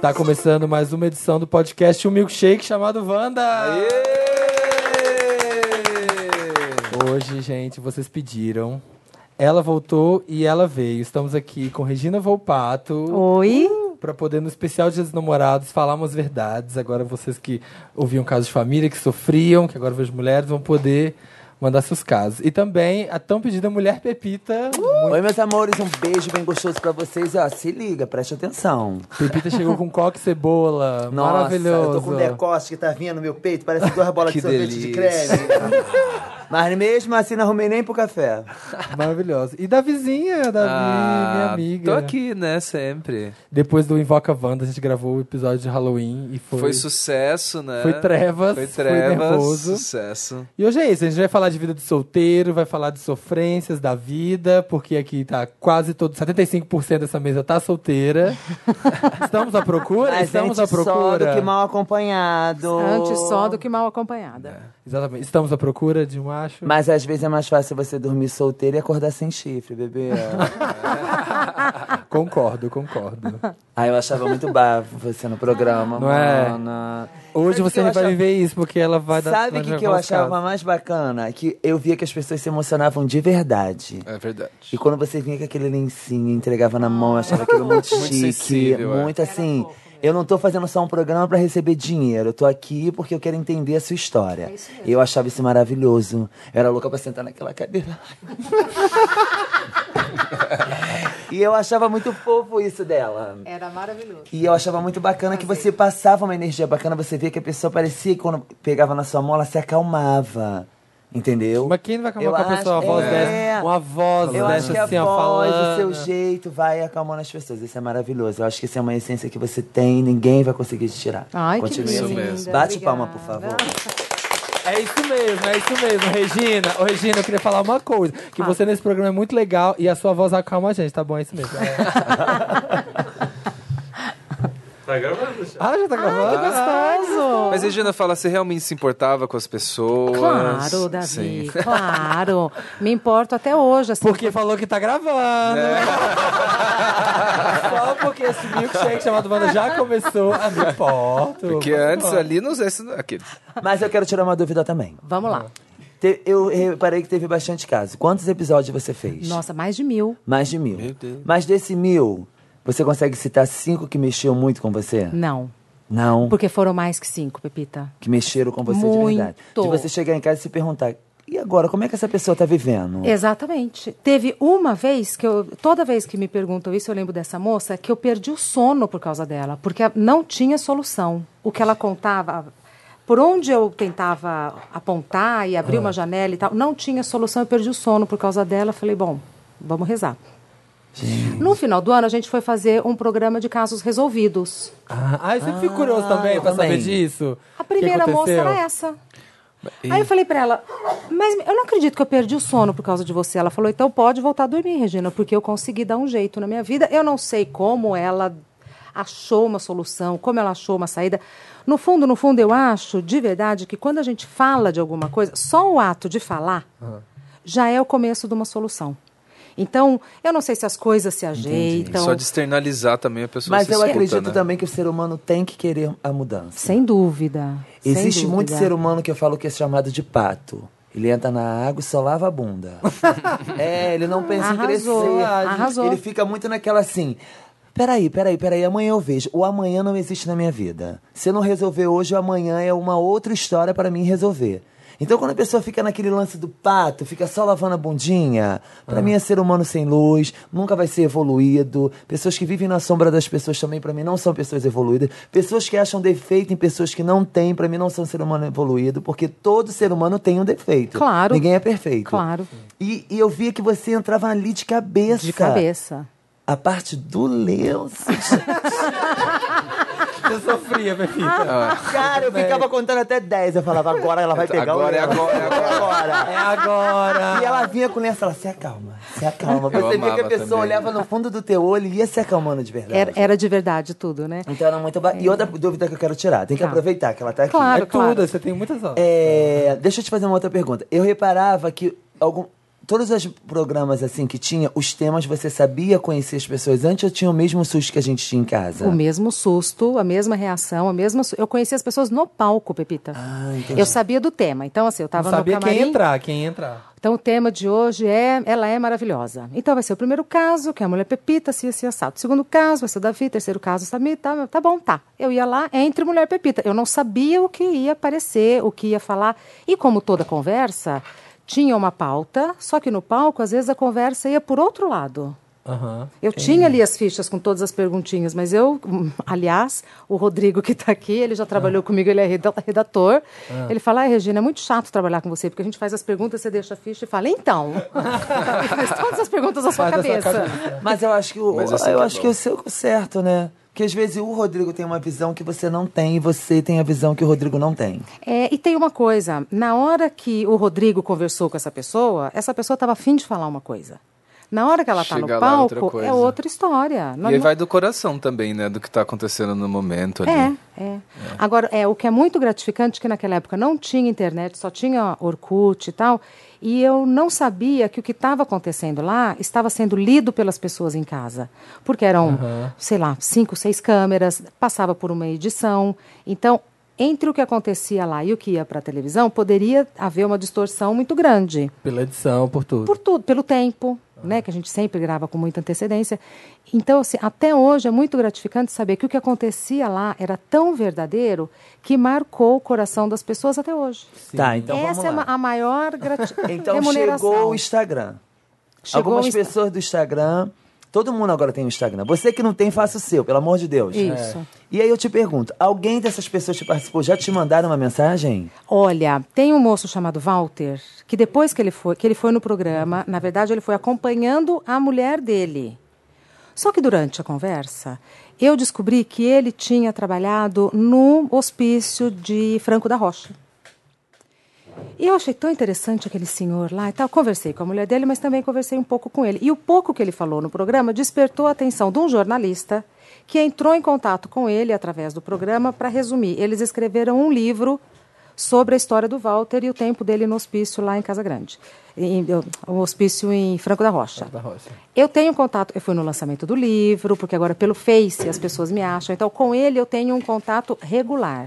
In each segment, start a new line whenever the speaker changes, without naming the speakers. Tá começando mais uma edição do podcast Um Milkshake chamado Wanda. Hoje, gente, vocês pediram. Ela voltou e ela veio. Estamos aqui com Regina Volpato
Oi.
pra poder, no especial Dia dos Namorados, falar umas verdades. Agora vocês que ouviam casos de família, que sofriam, que agora vejo mulheres, vão poder mandar seus casos. E também a tão pedida Mulher Pepita.
Oi, meus amores, um beijo bem gostoso pra vocês. Ó, se liga, preste atenção.
Pepita chegou com coque e cebola.
Nossa,
maravilhoso.
eu
Tô com um decote que tá vindo no meu peito, parece duas bolas de
Que
sorvete de creme.
Mas mesmo assim, não arrumei nem pro café. Ah,
Maravilhosa. E da vizinha, da minha amiga.
Tô aqui, né, sempre.
Depois do Invoca Wanda, a gente gravou o episódio de Halloween e foi.
Foi, sucesso, né?
Foi trevas,
Foi
foi
trevas,
nervoso.
sucesso.
E hoje é isso, a gente vai falar de vida de solteiro, vai falar de sofrências da vida, porque aqui tá quase todo, 75% dessa mesa tá solteira. Estamos à procura?
Mas
Estamos à
antes só
procura.
do que mal acompanhado.
Antes só do que mal acompanhada.
Exatamente. Estamos à procura de um acho.
Mas às vezes é mais fácil você dormir solteiro e acordar sem chifre, bebê.
Concordo, concordo.
ah, eu achava muito bafo você no programa,
Não é?
mana.
Hoje
Sabe o que
você
eu
vai
achava-
viver isso, porque ela vai dar.
Sabe
vai
o que,
jogar
que eu
os
achava
casos.
mais bacana? Que eu via que as pessoas se emocionavam de verdade.
É verdade.
E quando você vinha com aquele lencinho, entregava na mão, eu achava aquilo muito,
Muito
chique.
sensível, é.
muito assim. Eu não tô fazendo só um programa pra receber dinheiro. Eu tô aqui porque eu quero entender a sua história. E eu achava isso maravilhoso. Eu era louca pra sentar naquela cadeira. e eu achava muito fofo isso dela.
Era maravilhoso.
E eu achava muito bacana que você passava uma energia bacana, você via que a pessoa parecia que quando pegava na sua mão, ela se acalmava. Entendeu?
Mas quem não vai acabar
Eu
com a pessoa, uma
acho-
voz
é.
dessa? Uma voz
Eu acho que é
dessa
a
assim, ó,
voz, o seu
falando.
jeito vai acalmando as pessoas. Isso é maravilhoso. Eu acho que isso é uma essência que você tem, ninguém vai conseguir te tirar.
Ai,
Continue assim.
que
Isso
linda.
mesmo.
Bate
Obrigada.
palma, por favor.
É isso mesmo, é isso mesmo, Regina. Ô, Regina, eu queria falar uma coisa. Que
Ah.
você nesse programa é muito legal e a sua voz acalma a gente, tá bom? É isso mesmo. É. tá gravando? Ah, já tá gravando?
Arrasou.
Mas Regina fala, você realmente se importava com as
É.
pessoas?
Claro, Davi, claro. Me importo até hoje, assim.
Porque falou que tá gravando.
é
Só porque esse milkshake chamado Wanda já começou. Ah, não importa.
Porque antes ali, não é sei se... Aqueles.
Mas eu quero tirar uma dúvida também.
Vamos lá.
Te- Eu reparei que teve bastante caso. Quantos episódios você fez?
Nossa, mais de mil.
Mais de mil. Mas desse mil, você consegue citar cinco que mexeu muito com você?
Não.
Não.
Porque foram mais que cinco, Pepita.
Que mexeram com você de verdade.
Muito.
De você chegar em casa e se perguntar, e agora, como é que essa pessoa tá vivendo?
Exatamente. Teve uma vez que eu. Toda vez que me perguntam isso, eu lembro dessa moça, que eu perdi o sono por causa dela, porque a- não tinha solução. O que ela contava. Por onde eu tentava apontar e abrir uma janela e tal, não tinha solução, eu perdi o sono por causa dela. Eu Falei, bom, vamos rezar. No final do ano, a gente foi fazer um programa de casos resolvidos.
Ah, ah, eu sempre fico curioso também
eu
pra saber
também.
disso.
A primeira
O que
moça
aconteceu?
era
É.
essa. Aí eu falei pra ela, mas eu não acredito que eu perdi o sono por causa de você. Ela falou, então pode voltar a dormir, Regina, porque eu consegui dar um jeito na minha vida. Eu não sei como ela achou uma solução, como ela achou uma saída. No fundo, no fundo, eu acho de verdade que quando a gente fala de alguma coisa, só o ato de falar já é o começo de uma solução. Então, eu não sei se as coisas se ajeitam.
Só de externalizar também a pessoa
Mas
se
eu
escuta,
acredito
né?
também que o ser humano tem que querer a mudança.
Sem dúvida. sem
Existe muito
dúvida.
ser humano que eu falo que é chamado de pato. Ele entra na água e só lava a bunda. é, ele não pensa
Arrasou,
em crescer.
arrasou.
Ele fica muito naquela assim. Peraí, peraí, peraí, amanhã eu vejo. O amanhã não existe na minha vida. Se eu não resolver hoje, o amanhã é uma outra história pra mim resolver. Então, quando a pessoa fica naquele lance do pato, fica só lavando a bundinha,
Ah.
pra mim é ser humano sem luz, nunca vai ser evoluído. Pessoas que vivem na sombra das pessoas também, pra mim, não são pessoas evoluídas. Pessoas que acham defeito em pessoas que não têm, pra mim, não são ser humano evoluído, porque todo ser humano tem um defeito.
Claro.
Ninguém é perfeito.
Claro.
E, e eu via que você entrava ali de cabeça.
De cabeça.
A parte do lenço.
Você sofria, Pepita.
Ah,
Ah.
Cara, eu ficava contando até 10. Eu falava, agora ela vai pegar
Agora
o
é
lenço.
agora, é agora.
É agora.
E ela vinha com o lenço, ela se acalma, se acalma.
Eu
Você via que
amava
a pessoa
também.
olhava no fundo do teu olho e ia se acalmando de verdade.
Era, era de verdade tudo, né?
Então era muito... ba- E outra dúvida que eu quero tirar. Tem que
É. Tá.
aproveitar que ela tá aqui.
Claro.
é tudo, você tem muitas horas.
É, deixa eu te fazer uma outra pergunta. Eu reparava que algum, todos os programas assim que tinha, os temas você sabia conhecer as pessoas antes ou tinha o mesmo susto que a gente tinha em casa?
Tá.
O mesmo susto, a mesma reação, a mesma. su- Eu conheci as pessoas no palco, Pepita.
Ah, entendi.
eu sabia do tema. Então, assim, eu tava
Não
no
sabia
camarim.
quem entrar, quem entrar.
Então, o tema de hoje é Ela é Maravilhosa. Então, vai ser o primeiro caso, que é a mulher Pepita, se assim, assado. O segundo caso vai ser o Davi, terceiro caso, Samir, tá, tá bom, tá. Eu ia lá entre mulher Pepita. Eu não sabia o que ia aparecer, o que ia falar. E como toda conversa, tinha uma pauta, só que no palco, às vezes, a conversa ia por outro lado.
Aham.
É.
Eu tinha ali as fichas com todas as perguntinhas, mas eu, hum, aliás, o Rodrigo que está aqui, ele já
Ah.
trabalhou comigo, ele é reda- redator. Ele fala, ai, Regina, é muito chato trabalhar com você, porque a gente faz as perguntas, você deixa a ficha e fala, então. e faz todas as perguntas na sua
Faz da sua
cabeça.
cabeça.
Mas eu acho que o,
Mas assim
eu
que é
acho
bom.
que o seu é o certo, né? Porque às vezes o Rodrigo tem uma visão que você não tem e você tem a visão que o Rodrigo não tem.
É, e tem uma coisa, na hora que o Rodrigo conversou com essa pessoa, essa pessoa estava afim de falar uma coisa. Na hora que ela está no
Chega lá, é outra
palco, é
coisa.
outra história. Não-
E é aí
não-
vai do coração também, né? Do que tá acontecendo no momento ali.
É, é. Agora, é, o que é muito gratificante que naquela época não tinha internet, só tinha Orkut e tal, e eu não sabia que o que estava acontecendo lá estava sendo lido pelas pessoas em casa. Porque eram, sei lá, cinco, seis câmeras, passava por uma edição. Então, entre o que acontecia lá e o que ia para a televisão, poderia haver uma distorção muito grande
Pela edição, por tudo.
por tudo, pelo tempo,
Ah.
né, que a gente sempre grava com muita antecedência. Então, assim, até hoje é muito gratificante saber que o que acontecia lá era tão verdadeiro que marcou o coração das pessoas até hoje.
Tá, então vamos
Essa é
lá.
ma- a maior grati
Então
remuneração.
chegou o Instagram.
Chegou
Algumas
o Insta-
pessoas do Instagram. Todo mundo agora tem um Instagram. Você que não tem, faça o seu, pelo amor de Deus.
Isso. É.
E aí eu te pergunto: alguém dessas pessoas que participou já te mandaram uma mensagem?
Olha, tem um moço chamado Walter, que depois que ele foi, que ele foi no programa, na verdade ele foi acompanhando a mulher dele. Só que durante a conversa, eu descobri que ele tinha trabalhado no hospício de Franco da Rocha. E eu achei tão interessante aquele senhor lá e tal. Conversei com a mulher dele, mas também conversei um pouco com ele. E o pouco que ele falou no programa despertou a atenção de um jornalista que entrou em contato com ele através do programa para resumir. Eles escreveram um livro sobre a história do Walter e o tempo dele no hospício lá em Casa Grande. Em, o hospício em Franco da Rocha.
Da Rocha.
Eu tenho contato, eu fui no lançamento do livro, porque agora pelo Face as pessoas me acham, então com ele eu tenho um contato regular.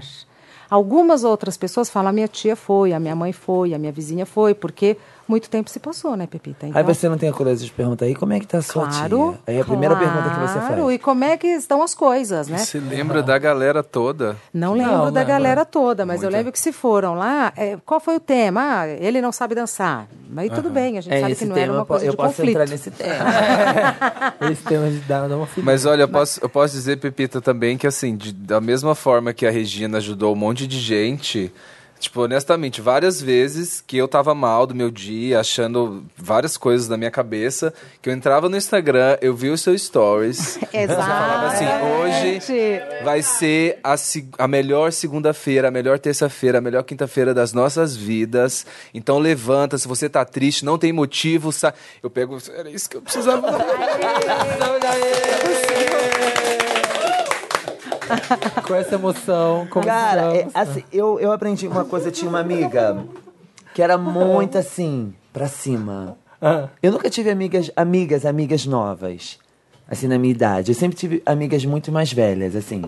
Algumas outras pessoas falam, a minha tia foi, a minha mãe foi, a minha vizinha foi, porque muito tempo se passou, né, Pepita? Então,
Aí você não tem a coragem de perguntar aí como é que tá a sua
claro,
tia? Aí é a primeira
claro,
pergunta que você faz.
e como é que estão as coisas, né?
Você lembra da galera toda?
Não lembro
Não,
da
lembra.
galera toda, mas eu
Muita.
lembro que se foram lá, é, qual foi o tema? Ah, ele não sabe dançar. Mas tudo bem, a gente sabe que
esse
não
tema
era uma
eu po-
coisa
eu
de
posso
conflito. É.
entrar nesse tema.
Esse tema de dar dar uma filha.
Mas olha, eu posso, eu posso dizer, Pepita, também que assim, de- da mesma forma que a Regina ajudou um monte de gente, tipo, honestamente, várias vezes que eu tava mal do meu dia, achando várias coisas na minha cabeça, que eu entrava no Instagram, eu vi os seus stories.
Exato.
falava assim, hoje vai ser a, se- a melhor segunda-feira, a melhor terça-feira, a melhor quinta-feira das nossas vidas. Então levanta, se você tá triste, não tem motivo, sa... eu pego, era isso que eu precisava.
Com essa emoção, como
Cara, é,
estamos?
assim, eu, eu aprendi uma coisa, tinha uma amiga que era muito assim, pra cima.
Ah.
Eu nunca tive amigas, amigas, amigas novas, assim, na minha idade. Eu sempre tive amigas muito mais velhas, assim,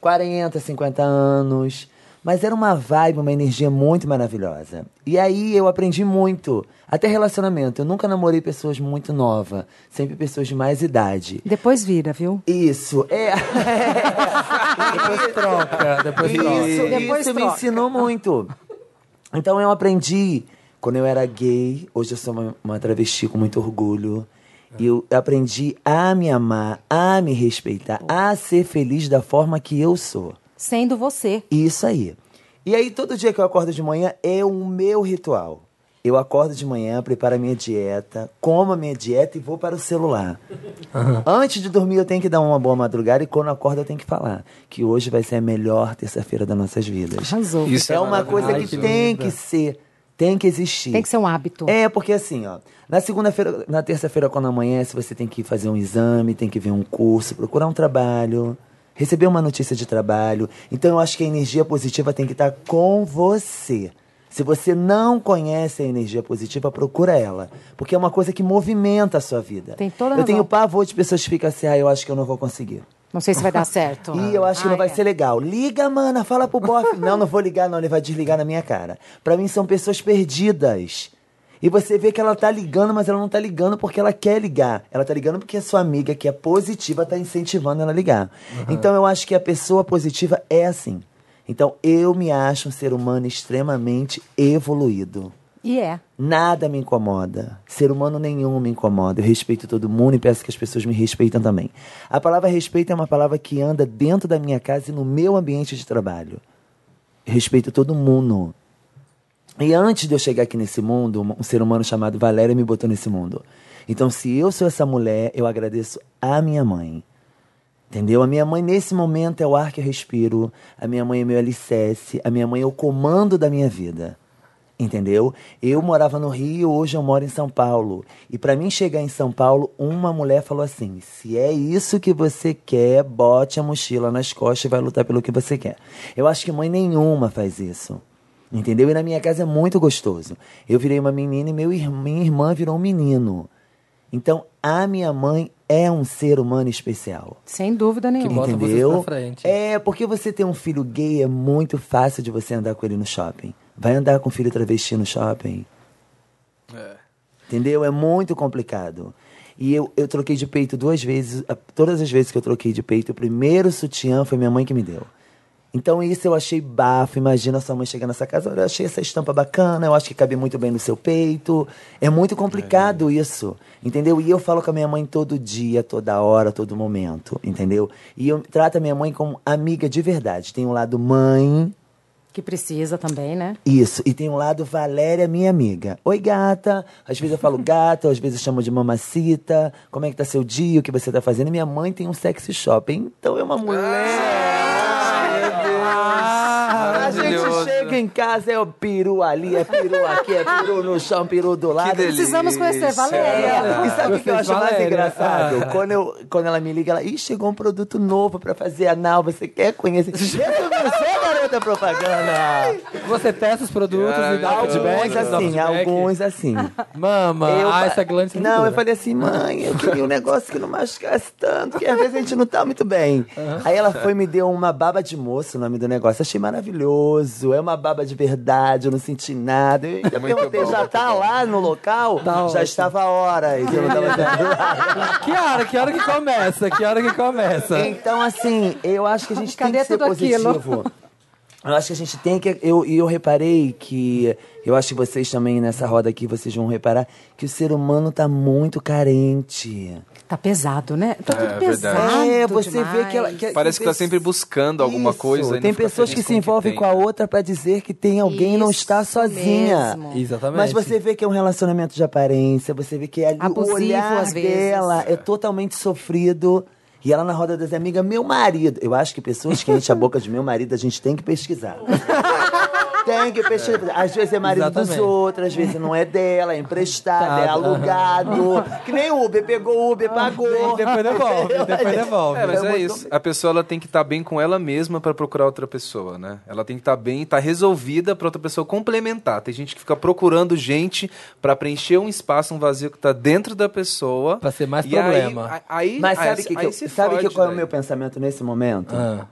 40, 50 anos. Mas era uma vibe, uma energia muito maravilhosa. E aí eu aprendi muito, até relacionamento. Eu nunca namorei pessoas muito novas, sempre pessoas de mais idade.
Depois vira, viu?
Isso, é.
Depois troca, depois troca.
Isso,
Depois
isso me
troca.
ensinou muito. Então eu aprendi, quando eu era gay, hoje eu sou uma, uma travesti com muito orgulho. E eu aprendi a me amar, a me respeitar, a ser feliz da forma que eu sou.
Sendo você.
Isso aí. E aí, todo dia que eu acordo de manhã é o meu ritual. Eu acordo de manhã, preparo a minha dieta, como a minha dieta e vou para o celular. Antes de dormir, eu tenho que dar uma boa madrugada e quando eu acordo, eu tenho que falar que hoje vai ser a melhor terça-feira das nossas vidas.
Arrasou.
Isso
é uma coisa
maravilhoso.
que tem que
é
ser, tem que existir.
Tem que ser um hábito.
É, porque assim, ó, na segunda-feira, na terça-feira, quando amanhece, você tem que fazer um exame, tem que ver um curso, procurar um trabalho, receber uma notícia de trabalho. Então eu acho que a energia positiva tem que estar com você. Se você não conhece a energia positiva, procura ela. Porque é uma coisa que movimenta a sua vida.
Tem toda a
Eu tenho
razão.
pavor de pessoas que ficam assim, ah, eu acho que eu não vou conseguir.
Não sei se vai dar certo.
Ih, eu acho que não
Ai,
vai
é.
ser legal. Liga, mana, fala pro bofe. não, não vou ligar, não. Ele vai desligar na minha cara. Pra mim, são pessoas perdidas. E você vê que ela tá ligando, mas ela não tá ligando porque ela quer ligar. Ela tá ligando porque a sua amiga, que é positiva, tá incentivando ela a ligar. Então, eu acho que a pessoa positiva é assim. Então, eu me acho um ser humano extremamente evoluído.
E é.
Nada me incomoda. Ser humano nenhum me incomoda. Eu respeito todo mundo e peço que as pessoas me respeitem também. A palavra respeito é uma palavra que anda dentro da minha casa e no meu ambiente de trabalho. Eu respeito todo mundo. E antes de eu chegar aqui nesse mundo, um- um ser humano chamado Valéria me botou nesse mundo. Então, se eu sou essa mulher, eu agradeço à minha mãe. Entendeu? A minha mãe, nesse momento, é o ar que eu respiro. A minha mãe é meu alicerce. A minha mãe é o comando da minha vida. Entendeu? Eu morava no Rio, hoje eu moro em São Paulo. E pra mim chegar em São Paulo, uma mulher falou assim: se é isso que você quer, bote a mochila nas costas e vai lutar pelo que você quer. Eu acho que mãe nenhuma faz isso. Entendeu? E na minha casa é muito gostoso. Eu virei uma menina e meu ir- minha irmã virou um menino. Então, a minha mãe é um ser humano especial.
Sem dúvida nenhuma.
bota vocês
Entendeu?
pra frente.
É, porque você ter um filho gay é muito fácil de você andar com ele no shopping. Vai andar com o filho travesti no shopping. Entendeu? É muito complicado. E eu, eu troquei de peito duas vezes. A- Todas as vezes que eu troquei de peito, o primeiro sutiã foi minha mãe que me deu. Então isso eu achei bafo. Imagina sua mãe chegando nessa casa. Olha, eu achei essa estampa bacana, eu acho que cabe muito bem no seu peito. É muito complicado isso, entendeu? E eu falo com a minha mãe todo dia, toda hora, todo momento, entendeu? E eu trato a minha mãe como amiga de verdade. Tem um lado mãe,
Que precisa também, né?
isso, e tem um lado Valéria, minha amiga. Oi, gata. Às vezes eu falo gata, às vezes eu chamo de mamacita. Como é que tá seu dia? O que você tá fazendo? Minha mãe tem um sexy shop, então é uma mulher. A gente
Maravilhoso.
chega em casa, é o peru ali, é peru aqui, é peru no chão, peru do lado.
Precisamos conhecer Valéria.
E sabe o que que eu
Vocês,
acho mais
Valéria.
engraçado?
Ah.
Quando, eu, quando ela me liga, ela, ih, chegou um produto novo pra fazer anal, você quer conhecer? Eu não
é
sou garota propaganda.
Você testa os produtos
Ah,
e dá
meu
feedback?
Alguns
Deus.
dá
assim,
feedback?
alguns assim.
Mama,
Eu
ah,
fa-
essa glândula é
Não,
dura.
eu falei assim, mãe, eu queria um negócio que não machucasse tanto, porque às vezes a gente não tá muito bem. Aí ela foi e me deu uma baba de moço, o nome do negócio. Achei maravilhoso, é uma baba de verdade, eu não senti nada. Eu
É
ainda
Muito
perguntei,
bom,
já
muito
tá
bom.
lá no local?
Tá
já
ótimo.
estava a hora, então. eu não tava entendendo nada.
Que hora, que hora que começa? Que hora que começa?
Então, assim, eu acho que a gente tem
Cadê
que ser
tudo aquilo?
positivo. Eu acho que a gente tem que. eu- E eu, reparei que. Eu acho que vocês também nessa roda aqui, vocês vão reparar que o ser humano tá muito carente.
Tá pesado, né? Tá tudo
É, verdade.
pesado.
é, você vê
demais.
que ela. Que,
Parece que tá
você-
sempre buscando alguma
Isso.
coisa. e não
Tem
fica
pessoas
feliz
que se
com o
envolvem
tem,
com a
né?
outra pra dizer que tem alguém e não está
Isso
sozinha.
mesmo.
Exatamente.
Mas você vê que é um relacionamento de aparência, você vê que é ali
Abusivo,
o olhar
às vezes.
dela é totalmente sofrido. E ela na roda das amigas, meu marido. Eu acho que pessoas que enchem a boca de meu marido, a gente tem que pesquisar.
tá-
tem que pesquisar. Às vezes é marido dos
Exatamente.
outros, às vezes não é dela, é emprestado, é
Tá,
alugado. que nem Uber, pegou Uber, pagou.
Depois devolve, depois devolve.
É, mas
É
é,
Então,
muito
isso. A pessoa ela tem que estar bem com ela mesma pra procurar outra pessoa, né? Ela tem que estar bem, estar resolvida pra outra pessoa complementar. Tem gente que fica procurando gente pra preencher um espaço, um vazio que tá dentro da pessoa.
Pra ser mais
e
problema.
Aí, aí,
Mas
aí-
sabe, que, que
aí
eu,
se
sabe que
fode
qual é o
daí.
meu pensamento nesse momento?
Ah.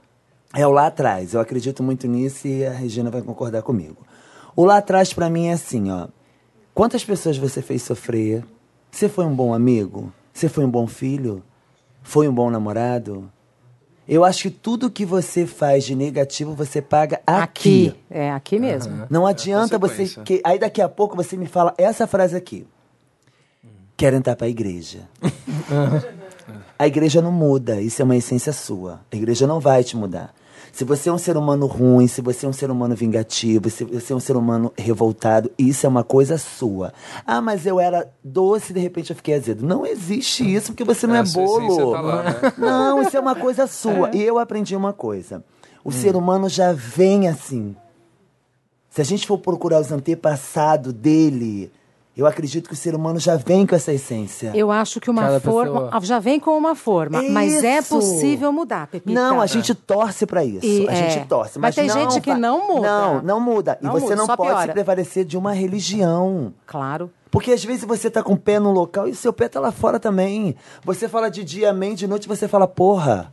É o lá atrás. Eu acredito muito nisso e a Regina vai concordar comigo. O lá atrás pra mim é assim, ó. Quantas pessoas você fez sofrer? Você foi um bom amigo? Você foi um bom filho? Foi um bom namorado? Eu acho que tudo que você faz de negativo você paga aqui.
Aqui. É, aqui mesmo.
Não adianta você.
É consequência.
Que, aí daqui a pouco você me fala essa frase aqui. Quero entrar pra igreja. a igreja não muda, isso é uma essência sua. A igreja não vai te mudar. Se você é um ser humano ruim, se você é um ser humano vingativo, se você é um ser humano revoltado, isso é uma coisa sua. Ah, mas eu era doce e de repente eu fiquei azedo. Não existe isso, porque você não
É,
é,
a sua essência
bolo.
tá lá, né?
Não, isso é uma coisa sua. E eu aprendi uma coisa.
Hum.
O ser humano já vem assim. Se a gente for procurar os antepassados dele, Eu acredito que o ser humano já vem com essa essência.
Eu acho que uma
Cada
forma.
pessoa.
Já vem com uma forma, mas é
Isso.
possível mudar, Pepita.
Não, a gente torce pra isso.
E,
a
é.
gente torce.
Mas
Mas,
tem
não
gente que
vai-
não muda.
Não, não muda.
Não
e você
muda,
não
só
pode
piora.
se prevalecer de uma religião.
Claro.
Porque às vezes você tá com o pé num local e o seu pé tá lá fora também. Você fala de dia amém, de noite você fala, porra.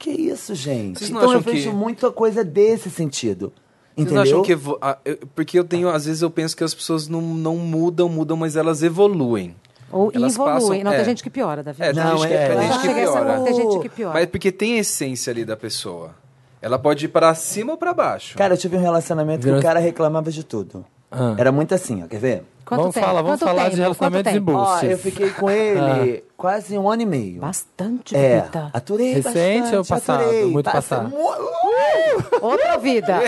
Que isso, gente?
Vocês não
Então eu
acham que-
vejo muito a coisa desse sentido.
Vocês
Entendeu?
não acham que. evo- ah, eu- Porque eu tenho, às vezes eu penso que as pessoas não, não mudam, mudam, mas elas evoluem.
Ou
Elas
evolui.
passam-
não,
é.
tem gente que piora, Davi.
É, tem
Não,
gente que,
é,
tem
é.
gente que
Chega essa-
piora.
Tem gente que piora.
Mas porque tem a essência ali da pessoa. Ela pode ir pra cima ou pra baixo.
Cara, eu tive um relacionamento
Virou-
que o cara reclamava de tudo.
Ah.
Era muito assim, ó, quer ver?
Quanto
Vamos
tempo?
falar- vamos
Quanto
falar
tempo?
de relacionamentos
Quanto tempo?
em Ah.
Ó,
Puxa.
eu fiquei com ele quase um ano e meio.
Bastante,
É,
Pepita.
aturei
Recente
bastante,
ou passado?
aturei.
Muito
Passa-
passado.
Mu- Uh!
Outra vida.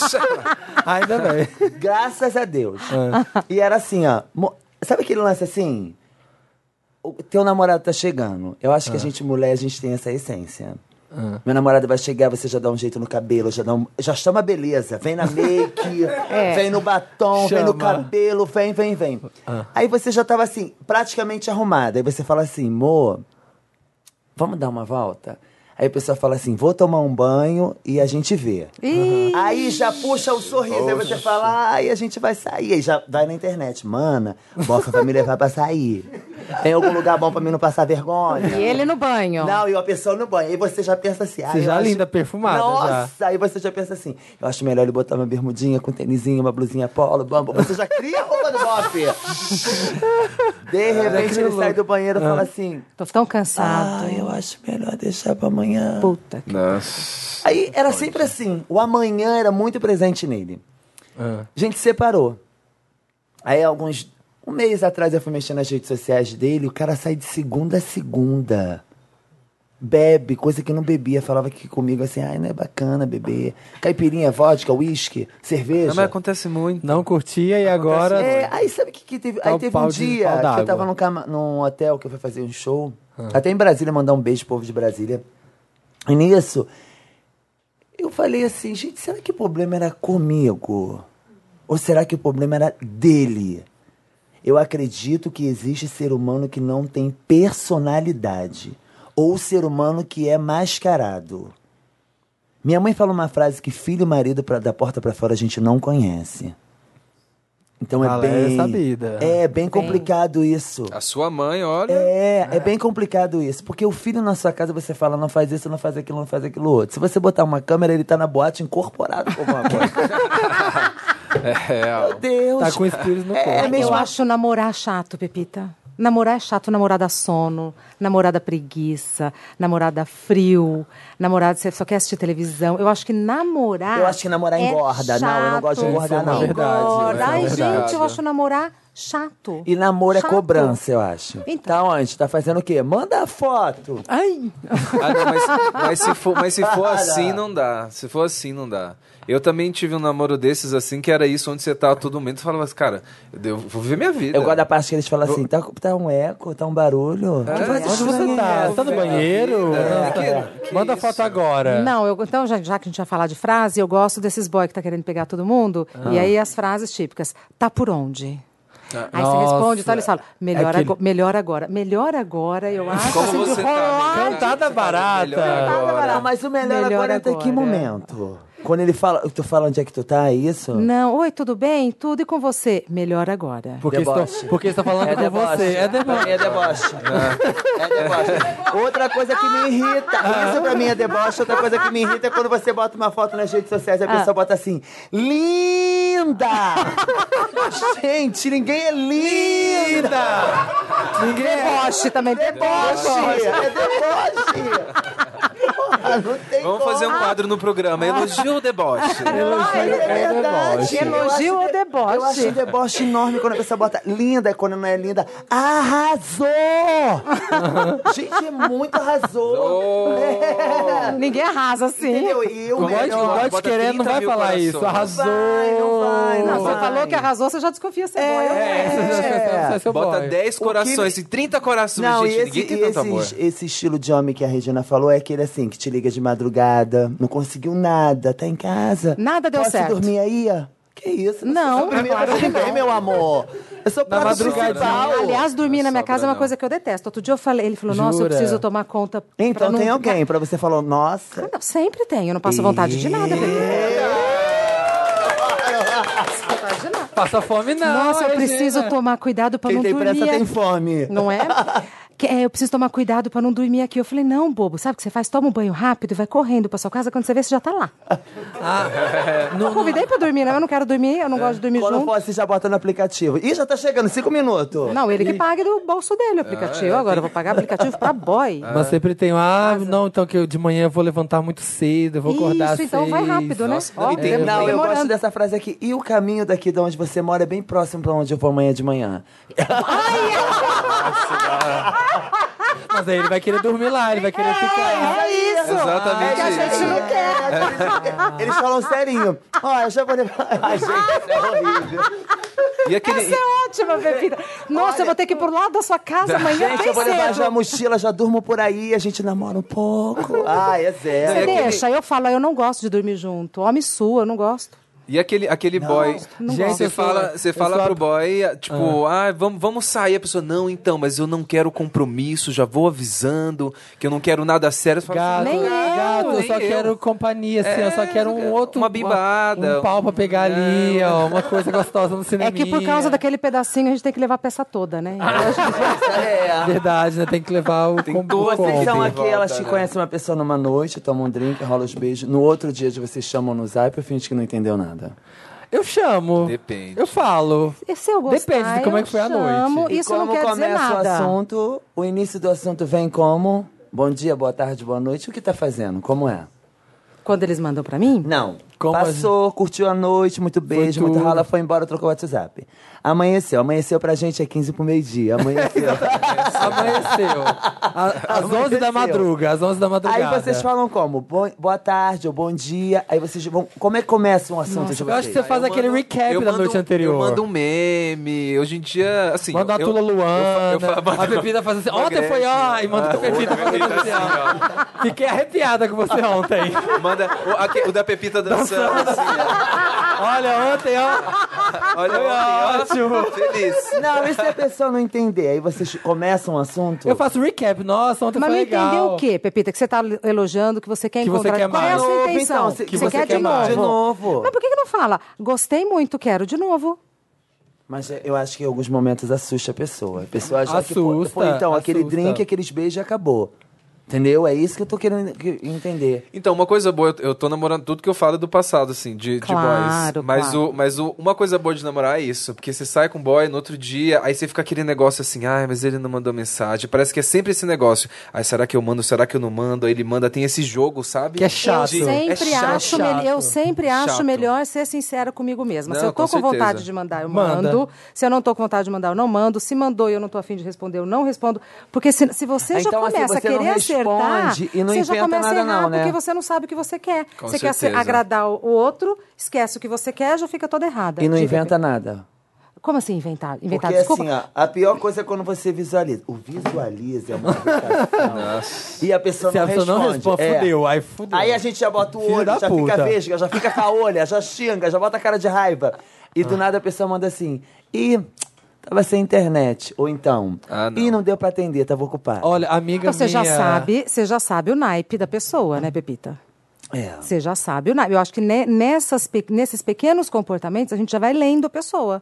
Ainda bem. Ah.
Graças a Deus. E era assim, ó. mo- Sabe aquele lance assim? O teu namorado tá chegando. Eu acho que a
Ah.
gente, mulher, a gente tem essa essência. Meu namorado vai chegar, você já dá um jeito no cabelo, já dá um... Já chama a beleza. Vem na make,
É.
vem no batom, vem no
Chama. Ah.
cabelo, vem, vem, vem. Aí você já tava assim, praticamente arrumada. Aí você fala assim, amor, vamos dar uma volta? Aí a pessoa fala assim, vou tomar um banho e a gente vê.
Ih,
Aí já puxa o sorriso, aí você fala, ai, a gente vai sair. Aí já vai na internet, mana, Bossa vai me levar pra sair. Tem algum lugar bom pra mim não passar vergonha?
e ele no banho.
Não, e a pessoa no banho. Aí você já pensa assim. ah,
Você
eu
já
acho-
linda, perfumada,
Nossa, aí você já pensa assim. Eu acho melhor ele botar uma bermudinha com tênisinho, uma blusinha polo, bambo. Você já cria a roupa do bofe.
É,
De repente ele sai do banheiro e
Ah.
fala assim.
Tô tão cansado.
Ah, eu acho melhor deixar pra amanhã.
Puta. que-
Nossa.
Aí era sempre assim. O amanhã era muito presente nele.
Ah.
A gente separou. Aí, alguns. Um mês atrás eu fui mexendo nas redes sociais dele, o cara sai de segunda a segunda. Bebe, coisa que não bebia. Falava que comigo assim, ai, não é bacana beber. Caipirinha, vodka, uísque, cerveja.
Não, mas acontece muito.
Não curtia e agora.
É, aí sabe o que, que teve?
Tá
aí
o
teve
pau
um
de-
dia
pau
que
d'água. Ah.
eu tava num, cama- num hotel que eu fui fazer um show. Até em Brasília, mandar um beijo pro povo de Brasília. E nisso, eu falei assim, gente, será que o problema era comigo? Ou será que o problema era dele? Eu acredito que existe ser humano que não tem personalidade. Ou ser humano que é mascarado. Minha mãe fala uma frase que filho e marido pra, da porta pra fora a gente não conhece. Então é
Ela é
bem.
sabida.
É bem complicado isso.
A sua mãe, olha.
É, é bem complicado isso. Porque o filho na sua casa você fala, não faz isso, não faz aquilo, não faz aquilo outro. Se você botar uma câmera, ele tá na boate incorporado com alguma coisa.
É real.
Meu Deus.
Tá com espírito no corpo.
É mesmo.
Eu acho namorar chato, Pepita. Namorar é chato, namorar dá sono, namorar dá preguiça, namorar dá frio, namorar você só quer assistir televisão. Eu acho que namorar.
Eu acho que namorar
é
engorda. Não, eu não gosto de
chato,
engordar, não.
Verdade,
Engorda.
isso é
Ai,
verdade.
gente, eu acho namorar chato.
E namoro é
Chato.
cobrança, eu acho.
Então.
Então, antes, tá fazendo o quê? Manda a foto.
Ai!
Ah, não, mas, mas se for, mas se for
Para.
assim, não dá. Se for assim, não dá. Eu também tive um namoro desses assim, que era isso, onde você tava todo momento e falava assim, cara, eu vou viver minha vida.
Eu gosto da parte que eles falam assim: tá, tá um eco, tá um barulho.
É.
Que voz
Onde você
estranha
Tá,
é
você tá no
essa?
banheiro?
É,
Não,
que- que
Manda
isso?
foto agora.
Não, eu, então, já, já que a gente ia falar de frase, eu gosto desses boy que tá querendo pegar todo mundo.
Ah.
E aí as frases típicas. Tá por onde? Aí você
Ah, Nossa. É
responde, tá, eles falam, melhor,
Aquele-
ago- melhor agora. Melhor agora, eu acho.
Como
assim, de
você tá, né?
rolar.
Cantada
Você tá
barata.
melhor
Cantada
agora.
Não, mas o melhor,
Melhor
agora é até que
agora.
momento? Quando ele fala, tu fala onde é que tu tá, é isso?
Não, oi, tudo bem? Tudo e com você? Melhor agora.
Porque
Deboche.
estou, porque estou falando com você. É
Pra
deboche.
mim é deboche. É deboche. Outra coisa que me irrita.
Ah.
Isso pra mim é deboche. Outra coisa que me irrita é quando você bota uma foto nas redes sociais e a pessoa bota assim: linda! Gente, ninguém é linda!
Ninguém é.
Deboche também, deboche.
Deboche! É deboche! Porra, não tem
Vamos fazer um
como.
quadro no programa, elogio ou deboche?
Elogio é deboche.
Elogio
Eu acho
ou
de-
deboche?
Eu acho um deboche enorme quando a pessoa bota linda, e quando não é linda, arrasou! Gente, é muito arrasou! É.
Ninguém arrasa assim.
Entendeu? E o
O God, o
melhor...
God
bota
querendo não
30
vai
mil
falar
corações.
isso. Arrasou.
Vai, não vai,
Não, você
vai.
falou que arrasou, você já desconfia se é, boy. ou não
É,
é.
esse já- esse já é seu
Bota
boy.
10
que-
corações e 30 corações,
Não,
gente.
e esse,
ninguém tem
e
tanto
esse,
amor.
esse estilo de homem que a Regina falou é aquele assim, que te liga de madrugada, não conseguiu nada, tá em casa.
Nada deu
Posso
certo.
dormir aí? ó? Que isso? tá
Não,
sou primeira
claro que
de ninguém,
não.
meu amor. Eu sou prato
madrugada.
principal.
Aliás, dormir na minha
Sobra
casa é uma
não.
coisa que eu detesto. Outro dia eu falei, ele falou, nossa, eu
Jura?
preciso tomar conta. pra
Então
não
tem
ficar-
alguém pra você falar, nossa.
Não, sempre tem, eu não passo vontade de nada. bebê.
Passa fome, não.
Nossa, eu
Regina.
preciso tomar cuidado pra
Quem
não
tem
dormir.
pressa tem
aqui.
fome.
Não é? Que, é, eu preciso tomar cuidado pra não dormir aqui. Eu falei, não, bobo, sabe o que você faz? Toma um banho rápido e vai correndo pra sua casa. Quando você vê, você já tá lá. eu convidei pra dormir, né? Eu não quero dormir, eu não gosto de dormir
Quando
junto.
for assim, já bota no aplicativo. Ih, já tá chegando, cinco minutos.
Não, ele que paga do bolso dele o
É,
aplicativo. Agora eu vou pagar aplicativo pra boy.
Mas sempre tem, ah, não, então que eu de manhã eu vou levantar muito cedo, eu vou acordar
Isso, então vai
às seis.
rápido, né?
Nossa,
Ó,
e tem-
tá
Não, eu
demorando.
gosto dessa frase aqui. E o caminho daqui de onde você mora é bem próximo pra onde eu vou amanhã de manhã.
Mas aí ele vai querer dormir lá, ele vai querer ficar.
É isso!
Exatamente
que a
isso. É.
gente não quer.
Eles falam serinho. Ó, eu já vou levar. Ai, gente, é horrível.
E aquele.
Essa é ótima, bebida. Nossa, eu vou ter que ir pro lado da sua casa amanhã
Gente,
bem
eu vou levar
cedo.
já a mochila, já durmo por aí, a gente namora um pouco.
Ah,
Ai, é zero.
Você
É aquele-
deixa, eu falo, eu não gosto de dormir junto. Homem sua, eu não gosto.
E aquele, aquele boy.
não
Gente,
gosto.
você
Eu sou-
fala, você
eu
fala
sou a-
pro boy, tipo, ah, vamos, vamos sair. A pessoa, não, então, mas eu não quero compromisso, já vou avisando, que eu não quero nada sério. Você fala, assim,
Gato,
Nem eu,
gato, eu
nem
só
eu.
quero companhia, assim, eu só quero um outro.
uma bibada.
Um pau pra pegar ali, ó, uma coisa gostosa no cinema.
É que por causa daquele pedacinho a gente tem que levar a peça toda, né?
Ah,
Eu acho que-
É.
Verdade, né? Tem que levar o
Tem
combo.
duas
combo.
que
Então
Volta,
aqui elas que
né?
conhecem uma pessoa numa noite, tomam um drink, rola os beijos. No outro dia vocês chamam no zap e finge que não entendeu nada.
Eu chamo.
Depende.
Eu falo.
E se eu gostar,
Depende de como é que foi a
eu chamo.
noite.
Isso
e
não
como
quer dizer
começa o
nada.
assunto, o início do assunto vem como? Bom dia, boa tarde, boa noite. O que tá fazendo? Como é?
Quando eles mandam pra mim,
Não.
Como
Passou, curtiu a noite, muito beijo, muito
tudo.
rala, foi embora, trocou o WhatsApp. Amanheceu. Amanheceu pra gente é 15 pro meio-dia. Amanheceu.
Amanheceu. A- Às 11 da
Amanheceu.
madruga, às 11 da
Aí
madrugada.
vocês falam como? Bo- Boa tarde ou bom dia. Aí vocês vão. Como é que começa um assunto de
Eu acho que
vocês?
você faz
Eu
aquele
mando-
recap
eu
da
mando
noite
um-
anterior.
Eu mando um meme. Hoje em dia, assim.
Manda uma
eu-
Tula
eu-
Luana.
eu fa- eu fa- Ah,
a Pepita faz assim.
Uma
Ontem foi, ó.
Gretchen,
E manda a Pepita
tá
fazendo assim, ó. Fiquei arrepiada com você ontem.
Manda o, aque- o da Pepita dançando. assim,
Olha, ontem, ó.
ó. Olha, olha,
Ótimo.
ó. Feliz.
Não, e se a pessoa não entender? Aí vocês começam um assunto.
Eu faço recap. Nossa,
Então
ontem
Mas
foi
não
legal.
entendeu o quê, Pepita? Que você tá elogiando, que você quer
Que você
encontrar.
quer
Qual é a
mais.
sua
Novo,
intenção?
então, se-
que você
quer,
quer
de
mais.
novo?
De novo.
Mas por que, que não fala? Gostei muito, quero de novo.
Mas eh, eu acho que em alguns momentos assusta a pessoa. A pessoa acha que pô,
Assusta,
pô, então, aquele
assusta.
drink, aqueles beijos e acabou. Entendeu? É isso que eu tô querendo que- entender.
Então, uma coisa boa, eu, eu tô namorando tudo que eu falo é do passado, assim, de, de
Claro,
boys. Mas,
claro.
o, mas o, uma coisa boa de namorar é isso, porque você sai com um boy no outro dia, aí você fica aquele negócio assim, ai, mas ele não mandou mensagem. Parece que é sempre esse negócio. Ai, será que eu mando? Será que eu não mando? Aí ele manda, tem esse jogo, sabe?
Que é chato.
De-
Eu sempre,
é chato.
acho, mel- eu sempre acho
Chato.
melhor ser sincera comigo mesma. se
Não,
eu tô
com
com,
certeza.
vontade de mandar, eu
Manda.
mando. Se eu não tô com vontade de mandar, eu não mando. Se mandou e eu não tô afim de responder, eu não respondo. Porque se, se você já
Então, assim,
começa
você
a
não
querer acertar,
responde e não
você já
inventa
começa a
nada
errar
não, né?
porque você não sabe o que você quer.
Com
você quer ser-
certeza.
agradar o o outro, esquece o que você quer, já fica toda errada.
E não
Diga,
inventa
Pe-
nada.
Como assim inventar? Inventar,
Porque
desculpa.
assim, ó, a pior coisa é quando você visualiza. O visualiza é uma irritação. e a pessoa
Se
não
a pessoa
responde.
não responde,
É.
fudeu. Aí fudeu.
Aí a gente já bota o
Filho
olho,
da
já
puta.
fica vesga, já fica com a olha, já xinga, já bota a cara de raiva. E
Ah.
do nada a pessoa manda assim, e tava sem internet. Ou então,
Ah, não.
e não deu pra atender, tava ocupado.
Olha, amiga
Então você já
minha-
sabe, você já sabe o naipe da pessoa, né, Pepita?
É.
Você já sabe o naipe. Eu acho que ne- nessas, pe- nesses pequenos comportamentos a gente já vai lendo a pessoa.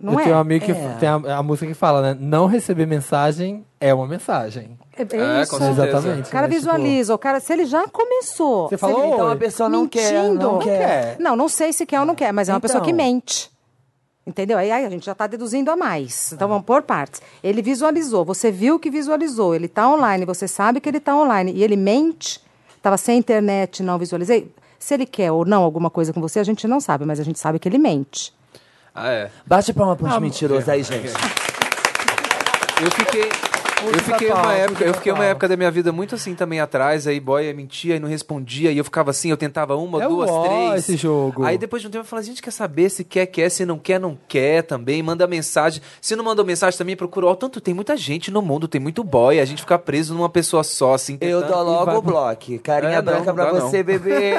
Não
eu
é?
tenho um amigo que
É.
tem a, a música que fala, né? Não receber mensagem é uma mensagem.
É,
É, com certeza.
Exatamente.
O cara
né?
visualiza, o cara, se ele já começou.
Você
se ele-
falou,
Então a
"Oi".
pessoa não quer,
Mentindo.
não
Não
quer.
quer.
Não, não sei se quer ou não quer, mas é uma
Então.
pessoa que mente. Entendeu? Aí, aí a gente já está deduzindo a mais. Então vamos por partes. Ele visualizou, você viu que visualizou, ele está online, você sabe que ele está online e ele mente. Estava sem internet, não visualizei. Se ele quer ou não alguma coisa com você, a gente não sabe, mas a gente sabe que ele mente.
Ah, é.
Bate palma pros mentirosos aí, gente.
Eu fiquei. Eu fiquei
pau,
uma época, eu
puxa
fiquei uma
pau.
época da minha vida muito assim também atrás, aí boy mentia e não respondia, e eu ficava assim, eu tentava uma,
É
duas,
o ó
três.
esse jogo.
Aí depois de um tempo eu falei, gente, quer saber se quer, quer, se não quer, não quer também, manda mensagem. Se não mandou mensagem também, procura. Ó, tanto tem muita gente no mundo, tem muito boy, a gente fica preso numa pessoa só, assim.
Eu
tentando-
dou logo
vai-
o bloco. Carinha
É, não,
branca
não
pra
dá,
você,
não.
bebê.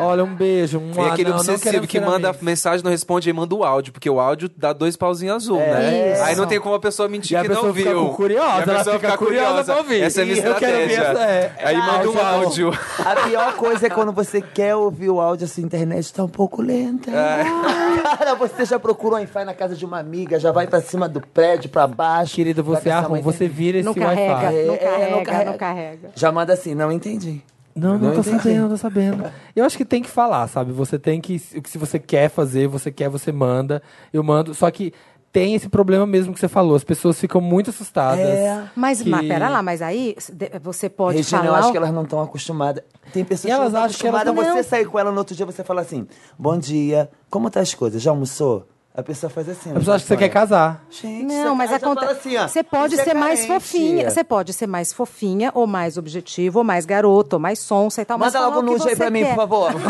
Olha, um beijo. Um
E aquele
não, não
obsessivo
queremos
que
ser
manda
amigos.
mensagem, não responde, aí manda o áudio, porque o áudio dá dois pauzinhos azul, né?
Isso.
Aí não tem como a pessoa
É E
mentir
a
que não
pessoa fica
viu.
curiosa,
E a
ela
pessoa
fica curiosa pra ouvir.
Essa é a minha
Ih, eu quero ver
estratégia.
essa- é.
Aí manda um
Áudio,
áudio.
A pior coisa é quando você quer ouvir o áudio, a sua internet tá um pouco lenta.
É.
Cara, você já procura um Wi-Fi na casa de uma amiga, já vai pra cima do prédio, pra baixo.
Querido, você
Vai gastar
arruma,
uma
você vira esse
Não carrega,
Wi-Fi.
É,
não
é,
carrega,
não
não
carrega.
carrega.
Já manda assim, não entendi.
Não, não,
Não
tô
entendi.
sabendo, não tô sabendo. Eu acho que tem que falar, sabe? Você tem que. O que se você quer fazer, você quer, você manda. Eu mando. Só que tem esse problema mesmo que você falou. As pessoas ficam muito assustadas.
É.
Mas,
Que-
mas pera lá, mas aí se- de- você pode
Regina,
falar.
eu acho
o-
que elas não estão acostumadas. Tem pessoas
E elas
que não
acham que elas
acostumadas.
não-
Você sair com ela no outro dia, você fala assim, bom dia, como tá as coisas? Já almoçou? A pessoa faz assim.
A pessoa acha que você quer casar.
Gente,
Não, mas
tá,
aí já fala
acontece.
assim, ó,
Você pode
isso é
ser mais
carente.
fofinha. Você pode ser mais fofinha, ou mais objetivo, ou mais garoto, ou mais sonsa e tal. mas
manda
falar
logo
o que
um
nude aí
você
um pra mim,
quer.
por favor.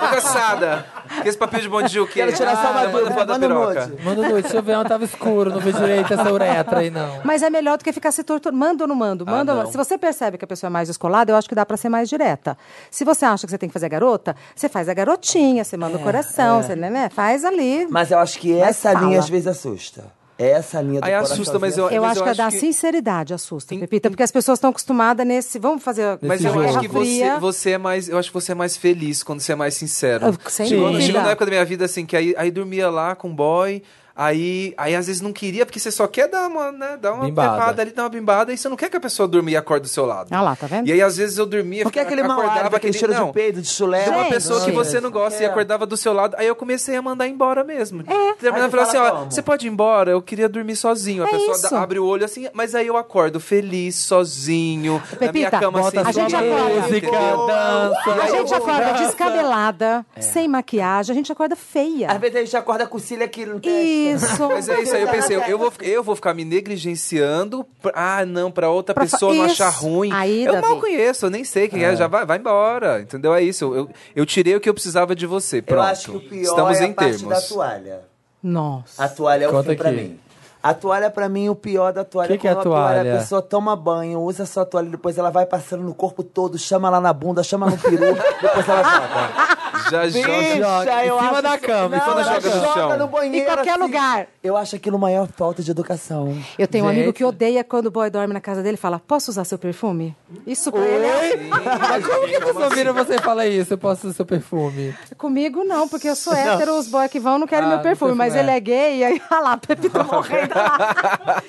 Tô cansada. Que esse papel de bom dia o quê?
Quero tirar só uma
Ah,
dúvida,
foto da
manda um
piroca.
nude.
Manda noite, deixa eu ver, ela tava escuro, não vi direito essa uretra aí, não. Ah,
Mas é melhor do que ficar se torturando. Manda ou não mando? Manda ou não.
não.
Se você percebe que a pessoa é mais descolada, eu acho que dá pra ser mais direta. Se você acha que você tem que fazer a garota, você faz a garotinha, você
É,
manda o coração, você né, né, faz ali.
Mas eu acho que
Mas
essa
fala.
linha às vezes assusta. Essa linha do
Aí assusta,
coraçãozinho
mas eu-
eu
mas
acho
eu
que é
acho
da
que-
sinceridade assusta, Pepita, porque as pessoas estão acostumadas nesse. Vamos fazer.
Mas
Esse
eu
jogo.
acho que você,
Fria.
você é mais. Eu acho que você é mais feliz quando você é mais sincero.
Ah, sem
chegou,
dúvida.
chegou na época da minha vida, assim, que aí, aí dormia lá com o boy. Aí, aí às vezes não queria, porque você só quer dar uma, né, dar uma
Bimbada.
pepada ali, dar uma bimbada, e você não quer que a pessoa durma e acorde do seu lado.
Ah lá, tá vendo?
E aí, às vezes, eu dormia,
Por que
ficava-
aquele mau
acordava
hálito, aquele cheiro
não,
de peido, de chulé?
É uma
Gente.
pessoa que
Gente.
você não gosta
É.
e acordava do seu lado. Aí eu comecei a mandar embora mesmo. É.
Aí
Terminava
você
e falava assim:
fala
ó,
como?
você pode ir embora? Eu queria dormir sozinho. A
É
pessoa
isso.
dá- abre o olho assim, mas aí eu acordo feliz, sozinho, na minha
Pepita,
cama assim.
Bota
a gente
sua
acorda.
música, dança.
A gente acorda descabelada, sem maquiagem, a gente acorda
É. Às
feia.
vezes a gente acorda com cílio aqui no teste.
Isso.
Mas é isso aí, eu pensei, eu vou, eu vou ficar me negligenciando, pra- ah, não, pra outra
Pra fa-
pessoa não
Isso.
achar ruim.
Aí,
eu mal
Davi.
conheço, eu nem sei quem é, já vai, vai embora, entendeu? É isso, eu, eu tirei o que eu precisava de você, pronto.
Eu acho que o pior
Estamos
é a
em
parte
termos.
da toalha.
Nossa.
A toalha é o
Conta
fim pra
aqui.
mim.
A toalha, pra mim, o pior da toalha
Que que é
quando
a toalha?
A pessoa toma banho, usa a sua toalha, depois ela vai passando no corpo todo, chama lá na bunda, chama no peru, depois ela joga.
Já joga.
Joga em cima da cama, em cima
da
ela
joga no chão.
no banheiro.
Em qualquer
assim.
lugar.
Eu acho aquilo maior falta de educação.
Eu tenho um amigo
Gente.
que odeia quando o boy dorme na casa dele e fala: Posso usar seu perfume? Isso pra ele é
Como que a pessoa vira você e fala isso? Eu posso usar seu perfume?
Comigo não, porque eu sou hétero, os boys que vão não querem
Ah,
meu perfume,
não
mas
perfume,
ele é gay, e aí, olha lá, Pepita morrendo olha lá.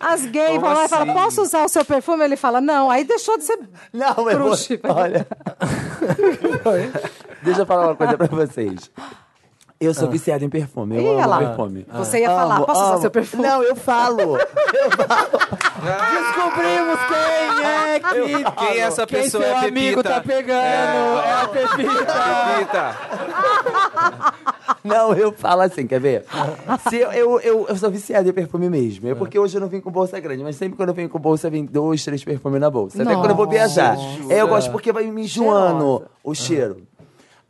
As gays
Como
vão lá e falam,
assim?
posso usar o seu perfume? Ele fala, não, aí deixou de ser...
Não, é eu vou...
Cruxe, vai.
Olha. Deixa eu falar uma coisa pra vocês. Eu sou viciada em perfume. Eu
Ah. Ih, olha
amo
lá.
perfume. Ah.
Você ia falar, posso usar seu perfume?
Não, eu falo.
Descobrimos quem é que...
Quem é essa
quem
pessoa?
seu
é a
amigo tá pegando. É, a Pepita.
Pepita.
Não, eu falo assim, quer ver? Se eu, eu, eu, eu sou viciada em perfume mesmo. É porque hoje eu não vim com bolsa grande, mas sempre quando eu venho com bolsa, vem dois, três perfumes na bolsa. Até
Nossa.
quando eu vou viajar. É, eu gosto porque vai me enjoando o cheiro.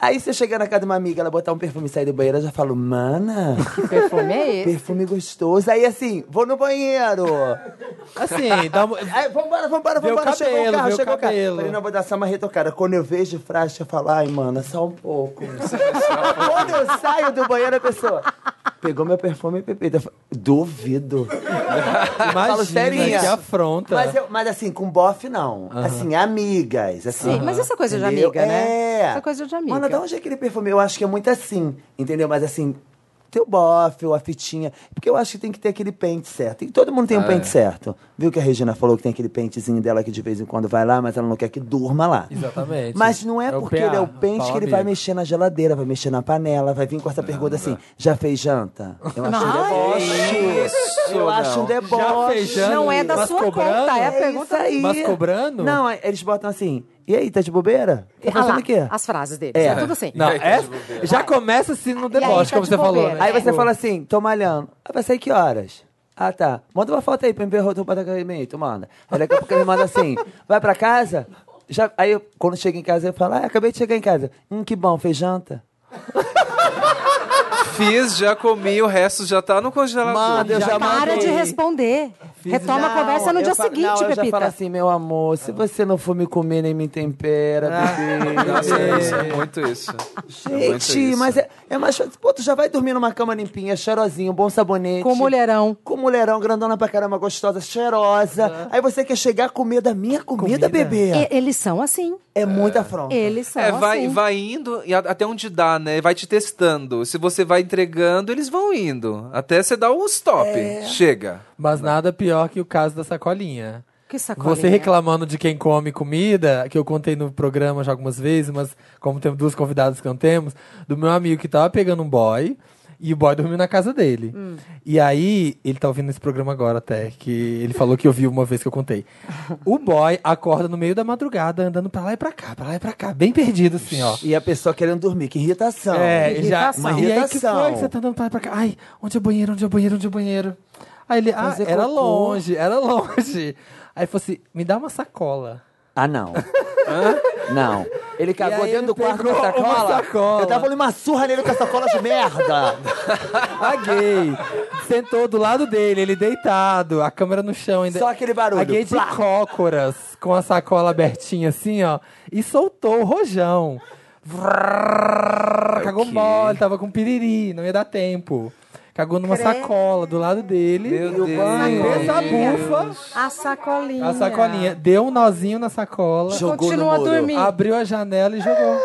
Aí se eu chegar na casa de uma amiga, ela botar um perfume e sair do banheiro, eu já falo, mana,
Que perfume é esse?
perfume gostoso. Aí assim, vou no banheiro.
Assim, dá uma...
Aí, vambora, vambora,
Vê o
vambora. chegou o
cabelo,
carro,
vê o
chegou o carro.
cabelo.
Falei, não, vou dar só uma retocada. Quando eu vejo frasca, eu falo, ai, mana, só um pouco. Quando eu saio do banheiro, a pessoa... Pegou meu perfume e pepita. Eu falo, Duvido. Falo
Imagina,
serinha.
que afronta.
Mas, eu- mas assim, com bofe, não. Assim, amigas. Assim,
Sim, mas essa coisa de
entendeu?
amiga, né?
É.
Essa coisa de amiga.
Mana, dá onde é aquele perfume? Eu acho que é muito assim, entendeu? Mas assim... Teu bofe, ou a fitinha. Porque eu acho que tem que ter aquele pente certo. E todo mundo tem um
Ah,
pente
é.
certo. Viu que a Regina falou que tem aquele pentezinho dela que de vez em quando vai lá, mas ela não quer que durma lá.
Exatamente.
Mas não é,
É o
porque
PA,
ele é o
fala
pente que ele vai
amigo.
mexer na geladeira, vai mexer na panela, vai vir com essa pergunta assim: já fez janta? Eu acho um deboche.
Isso,
Eu acho
não.
um deboche.
Já fez janta?
Não é da
Mas
sua
cobrando?
conta, é a
É
pergunta.
isso aí.
Mas cobrando?
Não, aí eles botam assim: e aí, tá de bobeira? Tá
Ah lá,
fazendo o quê?
as frases dele,
É.
é. tudo assim.
Não,
E aí, tá
é-
de bobeira.
já começa assim no
aí,
deboche,
tá
como
de
você falou.
bobeira.
Né?
Aí você
Tipo,
fala assim: tô malhando. Ah, vai sair que horas? Ah, tá. Manda uma foto aí pra me ver roupa da tu manda. Aí daqui a pouco ele manda assim, vai pra casa? Já, aí, eu- quando chega em casa, eu falo, ah, acabei de chegar em casa. Hum, que bom, fez janta?
Fiz, já comi, o resto já tá no congelador.
Manda, eu já
Para de
mandei.
responder. Retoma a
Não,
conversa no
eu
dia
falo-
seguinte,
não, eu já
Pepita. Ah.
falo assim, meu amor, se você não for me comer nem me tempera,
Tá
bebê.
Nossa, é isso, é muito isso. É muito
Gente,
isso.
mas é, é mais fácil. Pô, tu já vai dormir numa cama limpinha, cheirosinho, bom sabonete.
Com mulherão.
Com mulherão, grandona pra caramba, gostosa, cheirosa. Aí você quer chegar a comer da minha comida, bebê.
E- eles são assim.
É, muita afronta.
Eles são
É, vai,
assim.
vai indo e a- até onde dá, né? Vai te testando. Se você vai entregando, eles vão indo. Até você dar um stop.
É.
Chega.
Mas nada pior que o caso da sacolinha.
Que sacolinha.
Você reclamando de quem come comida, que eu contei no programa já algumas vezes, mas como temos duas convidadas que não temos, do meu amigo que tava pegando um boy e o boy dormiu na casa dele.
Hum.
E aí, ele tá ouvindo esse programa agora até, que ele falou que ouviu uma vez que eu contei. O boy acorda no meio da madrugada, andando pra lá e pra cá, pra lá e pra cá, bem perdido assim, ó.
E a pessoa querendo dormir, que irritação.
É, já.
Irritação.
E aí, que
Irritação.
foi que você tá andando pra, lá e pra cá? Ai, onde é o banheiro? Onde é o banheiro? Onde é o banheiro? Aí ele, ah,
Fazer
era
cocô.
longe, era longe. Aí ele falou assim: me dá uma sacola.
Ah, não. Hã? não. Ele cagou
aí
dentro do
ele
quarto com
pegou
a sacola.
uma sacola.
Eu tava
Olha uma surra nele com essa cola de merda.
A gay sentou do lado dele, ele deitado, a câmera no chão ainda.
Só aquele barulho,
A gay de
plá.
cócoras, com a sacola abertinha assim, ó, e soltou o rojão. Vrrr, Cagou mole, tava com piriri, não ia dar tempo. Cagou numa
Credo.
sacola do lado dele.
Meu Deus.
Fez a bufa.
A sacolinha.
A sacolinha. Deu um nozinho na sacola,
Jogou
Continua a
no muro.
dormir.
abriu a janela e jogou.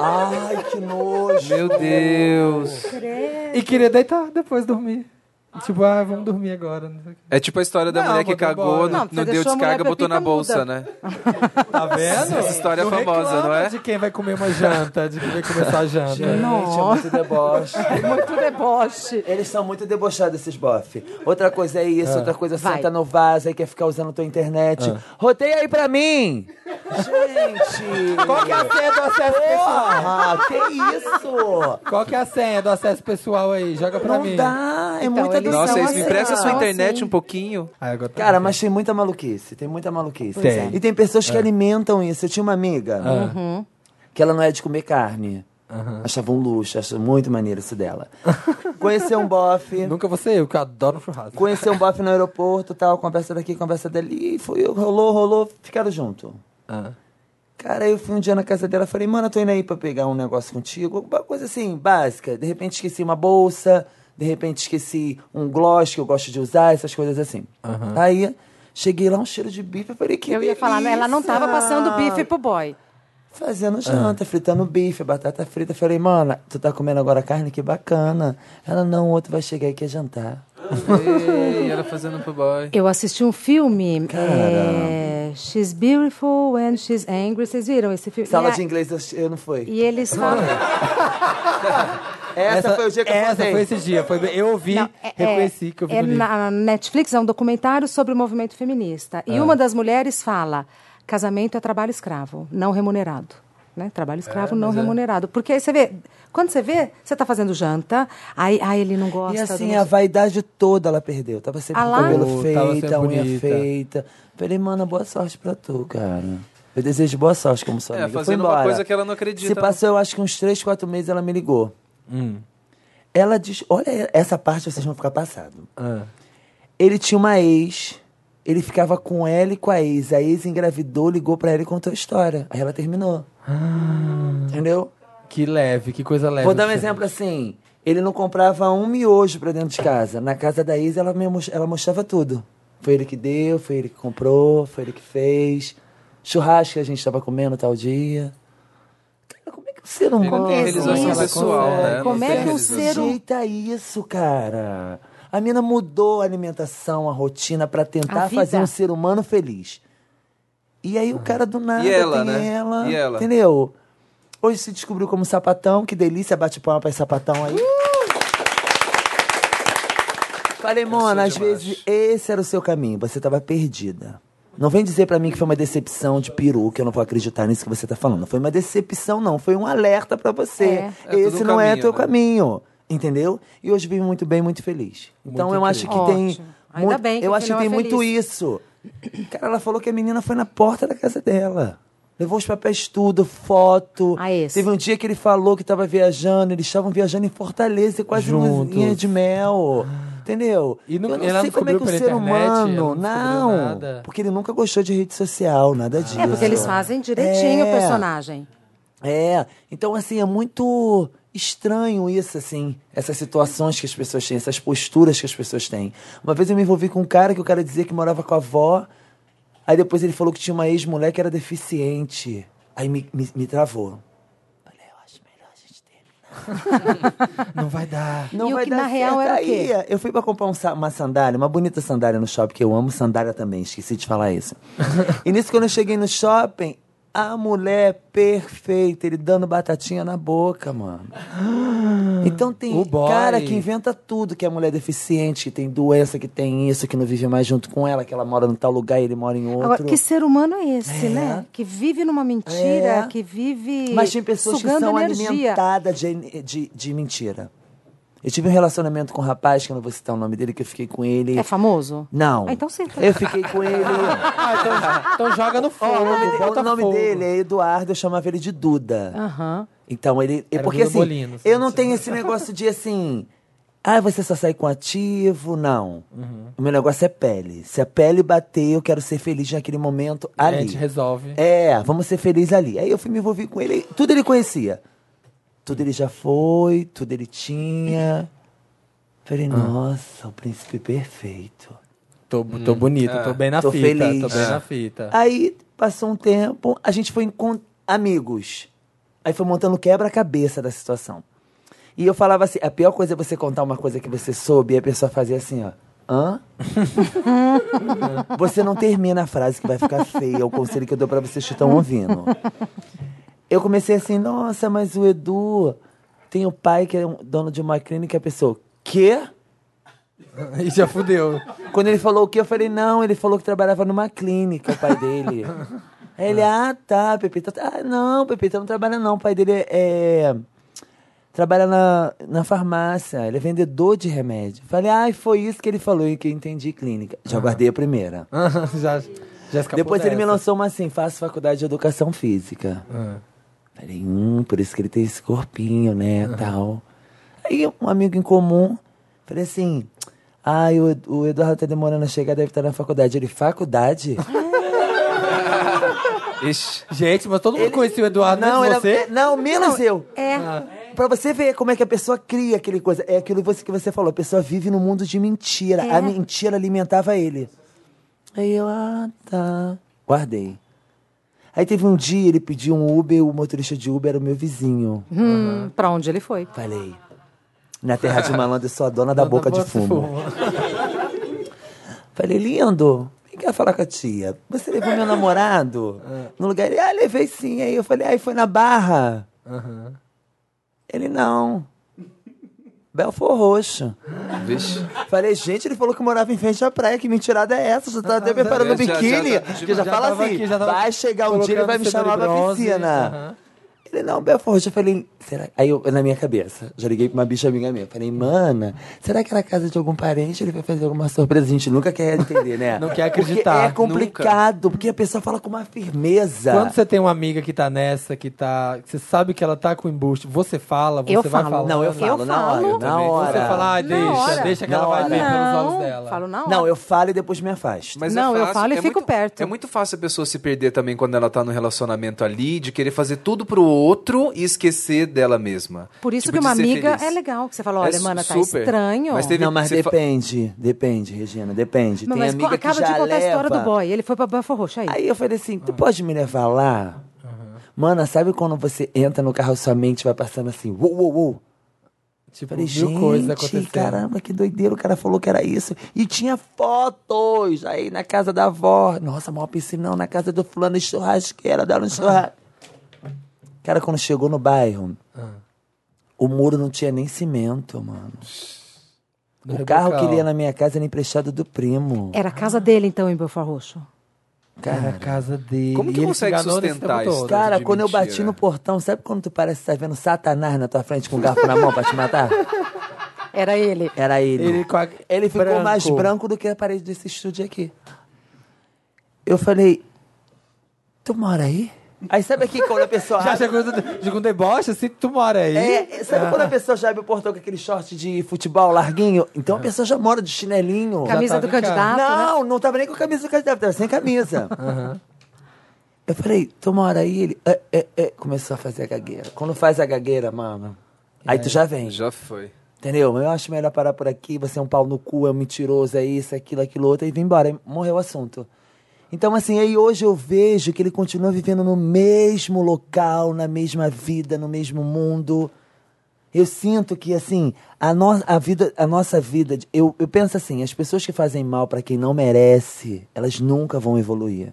Ai, que nojo.
Meu Deus.
E queria deitar, depois dormir. Tipo, ah, vamos dormir agora. não sei o quê.
É tipo a história da
Não,
mulher que
mandou
cagou,
embora.
não,
Não, você
não deu
deixou a mulher
descarga, botou na
pepita
bolsa,
muda.
né?
Tá vendo?
Essa história é
Não
famosa,
reclama
não é?
De quem vai comer uma janta, de quem vai começar a janta.
Gente, é muito deboche.
É Muito deboche.
Eles são muito debochados, esses bof. Outra coisa é isso, outra coisa é
Vai.
senta no vaso, aí quer ficar usando tua internet.
É.
Roteia aí pra mim! Gente!
Qual que é a senha do acesso pessoal?
Porra, que isso?
Qual que é a senha do acesso pessoal aí? Joga pra
Não
mim.
dá, é
Então,
muita
eles
adoção.
Nossa,
são
eles me
assim,
emprestam
ó.
sua
São
internet
assim.
um pouquinho?
Ai, agora tá
Cara, mas tem muita maluquice, tem muita maluquice.
é.
Tem. É. Ah.
E tem pessoas que alimentam isso. Eu tinha uma amiga
Ah.
Uhum.
que ela não é de comer carne. Achava um luxo, achava muito maneiro isso dela. Conheceu um bofe.
Nunca você eu, que eu adoro churrasco.
Conheceu um bofe no aeroporto tal, conversa daqui, conversa dali, e foi, rolou, rolou, ficaram junto.
Ah.
Cara, eu fui um dia na casa dela, falei, mano, eu tô indo aí pra pegar um negócio contigo, alguma coisa assim, básica. De repente esqueci uma bolsa, de repente esqueci um gloss que eu gosto de usar, essas coisas assim. Aí, cheguei lá, um cheiro de bife, eu falei, que
Eu ia falar, né? ela não tava
delícia!
passando bife pro boy.
Fazendo
Ah.
janta, fritando bife, batata frita. Falei, mano, tu tá comendo agora carne? Que bacana. Ela, não, o outro vai chegar e quer jantar.
Ei, ela fazendo pro boy.
Eu assisti um filme. É, she's Beautiful When She's Angry. Vocês viram esse filme?
Sala
e, a-
de inglês eu, eu não fui.
é e é- eles falam.
Essa, foi o dia que eu
Essa
faltei.
foi esse dia. Foi, bem- eu ouvi,
Não, é-
reconheci que eu vi
é
no livro.
na Netflix é um documentário sobre o movimento feminista.
Ah.
E uma das mulheres fala: casamento é trabalho escravo, não remunerado. Né?
É,
Trabalho escravo não remunerado. Porque aí você vê, quando você vê, você está fazendo janta, aí, aí ele não gosta.
E assim,
do-
a vaidade toda ela perdeu. Tava sempre
Ah
com o
lá?
cabelo
Oh, tava
feito, a
sempre
unha
bonita.
feita. Falei, mano, boa sorte pra tu, cara. Eu desejo boa sorte como sua
É,
amiga. Eu fui
fazendo uma
embora.
coisa que ela não acredita, né?
Se passou, eu acho que uns 3, 4 meses, ela me ligou.
Hum.
Ela diz, olha, essa parte vocês vão ficar passado.
Ah.
Ele tinha uma ex, ele ficava com ela e com a ex. A ex engravidou, ligou pra ela e contou a história. Aí ela terminou. Entendeu?
Que leve, que coisa leve.
Vou dar um
que você-
exemplo assim. Ele não comprava um miojo pra dentro de casa. Na casa da Isa, ela, me mos- ela mostrava tudo. Foi ele que deu, foi ele que comprou, foi ele que fez. Churrasco que a gente tava comendo tal dia. Cara, como é que o ser humano...
tem realização
Isso.
pessoal, né?
Como
Não
é
tem
que um
realização.
ser humano-
Ajeita isso, cara. A mina mudou a alimentação, a rotina pra
A
tentar
vida.
fazer um ser humano feliz. E aí o cara do nada
E ela,
tem
né?
ela,
E ela?
entendeu? Hoje se descobriu como sapatão, que delícia, bate palma pra esse sapatão aí. Falei, mona, às
é demais.
vezes esse era o seu caminho, você tava perdida. Não vem dizer pra mim que foi uma decepção de peru, que eu não vou acreditar nisso que você tá falando. Não foi uma decepção, não. Foi um alerta pra você.
É.
É tudo
Esse
um
não é
caminho,
teu
né?
caminho. Entendeu? E hoje vivo muito bem, muito feliz. Então
Muito
eu acho que
incrível.
tem.
Ótimo. Ainda bem que
eu
o
acho que
final
tem
é
muito
feliz.
isso. Cara, ela falou que a menina foi na porta da casa dela. Levou os papéis tudo, foto.
Ah, esse.
Teve um dia que ele falou que estava viajando, eles estavam viajando em Fortaleza, quase uma
Juntos.
linha de mel. Entendeu?
E não-
eu
ela
não sei
não
como é que o
descobriu
ser
pela internet?
humano.
Ela não
Não,
descobriu nada?
porque ele nunca gostou de rede social, nada disso.
É, porque eles fazem direitinho o
É.
personagem.
É, então assim, é muito estranho isso, assim, essas situações que as pessoas têm, essas posturas que as pessoas têm. Uma vez eu me envolvi com um cara que o cara dizia que morava com a avó, aí depois ele falou que tinha uma ex-mulher que era deficiente. Aí me, me, me travou. Falei, eu acho melhor a gente ter
Não vai dar.
um- E o que,
dar
na real,
certo.
era o
Aí,
quê?
Eu fui pra comprar um sa- uma sandália, uma bonita sandália no shopping, que eu amo sandália também, esqueci de falar isso. e nisso, quando eu cheguei no shopping, a mulher perfeita, ele dando batatinha na boca, mano. Então tem
O boy.
cara que inventa tudo, que é mulher deficiente, que tem doença, que tem isso, que não vive mais junto com ela, que ela mora num tal lugar e ele mora em outro.
Agora, que ser humano é esse,
É.
né? Que vive numa mentira,
É.
que vive.
Mas tem pessoas que
sugando
são
energia.
alimentadas de, de, de mentira. Eu tive um relacionamento com um rapaz, que eu não vou citar o nome dele, que eu fiquei com ele.
É famoso?
Não.
Ah, então senta.
Eu fiquei com ele.
Ah, então, então joga no fogo.
Ó, o nome, de-
bota
o nome
fogo.
dele é Eduardo, eu chamava ele de Duda.
Aham.
Então ele. é
Era
porque
Duda
assim,
Molino, sim,
eu não
sim.
tenho esse negócio de assim. Ah, você só sai com ativo, não.
Uhum.
O meu negócio é pele. Se a pele bater, eu quero ser feliz naquele momento
É,
ali.
A gente resolve.
É, vamos ser felizes ali. Aí eu fui me envolver com ele, tudo ele conhecia. Tudo ele já foi, tudo ele tinha. Falei, nossa, o príncipe perfeito.
Ah. Tô, tô bonito, tô bem na
Tô
fita.
feliz.
Tô bem
É.
na fita.
Aí passou um tempo, a gente foi encont- amigos. Aí foi montando quebra-cabeça da situação. E eu falava assim: a pior coisa é você contar uma coisa que você soube e a pessoa fazer assim, ó. Hã? você não termina a frase que vai ficar feia. É o conselho que eu dou pra vocês que estão ouvindo. Eu comecei assim, nossa, mas o Edu tem o pai que é um- dono de uma clínica e a pessoa, quê?
E já fudeu.
Quando ele falou o que, eu falei, não, ele falou que trabalhava numa clínica, o pai dele. Aí ele, ah, tá, Pepita. Ah, não, Pepita não trabalha não. O pai dele é. Trabalha na, na farmácia, ele é vendedor de remédio. Falei, ai, foi isso que ele falou e que eu entendi clínica. Já guardei a primeira.
Ah. já, já escapou
Depois ele me
dessa.
lançou uma assim, faço faculdade de educação física.
Ah.
Falei, hum, por isso que ele tem esse corpinho, né, tal. Aí um amigo em comum, falei assim, ai, o, o Eduardo tá demorando a chegar, deve estar na faculdade. Ele, faculdade?
Ixi.
Gente, mas todo mundo conhecia o Eduardo, não,
ele-
menos você?
não, menos eu. Ah.
É.
Pra você ver como é que a pessoa cria aquele coisa. É aquilo você- que você falou, a pessoa vive num mundo de mentira.
É.
A mentira alimentava ele. Aí eu, ah, tá. Guardei. Aí teve um dia, ele pediu um Uber, o motorista de Uber era o meu vizinho.
Hum, Pra onde ele foi?
Falei. Na terra de malandro, eu sou a dona da boca de fumo. Falei, lindo, vem cá falar com a tia. Você levou meu namorado no lugar? Ele, ah, levei sim. Aí eu falei, ah, e foi na Barra? Ele, não. Belfor Roxo.
Vixe.
Falei, gente, ele falou que morava em frente à praia. Que mentirada é essa? Já tá até preparando o
já- já-
biquíni.
já-
que já,
já
fala
tava
assim,
aqui, já tava
vai chegar um dia ele
colocando
vai me
cenoura
chamar
e
pra
bronze,
piscina.
aham.
Ele, não, Belfor Roxo. Eu falei, será? Aí eu, na minha cabeça, já liguei pra uma bicha amiga minha. Falei, mana, será que era casa de algum parente? Ele vai fazer alguma surpresa? A gente nunca quer entender, né?
Não quer
Porque
acreditar,
é complicado, porque a pessoa fala com uma firmeza.
Quando você tem uma amiga que tá nessa, que tá. que Você sabe que ela tá com embuste, você fala, você
Eu
vai
falo.
falar.
Não, eu
Eu
falo na
falo.
hora, na
Também.
hora.
Você fala, ah,
Na
deixa,
hora.
deixa que
Na
ela vai
hora.
ver pelos
Não,
olhos dela.
falo na hora.
Não, eu falo e depois me afasto.
Mas
Não,
é
eu
fácil-
falo e
é
fico
muito-
perto.
É muito fácil a pessoa se perder também quando ela tá num relacionamento ali, de querer fazer tudo pro outro e esquecer dela mesma.
Por isso
Tipo,
que uma
de ser
amiga
feliz.
é legal, que você fala,
É
olha, mana, tá
super.
estranho.
Mas teve-
Não, mas
você fa-
depende, depende, Regina, depende.
Não,
Tem
mas
amiga
acaba
que já
de contar
leva.
a história do boy. Ele foi pra Belfor Roxo. é Aí.
Aí eu falei assim, tu pode me levar lá? Mana, sabe quando você entra no carro, sua mente vai passando assim, uou, uou, uou.
Tipo,
Falei,
mil
gente,
coisas acontecendo.
caramba, que doideira, o cara falou que era isso. E tinha fotos aí na casa da avó. Nossa, maior piscinão, na casa do fulano, churrasqueira, deram um churrasco. Cara, quando chegou no bairro,
Ah.
o muro não tinha nem cimento, mano.
No
o carro que
rebocal.
ele ia na minha casa era emprestado do primo.
Era a casa dele, então, em Belfor Roxo.
Era a casa dele.
Como que
e ele
consegue
se enganou nesse
sustentar
tempo
isso?
todo.
Cara,
de
quando eu bati
mentira.
no portão, sabe quando tu parece que tá vendo Satanás na tua frente com um garfo na mão pra te matar?
Era ele.
Era ele.
Ele, com a-
Ele ficou
branco.
mais branco do que a parede desse estúdio aqui. Eu falei, tu mora aí? Aí sabe aqui quando a pessoa
Já
abre-
chegou de um deboche, assim, tu mora aí.
É, é, sabe quando
Ah.
a pessoa já abre o portão com aquele short de futebol larguinho? Então a pessoa já mora de chinelinho.
Camisa
tava
do
em casa.
candidato. né?
Não, não tava nem com a camisa do candidato, tava sem camisa. Eu falei, tu mora aí? Ele é, é, é. começou a fazer a gagueira. Quando faz a gagueira, mano, aí
É.
tu já vem.
Já foi.
Entendeu? Eu acho melhor parar por aqui, você é um pau no cu, é um mentiroso, é isso, aquilo, aquilo outro, e vim embora. e Morreu o assunto. Então, assim, aí hoje eu vejo que ele continua vivendo no mesmo local, na mesma vida, no mesmo mundo. Eu sinto que, assim, a, no a, vida, a nossa vida. de- Eu, eu penso assim: as pessoas que fazem mal pra quem não merece, elas nunca vão evoluir.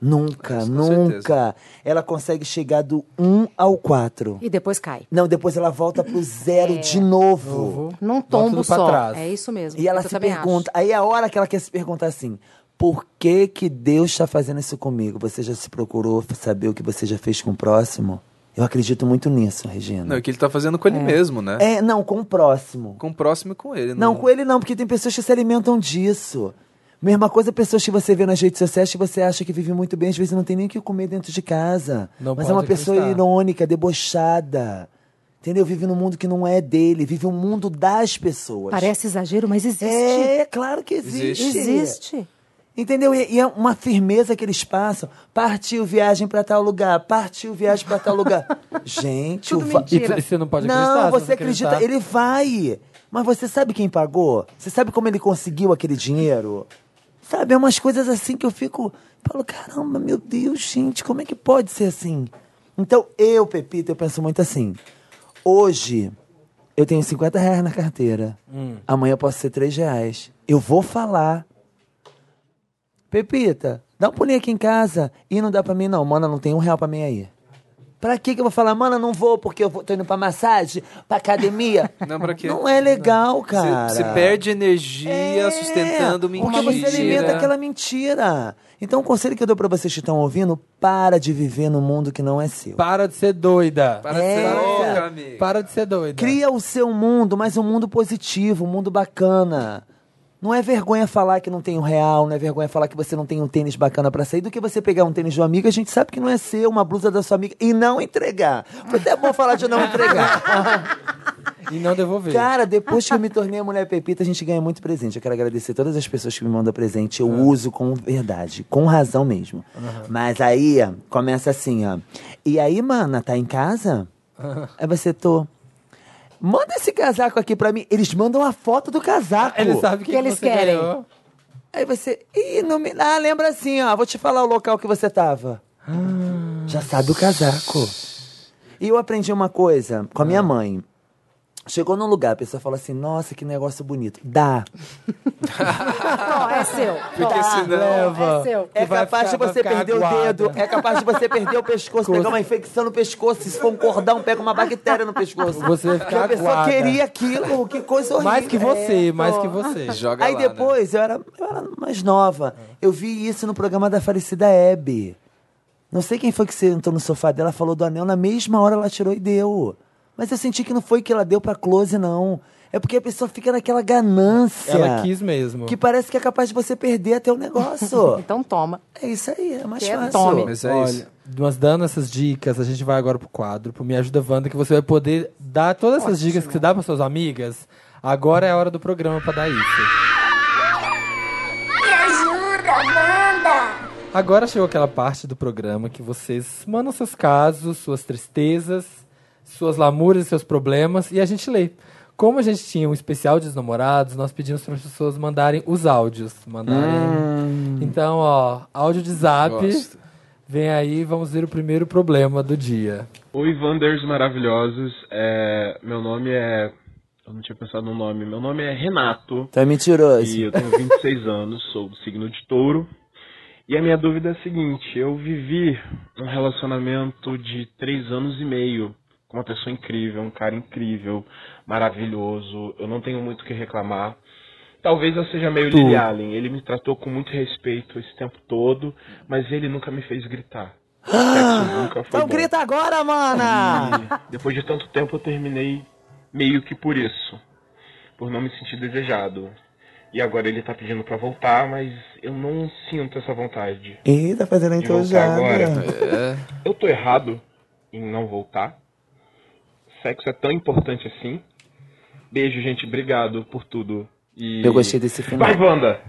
Nunca,
Isso, com
nunca.
certeza.
Ela consegue chegar do 1 ao 4.
E depois cai.
Não, depois ela volta pro zero de novo.
É. Num
Bota tudo
tombo
pra
só.
trás.
É isso mesmo.
E ela
Eu
se
também
pergunta, aí é a hora que ela quer se perguntar assim: por que que Deus está fazendo isso comigo? Você já se procurou saber o que você já fez com o próximo? Eu acredito muito nisso, Regina.
Não, é que ele tá fazendo com ele mesmo, né?
É, não, com o próximo.
Com o próximo e com ele. né?
Não, com ele não, porque tem pessoas que se alimentam disso. Mesma coisa, pessoas que você vê nas redes sociais que você acha que vive muito bem, às vezes não tem nem o que comer dentro de casa.
Não
Mas
pode
é uma pessoa
acreditar.
irônica, debochada. Entendeu? Vive num mundo que não é dele, vive um mundo das pessoas.
Parece exagero, mas existe.
É, claro que existe.
Existe.
Entendeu? E, e é uma firmeza que eles passam. Partiu viagem pra tal lugar, partiu viagem pra tal lugar. Gente,
Tudo
o va-
E
Mentira.
tu- você não pode acreditar.
Não,
se
você acredita,
acreditar.
ele vai. Mas você sabe quem pagou? Você sabe como ele conseguiu aquele dinheiro? Sabe, é umas coisas assim que eu fico. Falo, caramba, meu Deus, gente, como é que pode ser assim? Então, eu, Pepita, eu penso muito assim. Hoje, eu tenho 50 reais na carteira.
"Ah,
Amanhã eu posso ser 3 reais. Eu vou falar. Pepita, dá um pulinho aqui em casa. E não dá pra mim, não. Mana, não tem um real pra mim aí. Pra que que eu vou falar, mana, não vou porque eu vou, tô indo pra massagem, pra academia?
Não, pra quê?
Não é legal, cara.
Você perde energia
É,
sustentando mentira.
Porque você alimenta aquela mentira. Então, o conselho que eu dou pra vocês que estão ouvindo, para de viver num mundo que não é seu.
Para de ser doida.
Para de ser
É.
louca, amigo.
Para de ser doida.
Cria o seu mundo, mas um mundo positivo, um mundo bacana. Não é vergonha falar que não tem um real, não é vergonha falar que você não tem um tênis bacana pra sair, do que você pegar um tênis de um amigo, a gente sabe que não é seu, uma blusa da sua amiga, e não entregar. Foi até bom falar de não entregar.
E não devolver.
Cara, depois que eu me tornei a mulher Pepita, a gente ganha muito presente. Eu quero agradecer todas as pessoas que me mandam presente.
Ah.
Eu uso com verdade, com razão mesmo. Mas aí, começa assim, ó. E aí, mana, tá em casa? Aí você, tô. Manda esse casaco aqui pra mim. Eles mandam a foto do casaco.
Ele sabe o que,
que eles
você
querem?
ganhou.
Aí você, ih, não me... Ah, lembra assim, ó, vou te falar o local que você tava.
Ah.
Já sabe o casaco. E eu aprendi uma coisa com a
Ah.
minha mãe. Chegou num lugar, a pessoa fala assim, nossa, que negócio bonito. Dá.
Não, é seu.
Porque senão-
Leva.
É seu.
Que
É
vai
capaz
ficar-
de
vai
você
ficar
perder o
aguada.
dedo, é capaz de você perder o pescoço, pegar uma infecção no pescoço, se for um cordão, pega uma bactéria no pescoço.
Você vai
Porque
ficar
a pessoa
aguada.
queria aquilo, que coisa horrível. É,
Mais que você, mais que você.
Joga
Aí
lá, né?
depois, eu, era, eu era mais nova. Eu vi isso no programa da falecida Hebe. Não sei quem foi que sentou no sofá dela, falou do anel, na mesma hora ela tirou e deu. Mas eu senti que não foi que ela deu pra Close, não. É porque a pessoa fica naquela ganância.
Ela quis mesmo.
Que parece que é capaz de você perder até o negócio.
Então toma.
é isso aí, é mais
Que é
fácil.
tome.
Mas é
Olha,
isso.
nós dando essas dicas, a gente vai agora pro quadro, pro Me Ajuda Wanda, que você vai poder dar todas essas dicas que você dá para suas amigas. Agora é a hora do programa para dar isso.
Me ajuda, Wanda!
Agora chegou aquela parte do programa que vocês mandam seus casos, suas tristezas, suas lamúrias, seus problemas e a gente lê. Como a gente tinha um especial de namorados, nós pedimos para as pessoas mandarem os áudios, mandarem. Então, ó, áudio de zap.
Hum. Gosto.
Vem aí, vamos ver o primeiro problema do dia.
Oi, Wanders maravilhosos. É, meu nome é. Eu não tinha pensado no nome. Meu nome é Renato.
Tá mentiroso.
E eu tenho 26 anos, sou do signo de touro. E a minha dúvida é a seguinte: eu vivi um relacionamento de 3 anos e meio com uma pessoa incrível, um cara incrível, maravilhoso. Eu não tenho muito o que reclamar. Talvez eu seja meio Lily Allen. Ele me tratou com muito respeito esse tempo todo, mas ele nunca me fez gritar. Sexo nunca foi
Então
bom.
grita agora, mana!
E depois de tanto tempo eu terminei meio que por isso. por não me sentir desejado. E agora ele tá pedindo pra voltar, mas eu não sinto essa vontade.
Ih, tá fazendo a
De voltar
entojada.
agora.
É.
Eu tô errado em não voltar. Sexo é tão importante assim. Beijo, gente. Obrigado por tudo. E...
Eu gostei desse final.
Vai, Wanda!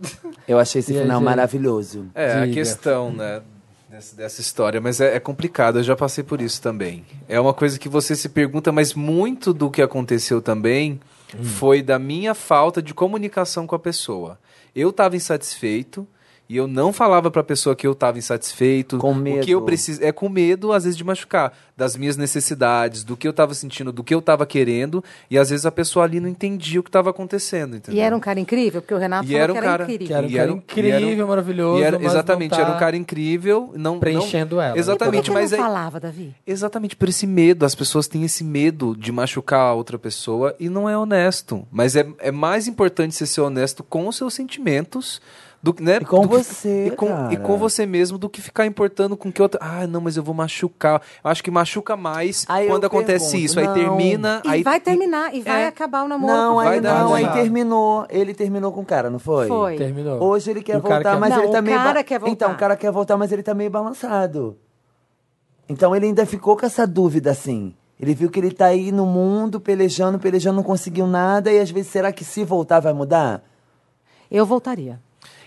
Eu achei esse
E aí,
final
gente?
maravilhoso.
É, a
Diga.
questão, né? desse- Dessa história, mas é, é complicado, eu já passei por isso também. É uma coisa que você se pergunta, mas muito do que aconteceu também
Hum.
foi da minha falta de comunicação com a pessoa. Eu estava insatisfeito e eu não falava para a pessoa que eu estava insatisfeito,
Com
o que eu
medo.
preciso, é com medo às vezes de machucar, das minhas necessidades, do que eu estava sentindo, do que eu estava querendo, e às vezes a pessoa ali não entendia o que estava acontecendo, entendeu?
E era um cara incrível, porque o Renato
E
falou
era um
que era
cara
incrível.
Que era um
E
cara
era um-
incrível,
e era um-
maravilhoso.
E era-
mas não
exatamente,
tá
era um cara incrível, não não-
Preenchendo ela.
Por que
Exatamente,
que
mas
não
é
falava, Davi?
exatamente por esse medo, as pessoas têm esse medo de machucar a outra pessoa e não é honesto. Mas é, é mais importante você ser honesto com os seus sentimentos do que né,
E com
do que-
você,
e com, e
cara.
com você mesmo do que ficar importando com que outra, ah, não, mas eu vou machucar. Eu acho que machuca mais
Aí eu
quando acontece
pergunto,
isso,
não.
aí termina,
E
aí
vai terminar, e vai
É.
acabar o namoro.
Não,
porque
Vai
aí
ele
dar
não, aí
errado.
terminou. Ele terminou com o cara, não foi?
Foi.
Terminou.
Hoje ele
E
quer
o cara
voltar,
quer-
mas
Não,
ele tá
o
meio. ba-
cara quer voltar.
Então, o cara quer voltar, mas ele tá meio balançado. Então ele ainda ficou com essa dúvida, assim. Ele viu que ele tá aí no mundo, pelejando, pelejando, não conseguiu nada. E às vezes, será que se voltar vai mudar?
Eu voltaria.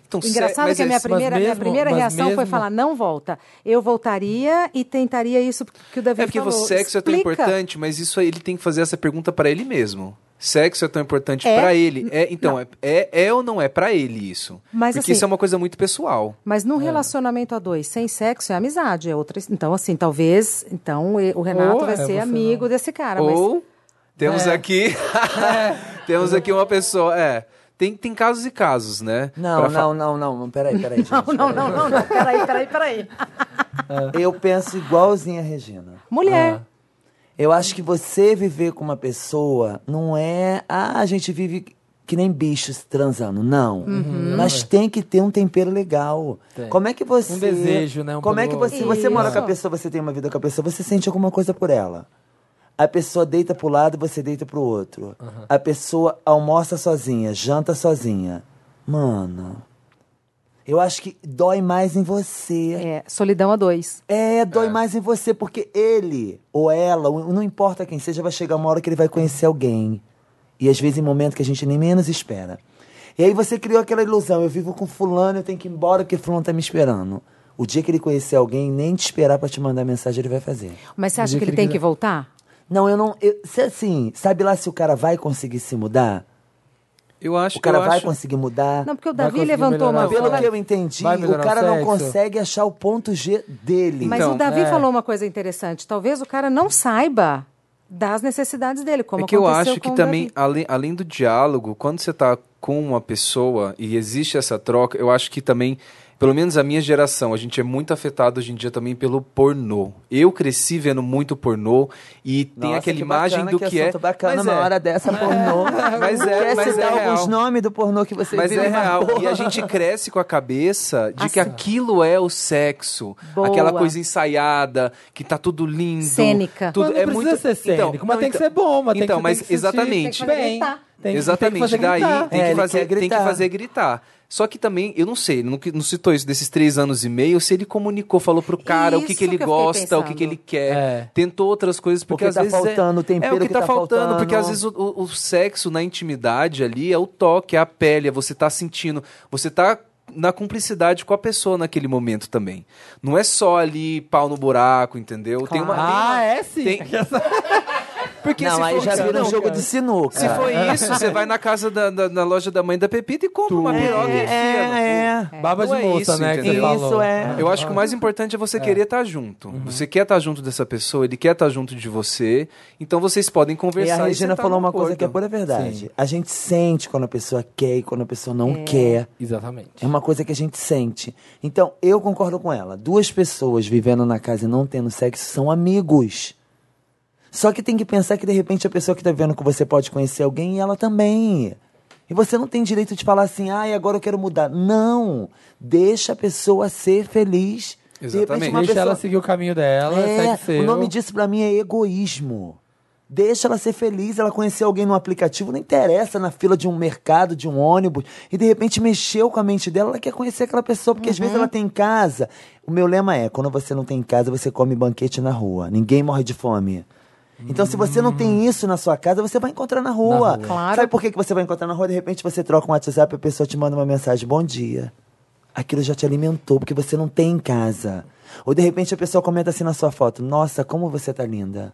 então, sé-
Engraçado
mas
que a
é-
minha primeira, minha
mesmo-
primeira
mas
reação foi
mesmo-
falar, não volta. Eu voltaria e tentaria isso que o Davi
É porque
falou.
o sexo é tão
Explica.
importante, mas isso aí ele tem que fazer essa pergunta pra ele mesmo. Sexo é tão importante
É?
pra ele. É, então, é, é, é ou não é pra ele isso?
Mas,
porque
assim,
isso é uma coisa muito pessoal.
Mas num relacionamento a dois, sem sexo, é amizade. É outra... Então, assim, talvez... Então, e- o Renato
Ou
vai
é
ser
você
amigo desse cara. Mas...
ou temos
É.
aqui.
É.
temos aqui uma pessoa. É. Tem, tem casos e casos, né?
Não,
Pra fa-
não, não, não, não. Peraí, peraí. gente,
Não, não, não, não. Peraí, peraí, peraí.
É.
Eu penso igualzinho
É,
a Regina.
Ah,
Mulher.
Eu acho que você viver com uma pessoa não é. Ah, a gente vive que nem bichos transando. Não. Mas tem que ter um tempero legal.
Uhum. é. Tem.
Como é que você.
Um desejo, né? Um
como é que
pelo
você. Você mora com a
Isso.
pessoa, você tem uma vida com a pessoa, você sente alguma coisa por ela. A pessoa deita pro lado, você deita pro outro. A pessoa almoça sozinha, janta sozinha. Mano. Eu acho que dói mais em você.
É, solidão a dois.
É, dói mais em você, porque ele ou ela, ou- não importa quem seja, vai chegar uma hora que ele vai conhecer alguém. E às vezes em momentos que a gente nem menos espera. E aí você criou aquela ilusão, eu vivo com fulano, eu tenho que ir embora porque fulano tá me esperando. O dia que ele conhecer alguém, nem te esperar pra te mandar mensagem, ele vai fazer.
Mas você acha que ele tem que voltar?
Não, eu não. Eu, se assim, sabe lá se o cara vai conseguir se mudar?
Eu acho
O cara
eu
vai
acho-
conseguir mudar?
Não, porque o
Vai
Davi
conseguir
levantou uma...
melhorar
Pelo
vai-
que eu entendi,
vai
o
melhorar o
cara não
sexo.
consegue achar o ponto G dele.
Mas
Então,
o Davi
é.
falou uma coisa interessante. Talvez o cara não saiba das necessidades dele, como
é que eu
aconteceu
acho que
com o
também,
Davi.
além, além do diálogo, quando você tá com uma pessoa e existe essa troca, eu acho que também, pelo menos a minha geração, a gente é muito afetado hoje em dia também pelo pornô. Eu cresci vendo muito pornô e tem
Nossa,
aquela
que
imagem
bacana,
do
que
que, é.
assunto bacana
mas
uma
é.
hora dessa pornô.
Mas é-
Quer
mas
citar
é
alguns
real.
nomes do pornô que você
Mas
viu?
é real. E a gente cresce com a cabeça de que aquilo é o sexo.
Boa.
Aquela coisa ensaiada, que tá tudo lindo.
Cênica.
Tudo,
Mas não
é
precisa
muito...
ser cênico, mas tem que ser bom, mas tem que-
então,
tem
mas
que sentir-
exatamente.
tem que fazer gritar.
Tem que-
exatamente.
tem que fazer
Daí
gritar.
tem
É,
que
ele
fazer,
quer
tem que
gritar.
fazer gritar. Só que também, eu não sei, não, não citou isso desses três anos e meio, se ele comunicou, falou pro cara o que,
Isso
que ele
que eu fiquei
gosta, o que,
pensando.
que ele quer,
É.
tentou outras coisas, porque
que
às
tá
vezes.
faltando,
é,
o tempero
é o que,
que
tá,
tá
faltando,
faltando.
porque às vezes o, o- o sexo na intimidade ali é o toque, é a pele, é você tá sentindo, você tá na cumplicidade com a pessoa naquele momento também. Não é só ali pau no buraco, entendeu? Tem uma, tem uma-
Ah, é sim.
tem- Porque
Não,
se
aí
for
já
isso,
vira um
não,
jogo
cara.
de sinuca.
É.
Se for isso, você vai na casa da, da- na loja da mãe da Pepita e compra uma piroca e enfia no-
é, é.
Baba de
Não é
moça,
isso,
né? Que você
entendeu?
falou. Uhum.
Isso é.
Eu acho que o mais importante é você querer estar junto. Você quer estar junto dessa pessoa, ele quer estar junto de você. Então vocês podem
E
conversar.
a Regina
sentar
falou
num
uma coisa que é
acordo.
pura verdade. A gente sente quando a pessoa quer e quando a pessoa não
É.
quer.
Exatamente.
É uma coisa que a gente sente. Então, eu concordo com ela. Duas pessoas vivendo na casa e não tendo sexo são amigos. Só que tem que pensar que, de repente, a pessoa que tá vivendo com você pode conhecer alguém e ela também. E você não tem direito de falar assim, ah, agora eu quero mudar. Não! Deixa a pessoa ser feliz. De repente,
Exatamente.
uma
Uma
Deixa
pessoa-
ela seguir o caminho dela,
É,
segue seu.
o nome disso pra mim é egoísmo. Deixa ela ser feliz, ela conhecer alguém no aplicativo, não interessa na fila de um mercado, de um ônibus, e de repente mexeu com a mente dela, ela quer conhecer aquela pessoa, porque às vezes ela tem em casa. O meu lema é: quando você não tem em casa, você come banquete na rua. Ninguém morre de fome. Então, se você não tem isso na sua casa, você vai encontrar na rua.
Hum. rua.
Claro.
Sabe por que, que você vai encontrar na rua? De repente você troca um WhatsApp, a pessoa te manda uma mensagem: bom dia. Aquilo já te alimentou, porque você não tem em casa. Ou de repente a pessoa comenta assim na sua foto: nossa, como você tá linda.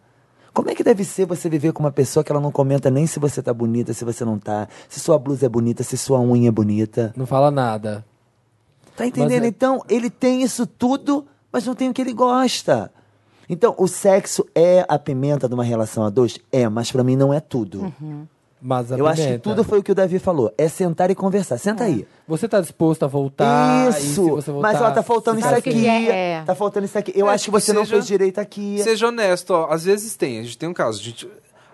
Como é que deve ser você viver com uma pessoa que ela não comenta nem se você tá bonita, se você não tá, se sua blusa é bonita, se sua unha é bonita?
Não fala nada.
Tá entendendo?
Mas é-
Então, ele tem isso tudo, mas não tem o que ele gosta. Então, o sexo é a pimenta de uma relação a dois? É, mas pra mim não é tudo.
Mas a
Eu acho que
pimenta.
tudo foi o que o Davi falou. É sentar e conversar. Senta aí.
Você tá disposto a voltar? E se
isso.
você voltar,
mas ó, tá faltando
se
isso
sabe o
você-
aqui.
que é, é.
Tá faltando isso aqui. Eu
É,
acho que você não
seja-
fez direito aqui.
Seja honesto, ó. Às vezes tem, a gente tem um caso, a gente-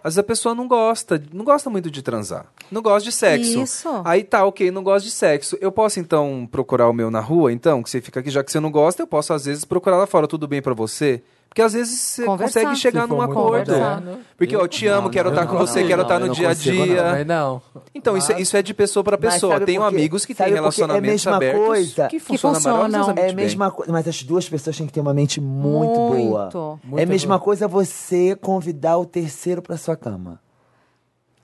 Às vezes a pessoa não gosta, não gosta muito de transar. Não gosta de sexo.
Isso.
Aí tá, ok, não gosta de sexo. Eu posso, então, procurar o meu na rua, então? Que você fica aqui, já que você não gosta, eu posso, às vezes, procurar lá fora. Tudo bem pra você? Porque, às vezes, você
Conversar.
consegue chegar
Se for
num
muito
acordo.
moderno.
Porque, ó, eu te amo, quero
não,
estar
não,
com você,
não,
quero
não,
estar
eu
no
não
dia a
consigo, não,
dia.
Mas não.
Então, isso, é- isso é de pessoa pra
Mas
pessoa.
sabe
Tenho
por quê?
amigos que
Sabe por quê?
têm
É a
relacionamentos
mesma
abertos
coisa.
Que
que funcionam
funcionam.
maravilhosamente
É a
bem.
mesma coisa, mas as duas pessoas têm que ter uma mente muito,
Muito.
boa.
Muito
é a mesma
boa.
coisa você convidar o terceiro pra sua cama.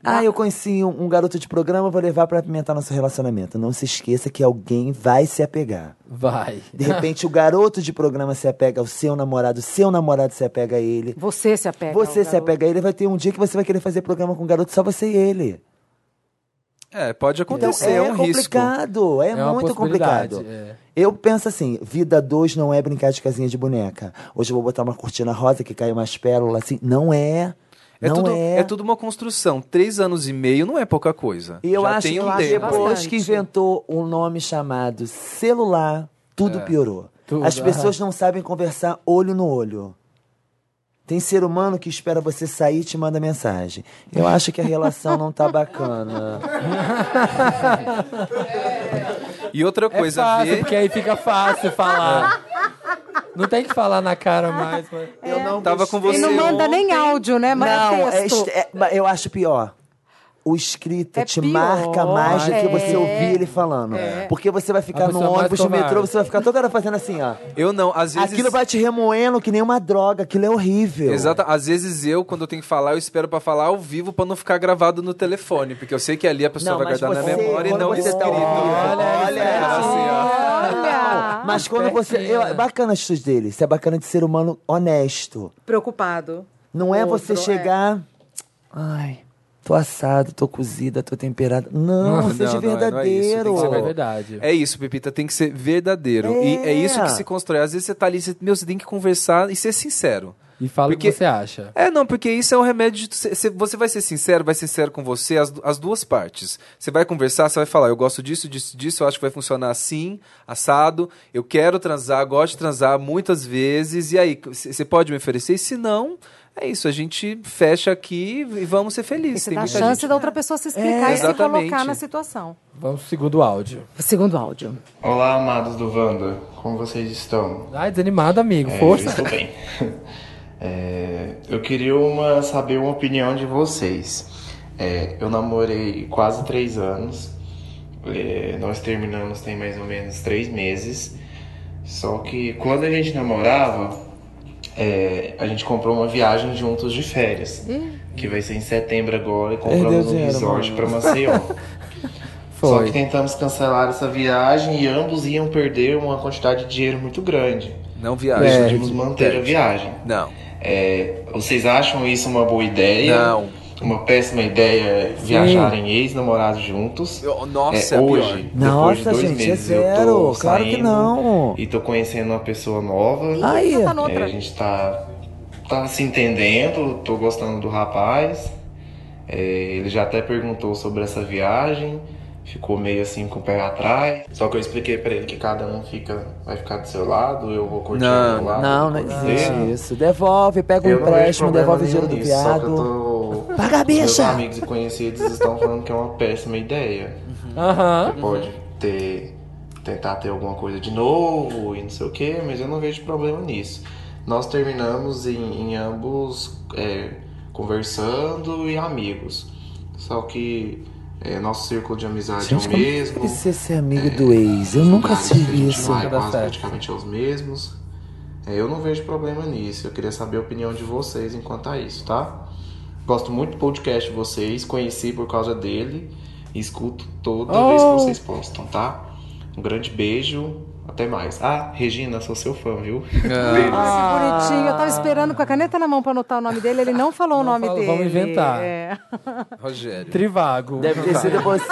Ah, eu conheci um, um garoto de programa, vou levar pra apimentar nosso relacionamento. Não se esqueça que alguém vai se apegar.
Vai.
De repente, o garoto de programa se apega ao seu namorado, seu namorado se apega a ele.
Você se apega.
Você
ao
se
garoto.
apega a ele, vai ter um dia que você vai querer fazer programa com o garoto, só você e ele.
É, pode
Então
acontecer,
é,
um risco.
complicado, é,
É uma
muito
possibilidade,
complicado.
é.
Eu penso assim, vida 2 não é brincar de casinha de boneca. Hoje eu vou botar uma cortina rosa que cai umas pérolas assim. Não é.
É,
não
tudo,
é.
é tudo uma construção. Três anos e meio não é pouca coisa.
E eu
Já
acho
tem
que
um
acho
tempo.
depois
bastante.
que inventou um nome chamado celular, tudo
É.
piorou.
Tudo,
As pessoas não sabem conversar olho no olho. Tem ser humano que espera você sair e te manda mensagem. Eu acho que a relação não tá bacana.
E outra
É
coisa,
fácil,
ver...
porque aí fica fácil falar. É. Não tem que falar na cara mais. Mas...
Eu não
É. Tava com você
E não manda nem áudio, né? Mas
Não,
é
é
texto.
est- é- mas eu acho pior. O escrito
É
te
pior.
marca mais do que você
É.
ouvir ele falando. Porque você vai
A
ficar no
pessoa mais
ônibus, no
covarde.
metrô, você vai ficar toda hora fazendo assim, ó.
Eu não, às vezes...
Aquilo vai te remoendo que nem uma droga, aquilo é horrível.
Exato. Às vezes eu, quando eu tenho que falar, eu espero pra falar ao vivo pra não ficar gravado no telefone, porque eu sei que ali a pessoa
Não,
vai
mas
guardar na
você-
memória e
quando
não
você
escrito.
tá ouvindo,
olha,
olha,
espera, assim, ó.
Olha!
Mas quando você. Eu, é bacana isso dele. Isso é bacana de ser humano honesto.
Preocupado.
Não é
Outro,
você chegar. Ai, tô assado, tô cozida, tô temperada. Não,
Não,
seja
não, não é-
verdadeiro.
não é isso, tem que ser
Isso é
verdadeiro.
verdade.
É isso, Pepita, tem que ser verdadeiro. E
É.
é isso que se constrói. Às vezes você tá ali, você, meu, você tem que conversar e ser sincero.
E fala o
Porque-
que você acha.
É, não, porque isso é um remédio. de- cê- cê- Você vai ser sincero, vai ser sincero com você, as, du- as duas partes. Você vai conversar, você vai falar, eu gosto disso, disso, disso, eu acho que vai funcionar assim, assado, eu quero transar, gosto de transar muitas vezes, e aí, você pode me oferecer? E se não, é isso, a gente fecha aqui e vamos ser felizes.
Você
Tem
dá a
muita
chance
gente.
da outra pessoa se explicar e se
Exatamente.
colocar na situação.
Vamos pro segundo áudio.
Segundo áudio.
Olá, amados do Wanda, como vocês estão?
Ai, desanimado, amigo.
É, Eu
Força.
estou bem. É, eu queria uma- saber uma opinião de vocês. É, eu namorei quase três anos. É, nós terminamos tem mais ou menos três meses. Só que quando a gente namorava, é, a gente comprou uma viagem juntos de férias. Que vai ser em setembro agora e compramos um
dinheiro,
resort para Maceió. Só que
Foi.
tentamos cancelar essa viagem e ambos iam perder uma quantidade de dinheiro muito grande.
Não
É.
viaja.
Decidimos manter a viagem.
Não.
É, vocês acham isso uma boa ideia?
Não.
Uma péssima ideia viajarem ex-namorados juntos?
Eu- Nossa,
é,
é
hoje,
pior.
depois de
Nossa,
dois
gente, é
meses, eu
zero.
tô
Claro que
saindo
não.
E tô conhecendo uma pessoa nova.
Aí.
Você tá noutra.
É, a gente tá, tá se entendendo, tô gostando do rapaz. É, ele já até perguntou sobre essa viagem, ficou meio assim com o pé atrás. Só que eu expliquei pra ele que cada um fica, vai ficar do seu lado, eu vou curtir
Não,
o meu lado.
Não, não
vou curtir
existe
dele.
isso. Devolve, pega um
Eu não vejo
empréstimo,
problema
devolve o dinheiro do
nenhum nisso, só que eu
viado.
tô-
Paga a
Meus
bicha!
amigos e conhecidos estão falando que é uma péssima ideia.
Aham.
Você pode ter tentar ter alguma coisa de novo e não sei o que, mas eu não vejo problema nisso. Nós terminamos em, em ambos é, conversando e amigos. Só que é, nosso círculo de amizade
Gente,
é o
como
mesmo.
isso é ser amigo do ex? Eu nunca
lugares que a
sei
gente
isso.
Vai,
Nunca dá
quase
certo.
praticamente os mesmos. É, eu não vejo problema nisso. Eu queria saber a opinião de vocês enquanto a isso, tá? Gosto muito do podcast de vocês, conheci por causa dele e escuto toda vez que vocês postam, tá? Um grande beijo, até mais. Ah, Regina, sou seu fã, viu?
Ai, que bonitinho. Eu tava esperando com a caneta na mão pra anotar o nome dele. Ele não falou o
Não
nome
falou,
dele.
vamos inventar.
É.
Rogério.
Trivago.
Deve ter sido você.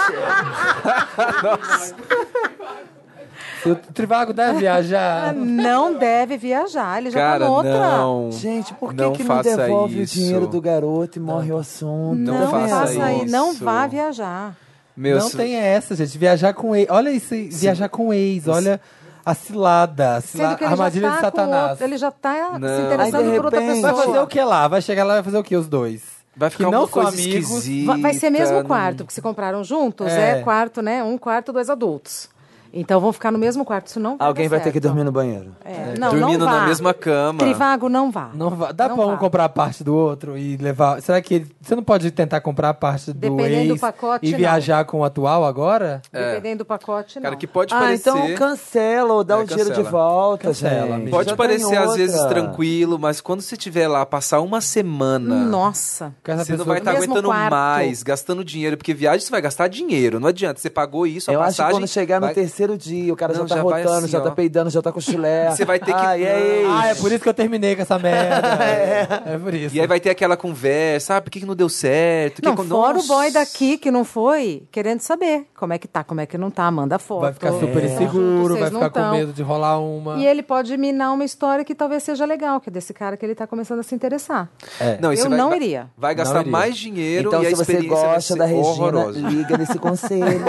Se o Trivago deve
É,
viajar.
Não deve viajar. Ele já
Cara,
tá noutra.
não.
Gente, por que
Não
que não
faça
devolve
isso.
o dinheiro do garoto e morre o assunto?
Não
Não
faça
faça aí.
isso.
Não vá viajar.
Meu,
não
se-
tem essa, gente. Viajar com ex. Olha isso, aí, viajar com ex. Olha a cilada, a cila-
Sendo que
a
ele já
armadilha de
tá com
Satanás.
outro, Ele já tá se
Não.
interessando
Aí, de
por outra
repente,
Vai fazer
pessoa.
o que lá? Vai chegar lá e vai fazer o que os dois?
Vai
que
ficar
não
uma
são
coisa
amigos.
esquisita.
Va- Vai ser mesmo quarto, porque se compraram juntos, é.
É.
quarto, né? Um quarto, dois adultos. Então vão ficar no mesmo quarto, isso não vai
Alguém
dar
vai ter
certo.
que dormir no banheiro.
É. Não,
Dormindo
não vá.
na mesma cama.
Trivago, não vá.
Não va- Dá
Não
pra um
vá.
comprar a parte do outro e levar. Será que ele- você não pode tentar comprar a parte do
Dependendo do
ex
pacote,
e
não.
viajar com o atual agora?
É.
Dependendo do pacote, não.
Cara, que pode
Ah,
parecer.
então cancela ou dá
É,
o dinheiro de
cancela.
volta,
Cancela,
gente.
amiga.
Pode
Já tem
parecer às
outra.
vezes tranquilo, mas quando você estiver lá, passar uma semana.
Nossa.
Com essa
Você não
pessoa
vai estar
No mesmo
aguentando
quarto.
mais, gastando dinheiro, porque viagem você vai gastar dinheiro, não adianta. Você pagou isso, a
Eu acho que
passagem.
quando chegar no
vai-
terceiro dia, o cara já
Não,
tá
já vai
rotando,
assim,
já tá
ó.
peidando, já tá com chulé.
Você vai ter que-
Ah, e aí?
Ah, é por isso que eu terminei com essa merda. é. por isso.
tá E aí vai ter aquela conversa, ah, por que, que não deu certo? Que
Não,
con-
fora o
Nossa.
boy daqui que não foi, querendo saber como é que tá, como é que não tá, manda foto.
Vai ficar super
Vocês
inseguro, vai
não
ficar com
tão.
medo de rolar uma.
E ele pode minar uma história que talvez seja legal, que é desse cara que ele tá começando a se interessar.
É. Não, e você
Eu
vai-
não
vai-
iria.
Vai gastar
iria.
mais dinheiro
Então,
e a
se você
experiência vai
gosta
ser
da Regina,
horrorosa.
liga nesse conselho.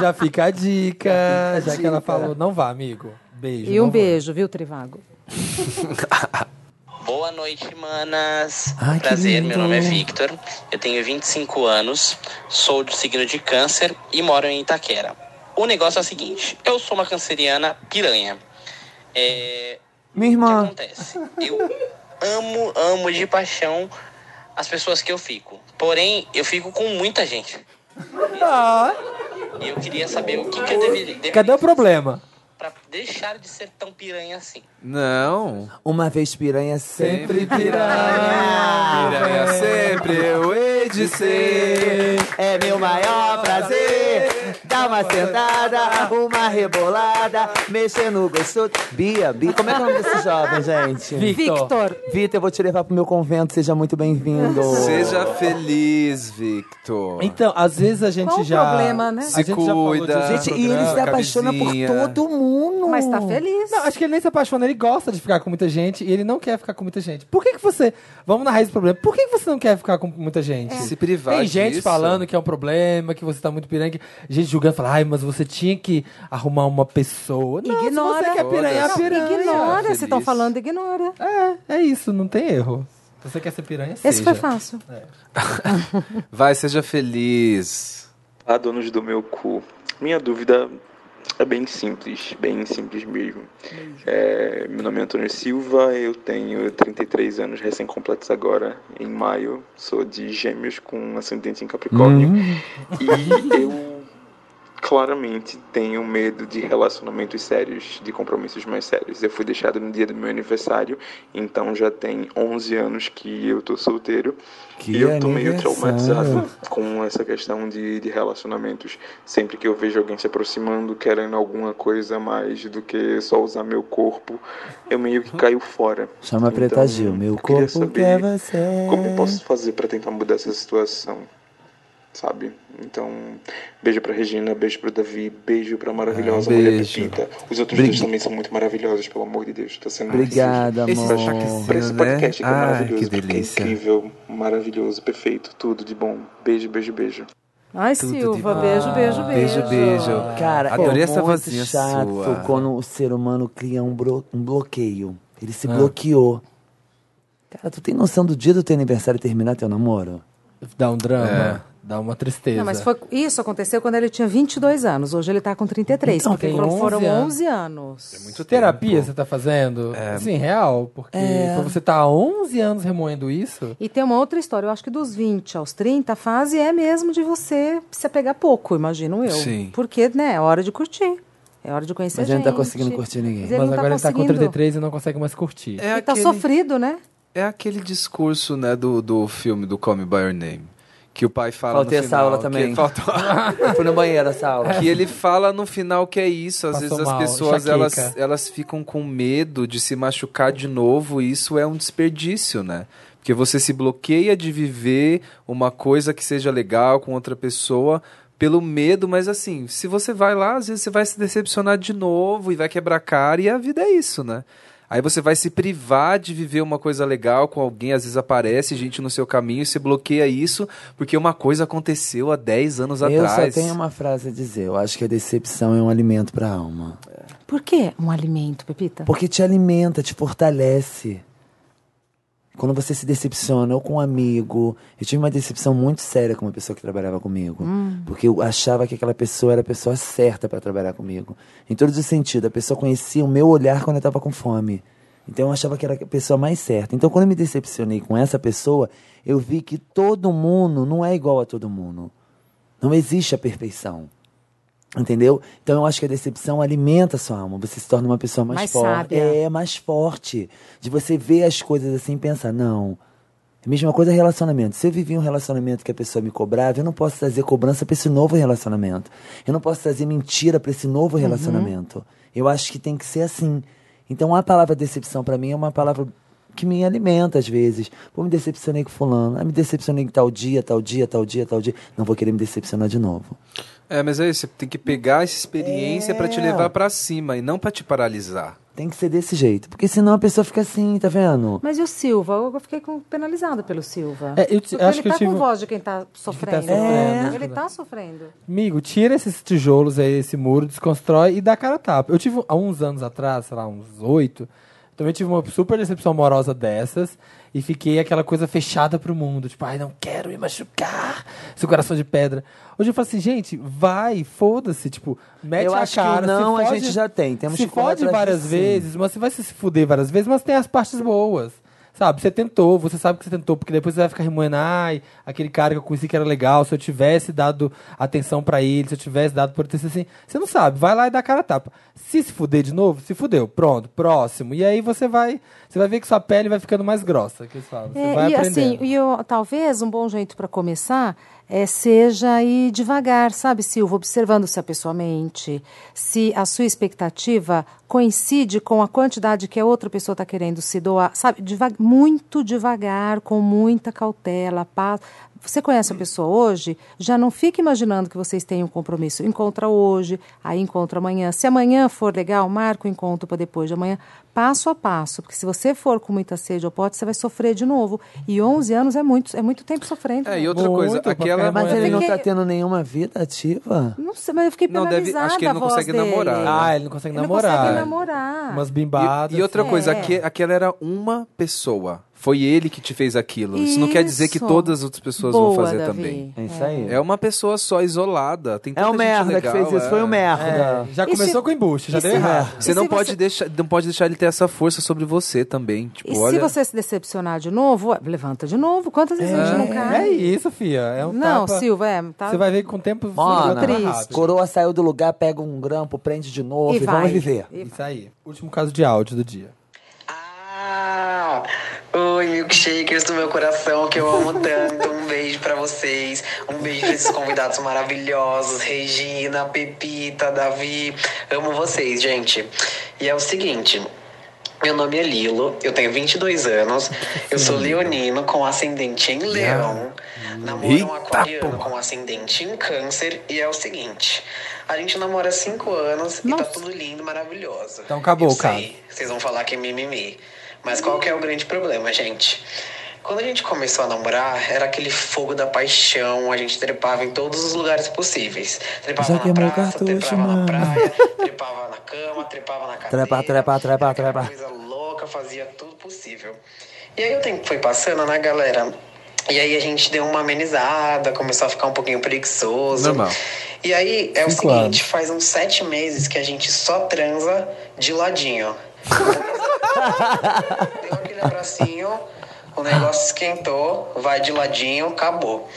Já fica a dica, já que ela falou, não vá, amigo. Beijo.
E
não
um
vá.
beijo, viu, Trivago?
Boa noite, manas.
Ai, que
Prazer,
lindo.
meu nome é Victor. Eu tenho 25 anos, sou do signo de câncer e moro em Itaquera. O negócio é o seguinte: eu sou uma canceriana piranha. É,
Minha
o que
irmã,
acontece? Eu amo, amo de paixão as pessoas que eu fico. Porém, eu fico com muita gente. E eu queria saber o que, é que eu deveria,
Cadê
deveria
o problema?
pra deixar de ser tão piranha assim.
Não.
uma vez piranha sempre.
Sempre piranha.
Piranha sempre eu hei de ser.
É meu maior prazer. Dá uma sentada, uma rebolada, mexer no gostoso. Bia, Bia, como é que é o nome desse jovem, gente? Hum?
Victor.
Vitor, eu vou te levar pro meu convento, seja muito bem-vindo.
Seja feliz, Victor.
Então, às vezes a gente
Qual o
já.
problema, né?
a
Se
gente já falou de- um
cuida.
Gente, e ele se
Programa,
apaixona por
camisinha.
todo mundo.
Mas tá feliz.
Não, acho que ele nem se apaixona, ele gosta de ficar com muita gente e ele não quer ficar com muita gente. Por que, que você. Vamos na raiz do problema. Por que, que você não quer ficar com muita gente?
Se privar
Tem gente
disso.
falando que é um problema, que você tá muito piranha. Gente julgando, falando, ai, mas você tinha que arrumar uma pessoa. Não,
Ignora.
se você quer piranha, é
Não,
piranha.
Ignora, se estão
Feliz.
falando, ignora.
É, é isso, não tem erro. Se você quer ser piranha,
Esse
seja.
foi
É.
fácil.
Vai, seja feliz.
Ah, donos do meu cu. Minha dúvida é bem simples, bem simples mesmo. É, meu nome é Antônio Silva, eu tenho 33 anos recém-completos agora, em maio. Sou de gêmeos com ascendente em
Uhum.
Capricórnio. E eu claramente tenho medo de relacionamentos sérios, de compromissos mais sérios. Eu fui deixado no dia do meu aniversário, então já tem 11 anos que eu tô solteiro.
Que
e eu tô meio
aniversário.
traumatizado com essa questão de, de relacionamentos. Sempre que eu vejo alguém se aproximando, querendo alguma coisa a mais do que só usar meu corpo, eu meio que caio fora.
Chama a Preta
Então,
Gil, meu
eu queria
corpo
saber
quer você.
Como
É.
eu posso fazer pra tentar mudar essa situação? Sabe? Então, beijo pra Regina, beijo pro Davi, beijo pra maravilhosa
Ah,
mulher
beijo.
Pepita. Os outros
Brig-
dois também são muito maravilhosos, pelo amor de Deus. Tá sendo
Obrigada,
Esse
amor.
ataque-
Pra esse
né?
podcast que é
Ai,
maravilhoso,
que
porque é
delícia.
incrível, maravilhoso, perfeito, tudo de bom. Beijo, beijo, beijo.
Ai,
Tudo de
Silva,
bom.
beijo, beijo, beijo.
Ah, Beijo, beijo.
Cara,
Adorei
é
essa
muito
vozinha
chato
sua.
quando o ser humano cria um, bro- um bloqueio. Ele se bloqueou. Cara, tu tem noção do dia do teu aniversário terminar teu namoro?
Dá um drama.
É,
Dá uma tristeza.
Não, mas foi, isso aconteceu quando ele tinha 22 anos. Hoje ele está com 33.
Então,
porque
tem
foram- foram
11 anos.
11 anos.
Muito Terapia você tá fazendo? Assim, real. Porque
É.
pra você tá há 11 anos remoendo isso...
E tem uma outra história. Eu acho que dos 20 aos 30, a fase é mesmo de você se apegar pouco, imagino eu.
Sim.
Porque, né, é hora de curtir. É hora de conhecer
Mas
gente.
ele não tá conseguindo curtir ninguém. É
Mas
Mas,
ele não tá
agora ele tá com
conseguindo.
33 e É não consegue mais curtir.
Ele tá sofrido, né?
É aquele discurso, né, do, do filme do Come By Your Name. Que o pai fala
Faltei
no
essa
final.
aula também.
Que, faltou-
Eu Fui no banheiro essa aula.
que ele fala no final que é isso. Às
Passou
vezes as
mal,
pessoas,
enxaqueca.
elas, elas ficam com medo de se machucar de novo. E isso é um desperdício, né? Porque você se bloqueia de viver uma coisa que seja legal com outra pessoa pelo medo, mas assim, se você vai lá, às vezes você vai se decepcionar de novo e vai quebrar a cara, e a vida é isso, né? Aí você vai se privar de viver uma coisa legal com alguém, às vezes aparece gente no seu caminho e você bloqueia isso, porque uma coisa aconteceu há 10 anos
Eu
atrás.
só tenho uma frase a dizer. Eu acho que a decepção é um alimento pra alma.
Por que um alimento, Pepita?
Porque te alimenta, te fortalece. Quando você se decepciona, ou com um amigo. Eu tive uma decepção muito séria com uma pessoa que trabalhava comigo.
Hum.
Porque eu achava que aquela pessoa era a pessoa certa pra trabalhar comigo. Em todos os sentidos. A pessoa conhecia o meu olhar quando eu tava com fome. Então eu achava que era a pessoa mais certa. Então quando eu me decepcionei com essa pessoa, eu vi que todo mundo não é igual a todo mundo. Não existe a perfeição. Entendeu? Então eu acho que a decepção alimenta a sua alma. Você se torna uma pessoa mais,
Mais
forte.
sábia.
É, mais forte. De você ver as coisas assim e pensar, não. A mesma coisa é relacionamento. Se eu vivi um relacionamento que a pessoa me cobrava, eu não posso trazer cobrança pra esse novo relacionamento. Eu não posso trazer mentira pra esse novo relacionamento. Eu acho que tem que ser assim. Então a palavra decepção pra mim é uma palavra que me alimenta às vezes. Pô, me decepcionei com fulano. Ah, me decepcionei com tal dia, tal dia, tal dia, tal dia. Não vou querer me decepcionar de novo.
É, mas é isso, você tem que pegar essa experiência pra
É.
te levar pra cima e não pra te paralisar.
Tem que ser desse jeito. Porque senão a pessoa fica assim, tá vendo?
Mas e o Silva? Eu fiquei com- penalizada pelo Silva.
É, eu te-
Porque
acho
ele
que eu
tá
tive-
com voz de quem tá sofrendo.
É, né?
sofrendo.
Ele tá sofrendo.
Amigo, tira esses tijolos aí, esse muro, desconstrói e dá cara a tapa. Eu tive, há uns anos atrás, sei lá, uns oito, também tive uma super decepção amorosa dessas e fiquei aquela coisa fechada pro mundo. Tipo, ai, não quero me machucar. Esse coração de pedra. Hoje eu falo assim, gente, vai, foda-se. Tipo, mete
Eu
a
acho que o
cara. se
não a
fode-
gente já tem, temos
se
que correr
fode
atrás
várias
disso, sim.
vezes, mas você vai se fuder várias vezes, mas tem as partes boas. Sabe, você tentou, você sabe que você tentou, porque depois você vai ficar remoendo, ai, aquele cara que eu conheci que era legal, se eu tivesse dado atenção pra ele, se eu tivesse dado por ter sido assim, você não sabe, vai lá e dá a cara a tapa. Se se fuder de novo, se fudeu, pronto, próximo. E aí você vai, você vai ver que sua pele vai ficando mais grossa, que eles falam. Você
É,
vai
e
aprendendo.
assim, e eu- talvez um bom jeito para começar é, seja ir devagar, sabe, Silva? Observando se a pessoa mente, se a sua expectativa coincide com a quantidade que a outra pessoa está querendo se doar, sabe? Deva- muito devagar, com muita cautela, paz. Você conhece a pessoa hoje, já não fica imaginando que vocês têm um compromisso. Encontra hoje, aí encontra amanhã. Se amanhã for legal, marca o encontro para depois de amanhã. Passo a passo, porque se você for com muita sede ao pote, você vai sofrer de novo. E 11 anos é muito, é muito tempo sofrendo.
É,
né?
e outra coisa, aquela. é
Mas ele não
Porque-
tá tendo nenhuma vida ativa?
Não sei, mas eu fiquei
Não, deve-
penalizada
acho que ele não
a voz
consegue
dele.
namorar, né?
Ah, ele não consegue
Ele não
namorar.
consegue namorar.
Umas bimbadas.
E, e outra
Ah. É.
coisa, aque- aquela era uma pessoa. Foi ele que te fez aquilo. Isso, não quer dizer que
Isso.
todas as outras pessoas
Boa,
vão fazer
Davi.
também.
É isso aí.
É uma pessoa só isolada. Tem
É o
tanta gente
merda que
legal,
fez isso,
é.
foi o merda.
É, já
E se-
começou com embuste, já
e
deu
se-
errado.
E
Você não
se
pode
você-
deixar, não pode deixar ele ter essa força sobre você também. Tipo,
E se
olha,
você se decepcionar de novo, ué, levanta de novo. Quantas vezes a gente não cai?
É isso, fia. É um
não,
tapa-
Silva, é. Tá...
Você vai ver que com o tempo você
Mona,
levanta mais rápido.
coroa saiu do lugar, pega um grampo, prende de novo
E
e, vamos
vai.
viver.
Isso aí. Último caso de áudio do dia.
Ah, Oi, milkshakers do meu coração que eu amo tanto. Um beijo pra vocês. Um beijo pra esses convidados maravilhosos. Regina, Pepita, Davi. Amo vocês, gente. E é o seguinte. Meu nome é Lilo, eu tenho 22 anos, eu sou leonino com ascendente em leão, namoro um aquariano com ascendente em câncer e é o seguinte, a gente namora há 5 anos e tá tudo lindo, maravilhoso.
Então acabou
Eu
o caso.
sei, Vocês vão falar que é mimimi. Mas qual que é o grande problema, gente? Quando a gente começou a namorar, era aquele fogo da paixão, a gente trepava em todos os lugares possíveis.
é
Trepava
Já
na
queimou o
praça,
cartucho,
trepava
mano.
na praia, trepava na cama, trepava na cadeira.
Trepa, trepa, trepa, trepa.
Coisa louca, fazia tudo possível. E aí o tempo foi passando, né, galera? E aí a gente deu uma amenizada, começou a ficar um pouquinho preguiçoso.
Normal.
E aí é o
Cinco
seguinte,
anos.
faz uns sete meses que a gente só transa de ladinho. Deu aquele abracinho, o negócio esquentou, vai de ladinho, acabou.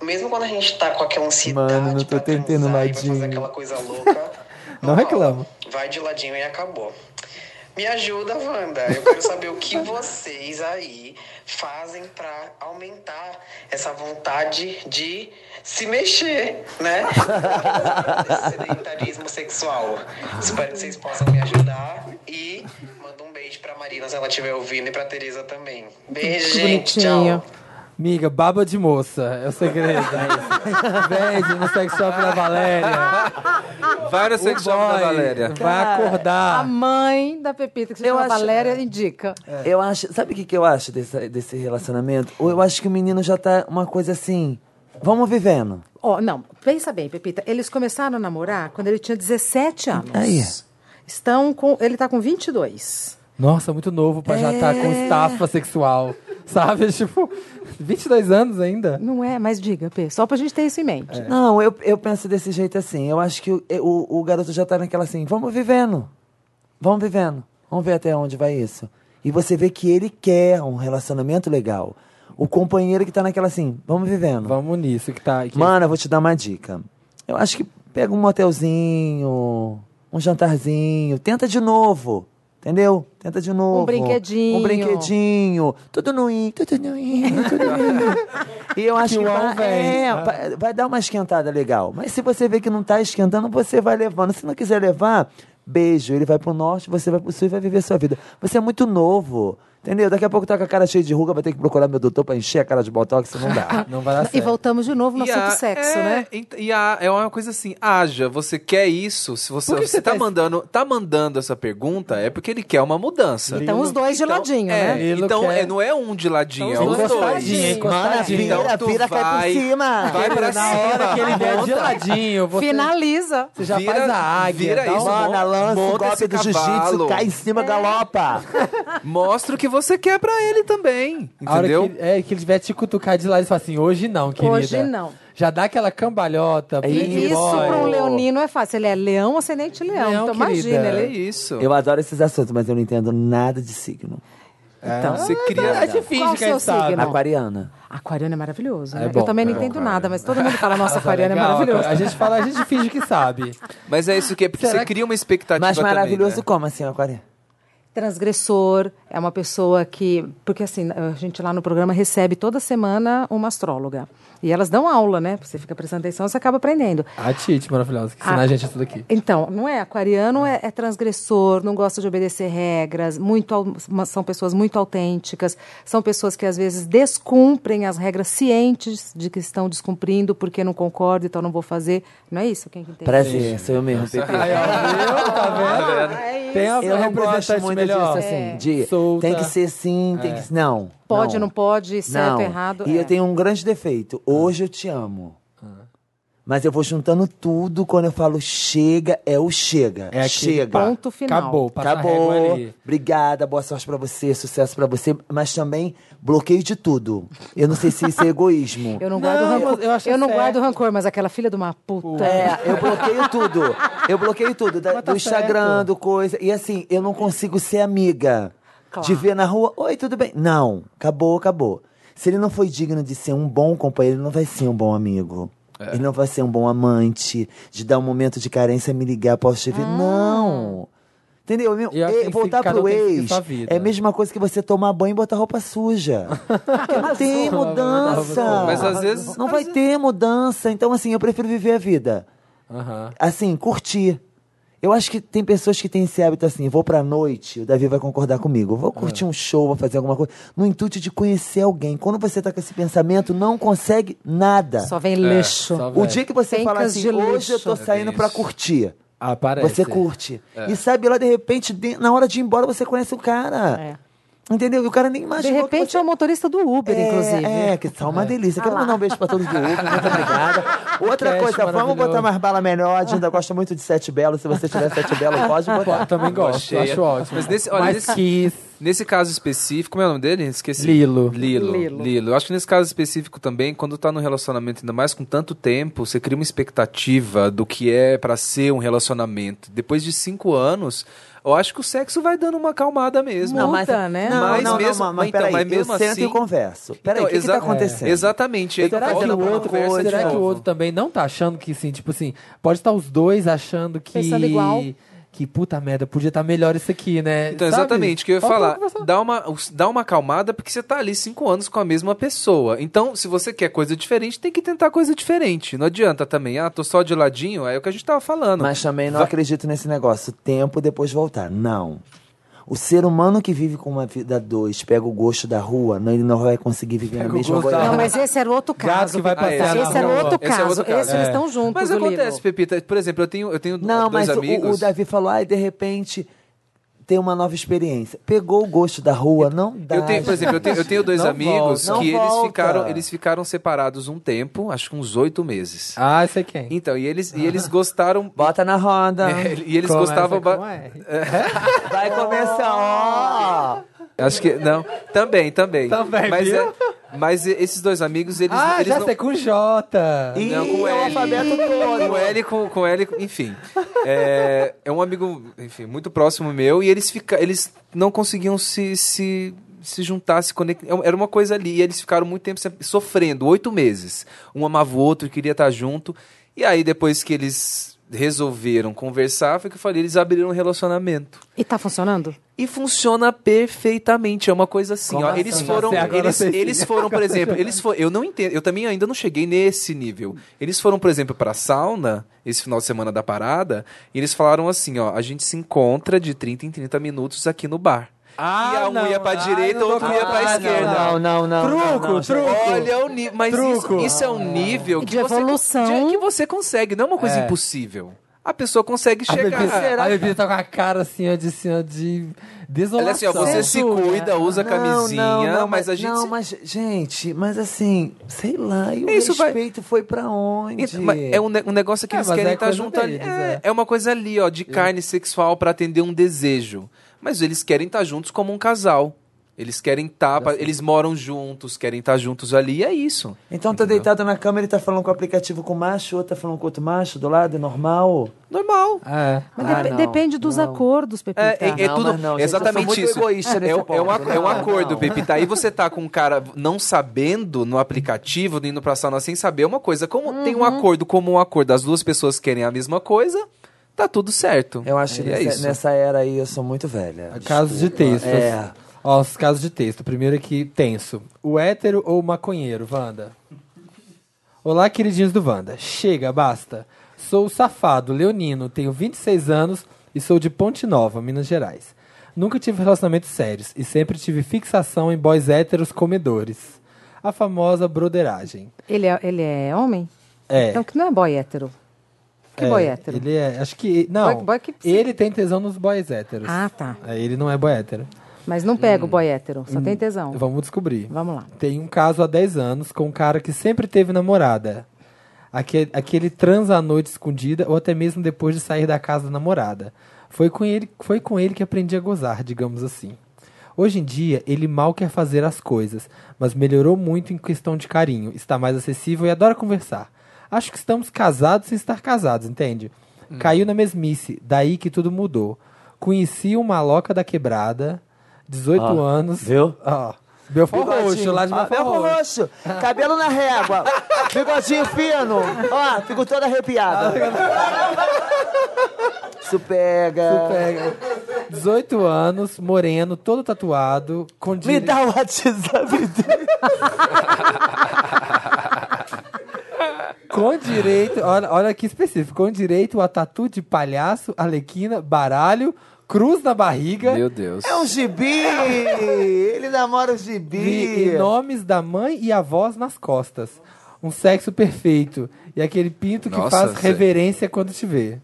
Mesmo quando a gente tá com aquela ansiedade,
Mano, não tô tentando
aquela
ladinho.
coisa louca,
Não reclamo.
vai de ladinho e acabou. Me ajuda, Wanda. Eu quero saber o que vocês aí fazem pra aumentar essa vontade de se mexer, né? Esse sedentarismo sexual. Espero que vocês possam me ajudar. E manda um beijo pra Marina se ela estiver ouvindo e pra Tereza também. Beijo,
Que
gente.
bonitinho. Miga, baba de moça. É o segredo. Vende no sex shop da Valéria.
Vai no sex
O
shop da
um boy
Valéria.
Vai acordar.
A mãe da Pepita, que se
Eu
chama
acho-
Valéria, indica.
É. Eu acho. Sabe o que, que eu acho desse, desse relacionamento? Ou Eu acho que o menino já tá uma coisa assim. Vamos vivendo.
Ó, não, pensa bem, Pepita. Eles começaram a namorar quando ele tinha 17 anos.
Aí.
Estão com, ele tá com 22.
Nossa, muito novo pra já
É.
estar com estafa sexual. Sabe? Tipo, 22 anos ainda. É.
Não é, mas diga, Pê, só pra gente ter isso em mente.
Não, eu, eu penso desse jeito assim. Eu acho que o, o, o garoto já tá naquela assim, vamos vivendo. Vamos vivendo. Vamos ver até onde vai isso. E você vê que ele quer um relacionamento legal. O companheiro que tá naquela assim, vamos vivendo.
Vamos nisso que tá. Que...
Mano, eu vou te dar uma dica. Eu acho que pega um motelzinho, um jantarzinho, tenta de novo. Entendeu? Tenta de novo.
brinquedinho.
Um brinquedinho. Tudo no in, tudo no in, tudo no in. E eu acho
Que
que,
o
vai,
alvo vem.
é,
Ah.
vai- vai dar uma esquentada legal. Mas se você vê que não tá esquentando, você vai levando. Se não quiser levar, beijo. Ele vai pro norte, você vai pro sul e vai viver a sua vida. Você é muito novo. Entendeu? Daqui a pouco tá com a cara cheia de ruga, vai ter que procurar meu doutor pra encher a cara de botox, não dá.
Não vai dar
E
Tá certo.
voltamos de novo no
E
assunto
a-
sexo,
é,
né?
ent- E a- é uma coisa assim, haja, você quer isso? Se você,
Por que
você
você
tá,
tá-
mandando, tá mandando essa pergunta, é porque ele quer uma mudança.
Então os dois de ladinho,
é,
né?
Lilo
então
quer-
é, não é um de ladinho,
Então,
é os
encostadinho,
dois.
encostadinho.
Então,
Vira,
tu
vira, cai por
vai-
cima.
Vai pra
Na hora
cima.
que ele der de
monta-
ladinho, você,
Finaliza.
você já faz a águia.
Vira
dá
isso,
uma-
Mano, lança o
monta
golpe
esse
do jiu-jitsu,
cavalo.
cai em cima,
É.
galopa.
Mostra o que você quer pra ele também,
A hora
entendeu?
que, é, que ele tiver te cutucar de lado e falar assim, hoje não, querida. É
Hoje não.
Já dá aquela cambalhota.
E
playboy.
isso para um leonino é fácil. Ele é leão, ascendente leão.
Leão,
então
querida.
imagina,
É
ele
isso.
Eu adoro esses assuntos, mas eu não entendo nada de signo.
Então,
Você cria...
é difícil
Qual
que
o seu
a gente sabe.
signo? Não.
Aquariana.
Aquariano é maravilhoso.
É
né?
bom,
eu também não
é bom,
entendo nada, mas todo mundo fala, nossa, aquariano
legal,
é maravilhoso.
A gente fala, a gente finge que sabe.
Mas é isso que é, porque
Será
você
que-
cria uma expectativa
Mas maravilhoso
também, né?
como assim, Aquariana?
Transgressor, é uma pessoa que. Porque assim, a gente lá no programa recebe toda semana uma astróloga. E elas dão aula, né? Você fica prestando atenção, você acaba aprendendo.
A Tite, maravilhosa, que ensina
Ah.
a gente isso daqui.
Então, não é? Aquariano é, é transgressor, não gosta de obedecer regras, muito, au- uma- são pessoas muito autênticas, são pessoas que às vezes descumprem as regras cientes de que estão descumprindo porque não concordo, então não vou fazer. Não é isso? Quem que entende?
Prazer, sou eu mesmo, Pepe.
Aí, ó, viu? Tá vendo? Tem uma
Ah, é Eu não gosto
representante
muito
melhor. É.
disso, assim, de
Solta. É.
tem que ser sim, tem que ser... Não.
Pode, não,
não,
pode, certo,
não.
errado.
E
é.
eu tenho um grande defeito. Hoje eu te amo. Mas eu vou juntando tudo quando eu falo chega, é o chega.
É aquele
chega.
pá.
Ponto final.
Acabou, passa a régua
Acabou.
ali.
Obrigada, boa sorte pra você, sucesso pra você, mas também bloqueio de tudo. Eu não sei se isso é egoísmo.
Eu não guardo
Não,
rancor.
mas eu acho
não
certo.
guardo rancor, mas aquela filha de uma puta.
É, eu bloqueio tudo. Eu bloqueio tudo. da-
Tipo, Mas tá
do Instagram,
certo.
do coisa. E assim, eu não consigo ser amiga.
Claro.
De ver na rua, oi, tudo bem? Não, acabou, acabou. Se ele não foi digno de ser um bom companheiro, ele não vai ser um bom amigo.
É.
Ele não vai ser um bom amante, de dar um momento de carência, me ligar, posso te ver.
Ah.
Não. Entendeu? Meu,
Eu acho que
e-
tem que
voltar
cada um
pro
tem que seguir
ex
sua vida.
é a mesma coisa que você tomar banho e botar roupa suja. Porque não tem mudança.
Mas às vezes-
Não vai ter mudança. Então, assim, eu prefiro viver a vida
Aham.
assim, curtir. Eu acho que tem pessoas que têm esse hábito assim, vou pra noite, o Davi vai concordar comigo, vou curtir um show, vou fazer alguma coisa, no intuito de conhecer alguém. Quando você tá com esse pensamento, não consegue nada.
Só vem lixo.
só vem.
o dia que você
Pencas
fala assim,
de
hoje eu
lixo.
tô saindo pra
isso.
curtir,
Aparece.
você curte.
É.
E sabe lá, de repente, de- na hora de ir embora, você conhece o cara. Entendeu? E o cara nem
De
imagina.
repente é o motorista do Uber,
É,
inclusive.
É, que tá uma delícia. Quero mandar um beijo pra todos do Uber, muito obrigada. Outra
Cast
coisa, vamos
maravilhoso.
botar mais bala melhor. A ainda gosta muito de Sete Belo. Se você tiver Sete Belo, pode
Pô,
botar.
também gosto,
Gostei.
acho ótimo.
Mas nesse- olha,
Mas
nesse-
quis.
Nesse caso específico, como é o nome dele? Esqueci.
Lilo.
Lilo.
Lilo.
Lilo. Eu acho que nesse caso específico também, quando tá num relacionamento, ainda mais com tanto tempo, você cria uma expectativa do que é pra ser um relacionamento. Depois de cinco anos, eu acho que o sexo vai dando uma acalmada mesmo.
Não, mas- Muda, né? não, não, não,
mesmo,
mas- mas
então,
peraí,
mas
eu
mesmo
sento
assim...
e converso. Peraí, o que que tá
exa-
acontecendo?
é, Exatamente. Aí
Será que,
volta
o
pra
outro,
conversa de
será que o
novo.
outro também não tá achando que, assim, tipo assim, pode estar os dois achando que.
Pensando igual.
Que puta merda, podia estar melhor isso aqui, né?
Então,
Sabe?
exatamente, o que eu ia
Vamos
falar. Dá uma, dá uma acalmada, porque você tá ali cinco anos com a mesma pessoa. Então, se você quer coisa diferente, tem que tentar coisa diferente. Não adianta também, ah, tô só de ladinho, é o que a gente tava falando.
Mas também não
Vai-
acredito nesse negócio. Tempo depois voltar. Não. O ser humano que vive com uma vida dois, pega o gosto da rua, não, ele não vai conseguir viver na mesma goiaba.
Não, mas esse era outro
Gato
caso.
que vai
Pepita.
passear na
esse era
rua.
outro
Esse é
caso.
outro caso.
Esse eles
É.
estão juntos.
Mas
o
acontece,
Lilo.
Pepita. Por exemplo, eu tenho, eu tenho
Não,
dois
mas o-
amigos.
o, Davi falou, ai, de repente tem uma nova experiência. Pegou o gosto da rua, não dá.
Eu tenho, por exemplo, eu tenho, eu tenho dois
Não
amigos
volta.
que
Não
eles
volta.
ficaram, eles ficaram separados um tempo, acho que uns oito meses.
Ah, sei quem.
Então, e eles, e eles gostaram.
Bota na roda.
e eles
Como é,
gostavam.
foi
ba- É.
como Vai começar, ó!
Acho que. Não. Também, também.
Também,
mas,
viu?
é- mas e- esses dois amigos, eles.
Ah,
eles
já
não...
sei, com J.
Não, com L. Com L, com, com L, enfim. É, é um amigo, enfim, muito próximo meu, e eles, fica, eles não conseguiam se, se, se juntar, se conectar. É um, Era uma coisa ali, e eles ficaram muito tempo se- sofrendo, oito meses. Um amava o outro, queria estar junto. E aí, depois que eles resolveram conversar, foi que eu falei, eles abriram um relacionamento.
E tá funcionando?
E funciona perfeitamente, é uma coisa assim, ó, eles foram, eles, eles foram, por exemplo, eles foram, eu não entendo, eu também ainda não cheguei nesse nível. Eles foram, por exemplo, pra sauna, esse final de semana da parada, e eles falaram assim, ó, a gente se encontra de 30 em 30 minutos aqui no bar.
Ah,
e um ia pra direita, o outro ia pra esquerda.
Ah, Não, não, não.
Truco,
não,
truco.
gente. Ah.
Olha o nível. Mas isso, isso é um nível que
De
você,
evolução.
que você consegue, não é uma coisa
É.
impossível. A pessoa consegue
A
chegar.
bebida, a bebida tá com a cara assim, ó, de, assim, ó, de
Ela
desolação.
é assim, ó, você se cuida, usa
Não,
camisinha,
não, não,
mas a gente.
Não,
se-
mas, gente, mas assim, sei lá, e o
Isso vai-
respeito foi pra onde?
E- mas É um, ne- um negócio que
É,
eles
mas
querem
é
estar
coisa
junto ali.
deles,
É, é uma coisa ali, ó, de carne sexual pra atender um desejo. Mas eles querem estar juntos como um casal. Eles querem estar, eles moram juntos, querem estar juntos ali, e é isso.
Então tá deitado na cama, ele tá falando com o aplicativo com o macho, outro tá falando com outro macho do lado, é normal?
Normal.
É.
Mas
Ah,
Ah,
depe- depende dos acordos, tá? Pepita.
É, é- é
não,
tudo é
gente, eu sou
exatamente
muito
isso.
egoísta nesse
é, um- é um,
ponto, né?
ac- é um
não,
acordo,
não.
Pepita. Aí você tá com um cara não sabendo no aplicativo, indo pra sauna sem saber é uma coisa. Como tem
Uhum.
um acordo como um acordo, as duas pessoas querem a mesma coisa, tá tudo certo.
Eu acho que
é
nessa,
isso.
nessa era aí eu sou muito velha.
Casos de
Desculpa.
texto.
É.
Ó, os casos de texto. Primeiro aqui, tenso. O hétero ou o maconheiro, Wanda? Olá, queridinhos do Wanda. Chega, basta. Sou o safado, leonino, tenho 26 anos e sou de Ponte Nova, Minas Gerais. Nunca tive relacionamentos sérios e sempre tive fixação em boys héteros comedores. A famosa broderagem.
Ele é, ele é homem?
É.
Então, que não é boy hétero. Que boy hétero?
Ele é, acho que. Não,
Boy- boy que-
ele tem tesão nos boys héteros.
Ah, tá.
É, Ele não é boy hétero.
Mas não pega o boy hétero, só
Hum.
tem tesão.
Vamos descobrir.
Vamos lá.
Tem um caso há 10 anos com um cara que sempre teve namorada. Aquele, aquele transa à noite escondida ou até mesmo depois de sair da casa da namorada. Foi com, ele, foi com ele que aprendi a gozar, digamos assim. Hoje em dia, ele mal quer fazer as coisas, mas melhorou muito em questão de carinho, está mais acessível e adora conversar. Acho que estamos casados sem estar casados, entende?
Hum.
Caiu na mesmice, daí que tudo mudou. Conheci o maloca da quebrada, 18
Ó,
anos.
viu?
Ó, Belfort
Bigodinho.
Roxo, lá de
Ó,
Belfort
Belfort
Roxo.
Roxo. Cabelo na régua. Bigodinho fino. Ó, fico toda arrepiada.
Ah, tá.
Isso pega.
Tu pega. 18 anos, moreno, todo tatuado, com
Me
dire-
dá o WhatsApp dele.
com direito, olha, olha que específico, com direito a tatu de palhaço, alequina, baralho, cruz na barriga.
Meu Deus.
É um gibi. Ele namora o
E,
gibi.
e nomes da mãe e avós nas costas. Um sexo perfeito. E aquele pinto que
Nossa,
faz
cê-
reverência quando te vê.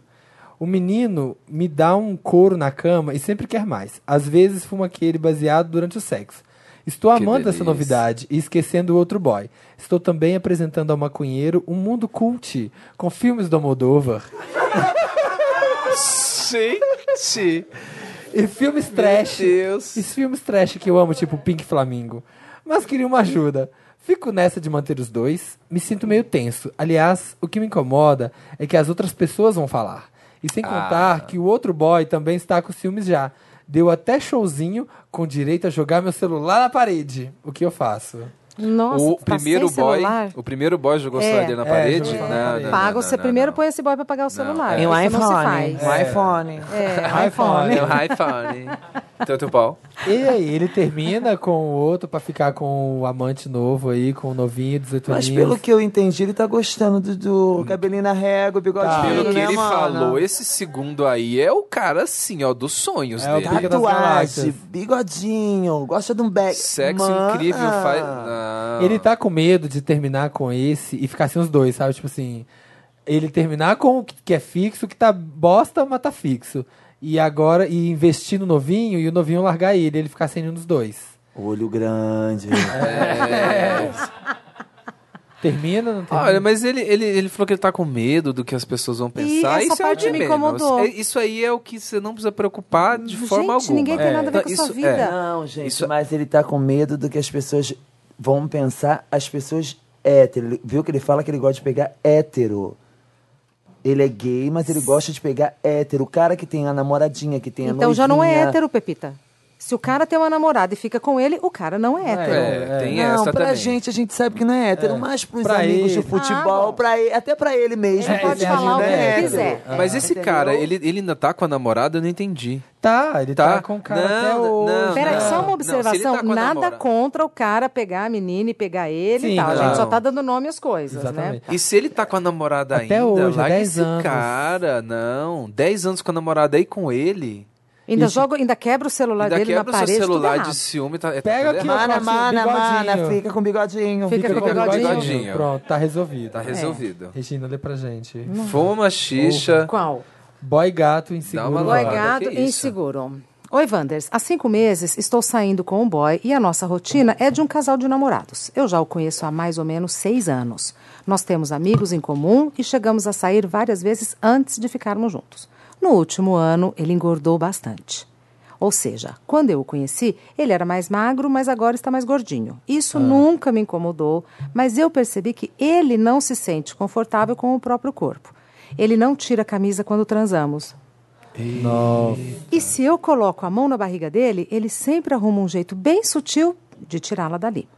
O menino me dá um couro na cama e sempre quer mais. Às vezes fuma aquele baseado durante o sexo. Estou
Que
amando
delícia.
essa novidade e esquecendo o outro boy. Estou também apresentando ao maconheiro um mundo cult, com filmes do Moldova.
Gente!
E filmes trash. Esses filmes trash que eu amo, tipo Pink Flamingo. Mas queria uma ajuda. Fico nessa de manter os dois, me sinto meio tenso. Aliás, o que me incomoda é que as outras pessoas vão falar. E sem
Ah.
contar que o outro boy também está com ciúmes já. Deu até showzinho com direito a jogar meu celular na parede. O que eu faço?
Nossa,
o
tá
primeiro
sem
boy,
celular?
o primeiro boy jogou
É.
sua celular na
É,
parede?
jogou
Não, não, não,
Paga,
não,
você
não,
primeiro põe esse boy pra pagar o celular.
É.
Isso
Um
não se
iPhone,
faz.
um iPhone.
É, um iPhone.
É um iPhone. Então, teu pau.
E aí, ele termina com o outro pra ficar com o amante novo aí, com o novinho, 18
Mas
anos.
pelo que eu entendi, ele tá gostando do, do cabelinho na régua, bigode
Tá.
fino,
Pelo que
né,
ele
mano?
falou, é esse segundo aí é o cara, assim, ó, dos sonhos
É o
dele.
pica das Tatuagem, galáxias. bigodinho, gosta de um back.
Sexo
Mana.
incrível faz. Ah. Não.
Ele tá com medo de terminar com esse e ficar sem os dois, sabe? Tipo assim, ele terminar com o que que é fixo, que tá bosta, mas tá fixo. E agora, e investir no novinho e o novinho largar ele, ele ficar sem nenhum dos dois.
Olho grande.
É.
Termina, não termina?
Olha, mas ele, ele, ele falou que ele tá com medo do que as pessoas vão pensar.
essa
isso é o
parte
de
me
menos.
incomodou.
É- Isso aí é o que você não precisa preocupar de
Gente,
forma alguma.
ninguém tem nada a ver
Então,
com a sua
isso-
vida.
é.
Não, gente, mas ele tá com medo do que as pessoas vão pensar, as pessoas hétero. Ele- Viu que ele fala que ele gosta de pegar hétero. Ele é gay, mas ele gosta de pegar hétero. O cara que tem a namoradinha, que tem a
Então já não é
noivinha.
hétero, Pepita. Se o cara tem uma namorada e fica com ele, o cara não é hétero.
É, tem
não,
essa
pra
também.
gente, a gente sabe que não é hétero, mas pros
Pra
amigos
ele.
de
Ah,
futebol, pra ele, até pra ele mesmo.
Ele pode falar o que ele quiser.
Mas esse cara, ele, ele ainda tá com a namorada? Eu não entendi.
Tá, ele
tá,
com o cara
não,
até hoje. né?
Não,
Peraí,
não.
só
Não,
uma
se
observação.
ele tá com a
Nada
namorada-
contra o cara pegar a menina e pegar ele
Sim,
e tal. A gente
não.
só tá dando nome às coisas, né?
E se ele tá com a namorada
Até
ainda,
hoje,
larga
10
esse
anos.
cara, não. 10 anos com a namorada aí com ele.
Ainda,
Isso-
joga, ainda quebra o celular
Ainda
dele na
quebra o seu
parede.
celular
tudo
de ciúme. Tá,
Pega
tá
aqui,
tudo
ó,
errado.
Mana, mana, mana,
bigodinho.
fica com bigodinho.
Fica com bigodinho.
Pronto, tá resolvido. É.
Tá resolvido.
Regina, lê pra gente.
Fuma, xixa.
Qual?
Boy gato inseguro.
Dá uma
Boy
lavada,
gado
que isso?
inseguro. Oi, Wanders. Há cinco meses estou saindo com um boy e a nossa rotina é de um casal de namorados. Eu já o conheço há mais ou menos seis anos. Nós temos amigos em comum e chegamos a sair várias vezes antes de ficarmos juntos. No último ano, ele engordou bastante. Ou seja, quando eu o conheci, ele era mais magro, mas agora está mais gordinho. Isso nunca me incomodou, mas eu percebi que ele não se sente confortável com o próprio corpo. Ele não tira a camisa quando transamos.
Não.
E se eu coloco a mão na barriga dele, ele sempre arruma um jeito bem sutil de tirá-la dali.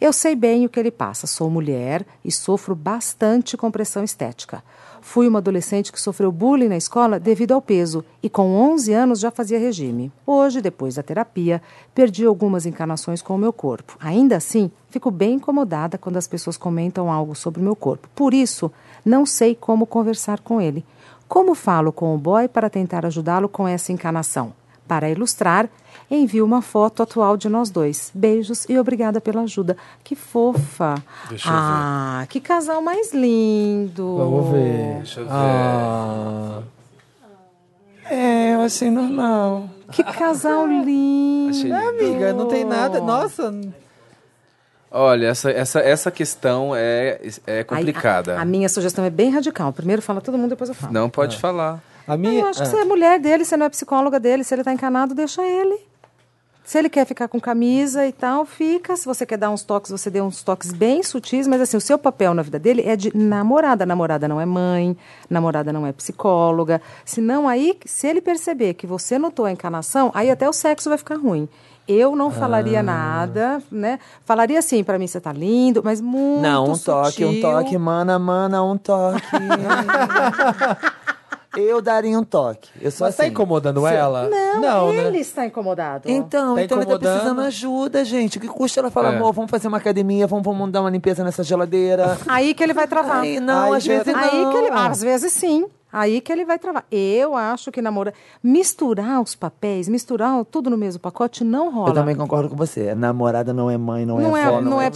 Eu sei bem o que ele passa. Sou mulher e sofro bastante com pressão estética. Fui uma adolescente que sofreu bullying na escola devido ao peso e com 11 anos já fazia regime. Hoje, depois da terapia, perdi algumas encarnações com o meu corpo. Ainda assim, fico bem incomodada quando as pessoas comentam algo sobre o meu corpo. Por isso, não sei como conversar com ele. Como falo com o boy para tentar ajudá-lo com essa encarnação? Para ilustrar, envio uma foto atual de nós dois. Beijos e obrigada pela ajuda. Que fofa.
Deixa eu ver.
ah, que casal mais lindo.
Vamos ver.
Deixa eu ver.
Ah.
É, eu achei normal.
Que casal lindo.
Achei
É, amiga, não tem nada. Nossa,
Olha, essa, essa, essa questão é, é
Aí,
complicada.
A, a minha sugestão é bem radical. Primeiro fala todo mundo, depois eu falo.
Não
Ah.
pode falar.
a
Eu
minha.
acho
ah.
que você é mulher dele, você não é psicóloga dele. Se ele tá encanado, deixa ele. Se ele quer ficar com camisa e tal, fica. Se você quer dar uns toques, você dê uns toques bem sutis. Mas assim, o seu papel na vida dele é de namorada. Namorada não é mãe, namorada não é psicóloga. Senão aí, se ele perceber que você notou a encanação, aí até o sexo vai ficar ruim. Eu não
Ah.
falaria nada, né? Falaria assim, pra mim você tá lindo, mas muito
Não, um toque, um
sutil.
toque, mana, mana, um toque. eu daria um toque. Eu sou
Mas tá
assim.
incomodando ela?
Não,
né?
ele está incomodado.
Então,
Tá
então ele tá
incomodando.
precisando ajuda, gente. O que custa ela falar,
É.
amor, vamos fazer uma academia, vamos, vamos dar uma limpeza nessa geladeira?
Ah,
Aí que ele vai travar.
Aí, não,
Aí
às
que-
vezes não.
Aí que ele, às vezes sim. Aí que ele vai travar. Eu acho que namora misturar os papéis, misturar tudo no mesmo pacote não rola.
Eu também concordo com você. Namorada não é mãe, não,
não
é
é, não é
avó, tia, não é,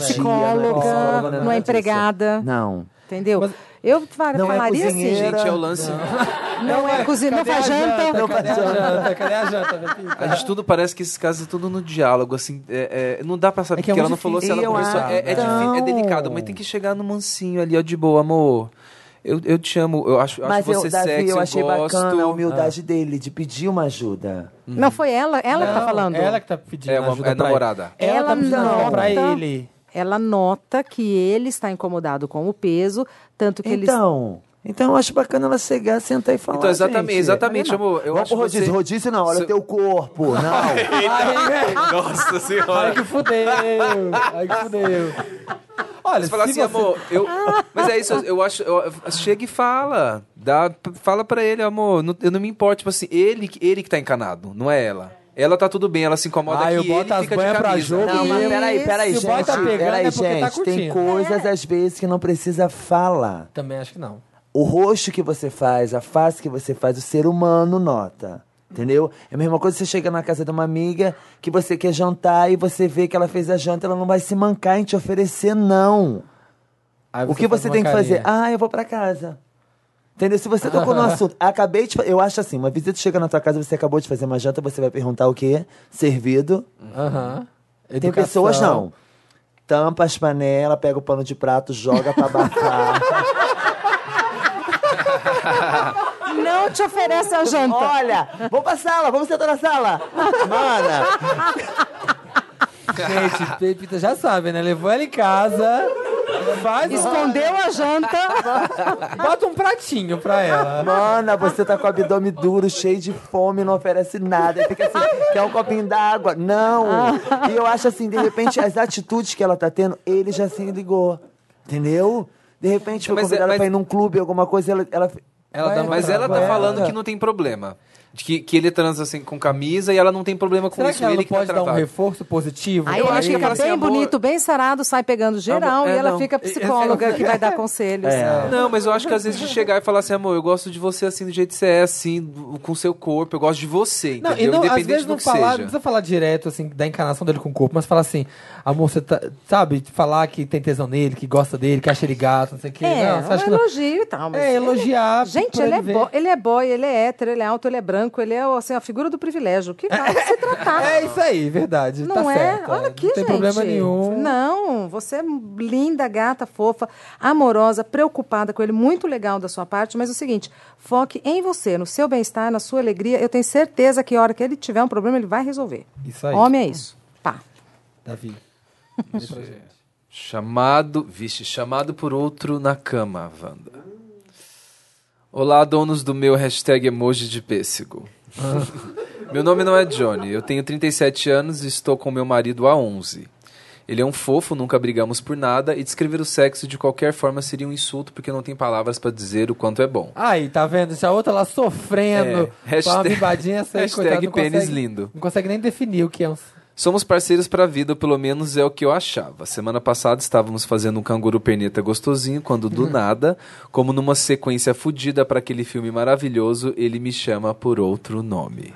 psicóloga,
psicóloga,
não
nada
é
disso.
empregada,
Não.
entendeu? eu fa-
Não é
falaria assim,
cozinheira.
Gente, é o lance.
não é cozinha, não faz janta.
Cadê a janta? Cadê a janta, Pepita?
A gente tudo parece que esse caso é tudo no diálogo, assim. é- é- não dá pra saber
É que
porque
é
ela
muito
não falou se
difícil.
ela
Eu
começou.
acho,
É, é,
então.
difí- é delicado, mas tem que chegar no mansinho ali, ó, de boa, amor. Eu, eu te amo, eu acho, eu
Mas
acho
eu,
você Ah.
Davi,
sexy,
eu achei
gosto.
bacana a humildade dele de pedir uma ajuda.
Não, foi ela, ela que tá
Não,
falando.
ela
que tá pedindo
É uma- ajuda é pra namorada.
Ela, tá pedindo ajuda pra
nota-
ele.
Ela nota que ele está incomodado com o peso, tanto que ele.
Então, então eu acho bacana ela chegar, sentar e falar.
Então,
exatamente,
gente.
exatamente,
Não, não.
amor, eu
Vamos
acho
pro rodízio.
você-
Rodízio não, olha
Seu-
o teu corpo. Não.
Nossa senhora.
Ai, que fudeu. Ai, que fudeu. Olha,
Olha, você fala
se
assim,
você-
amor, eu. Mas é isso, eu acho. eu- chega e fala. Dá, fala pra ele, amor. não- eu não me importo. Tipo assim, ele, ele que tá encanado, não é ela. Ela tá tudo bem, ela se incomoda
Ah, eu
que
boto
ele
as
fica de
banhas
camisa.
pra jogo
Não, mas peraí, peraí, gente. peraí, gente. tem coisas às vezes que não precisa falar.
Também acho que não.
O rosto que você faz, a face que você faz, o ser humano nota. Entendeu? É a mesma coisa que você chega na casa de uma amiga que você quer jantar e você vê que ela fez a janta, ela não vai se mancar em te oferecer, não.
Aí
o
você
que
faz
você
uma
tem que fazer?
carinha.
Ah, eu vou pra casa. Entendeu? Se você tocou no assunto, acabei de. fa- Eu acho assim, uma visita chega na tua casa, você acabou de fazer uma janta, você vai perguntar o quê? Servido.
Aham.
Tem
Educação.
pessoas não. Tampa as panelas, pega o pano de prato, joga pra abafar.
Não te oferece a janta.
Olha, vamos pra sala, vamos sentar na sala. Mana,
Gente, Pepita já sabe, né? Levou ela em casa. Faz
Escondeu a janta.
Bota um pratinho pra ela.
mana, você tá com o abdômen duro, cheio de fome, não oferece nada. Aí Fica assim, quer um copinho d'água? Não.
Ah.
E eu acho assim, de repente, as atitudes que ela tá tendo, ele já se ligou. Entendeu? De repente foi
Mas é-
convidada
mas-
pra ir num clube, alguma coisa, ela... ela...
Ela tá- mas ela tá
É.
falando que não tem problema. De que, que ele transa assim com camisa e ela não tem problema com
Será
isso.
que ela
ele
não pode
tá
dar um
travado.
reforço positivo?
Aí ele fica
assim,
bem bonito, bem sarado, sai pegando geral
Amor, é,
e ela
não.
fica psicóloga que vai dar
É.
conselhos.
Não, mas eu acho que às vezes de chegar e falar assim, amor, eu gosto de você assim, do jeito que você é, assim, do- com o seu corpo, eu gosto de você,
Não, e
entendeu?
não, às
Independente
vezes
do
não
que
falar, não
seja.
precisa falar direto, assim, da encarnação dele com o corpo, mas falar assim, amor, você tá, sabe, falar que tem tesão nele, que gosta dele, que acha ele gato, não sei o quê.
É,
não, você acha
um
que não-
elogio e tal. Mas
É, elogiar.
Gente,
pra
ele é,
ver.
bo- ele é boy, ele é hétero, ele é alto, ele é branco, ele é assim, a figura do privilégio. Que vai se tratar.
É isso aí, verdade.
Não
tá
é?
certo.
Olha aqui,
Não tem
gente.
problema nenhum.
Não, você é linda, gata, fofa, amorosa, preocupada com ele, muito legal da sua parte, mas é o seguinte, foque em você, no seu bem-estar, na sua alegria. Eu tenho certeza que a hora que ele tiver um problema, ele vai resolver.
Isso aí.
Homem é isso. Pá.
Davi.
Chamado, vixe, chamado por outro na cama, Wanda. Olá, donos do meu hashtag emoji de pêssego. meu nome não é Johnny, eu tenho 37 anos e estou com meu marido há 11. Ele é um fofo, nunca brigamos por nada, e descrever o sexo de qualquer forma seria um insulto porque não tem palavras para dizer o quanto é bom.
Aí, tá vendo? Já a outra lá sofrendo.
É,
com uma
hashtag-
bimbadinha, essa aí,
hashtag
coitada, não
pênis
consegue-
lindo.
Não consegue nem definir o que é um.
Somos parceiros pra vida, pelo menos é o que eu achava. Semana passada estávamos fazendo um canguru perneta gostosinho, quando do nada, como numa sequência fodida pra aquele filme maravilhoso, ele me chama por outro nome.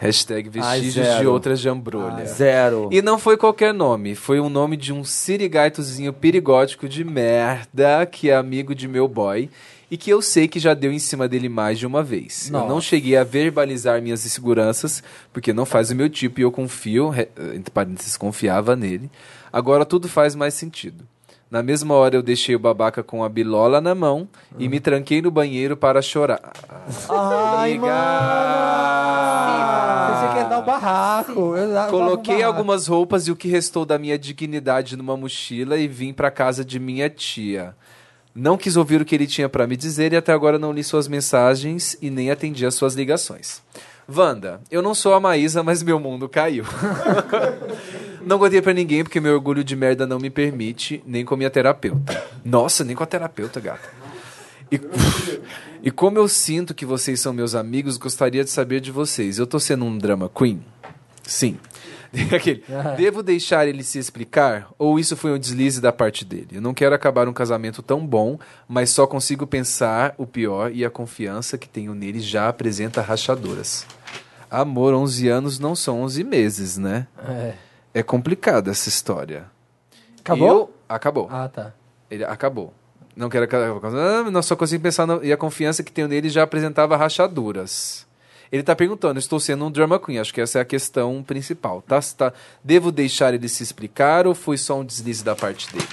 Hashtag
Ai,
vestígios de
zero.
outra jambrolha.
Ai, zero.
E não foi qualquer nome, foi um nome de um sirigaitozinho perigótico de merda que é amigo de meu boy e que eu sei que já deu em cima dele mais de uma vez. Eu não
Nossa.
cheguei a verbalizar minhas inseguranças, porque não faz o meu tipo e eu confio, re- eh, entre parênteses, confiava nele. Agora tudo faz mais sentido. Na mesma hora eu deixei o babaca com a bilola na mão e
Hum.
me tranquei no banheiro para chorar.
Ai,
Você tinha que dar um barraco. Eu dava um
Coloquei
barraco.
algumas roupas e o que restou da minha dignidade numa mochila e vim pra casa de minha tia. Não quis ouvir o que ele tinha pra me dizer e até agora não li suas mensagens e nem atendi as suas ligações. Wanda, eu não sou a Maísa, mas meu mundo caiu. não contei pra ninguém porque meu orgulho de merda não me permite, nem com a minha terapeuta. Nossa, nem com a terapeuta, gata. E, e como eu sinto que vocês são meus amigos, gostaria de saber de vocês. Eu tô sendo um drama queen? Sim. Aquele, Devo deixar ele se explicar? Ou isso foi um deslize da parte dele? Eu não quero acabar um casamento tão bom, mas só consigo pensar o pior e a confiança que tenho nele já apresenta rachaduras. Amor, 11 anos não são 11 meses, né?
É.
É complicada essa história.
Acabou?
Eu- Acabou.
Ah, tá.
Ele acabou. Não quero acabar. Ah, Não, só consigo pensar. na- E a confiança que tenho nele já apresentava rachaduras. Ele tá perguntando, estou sendo um drama queen, acho que essa é a questão principal, tá? Se tá- Devo deixar ele se explicar ou foi só um deslize da parte dele?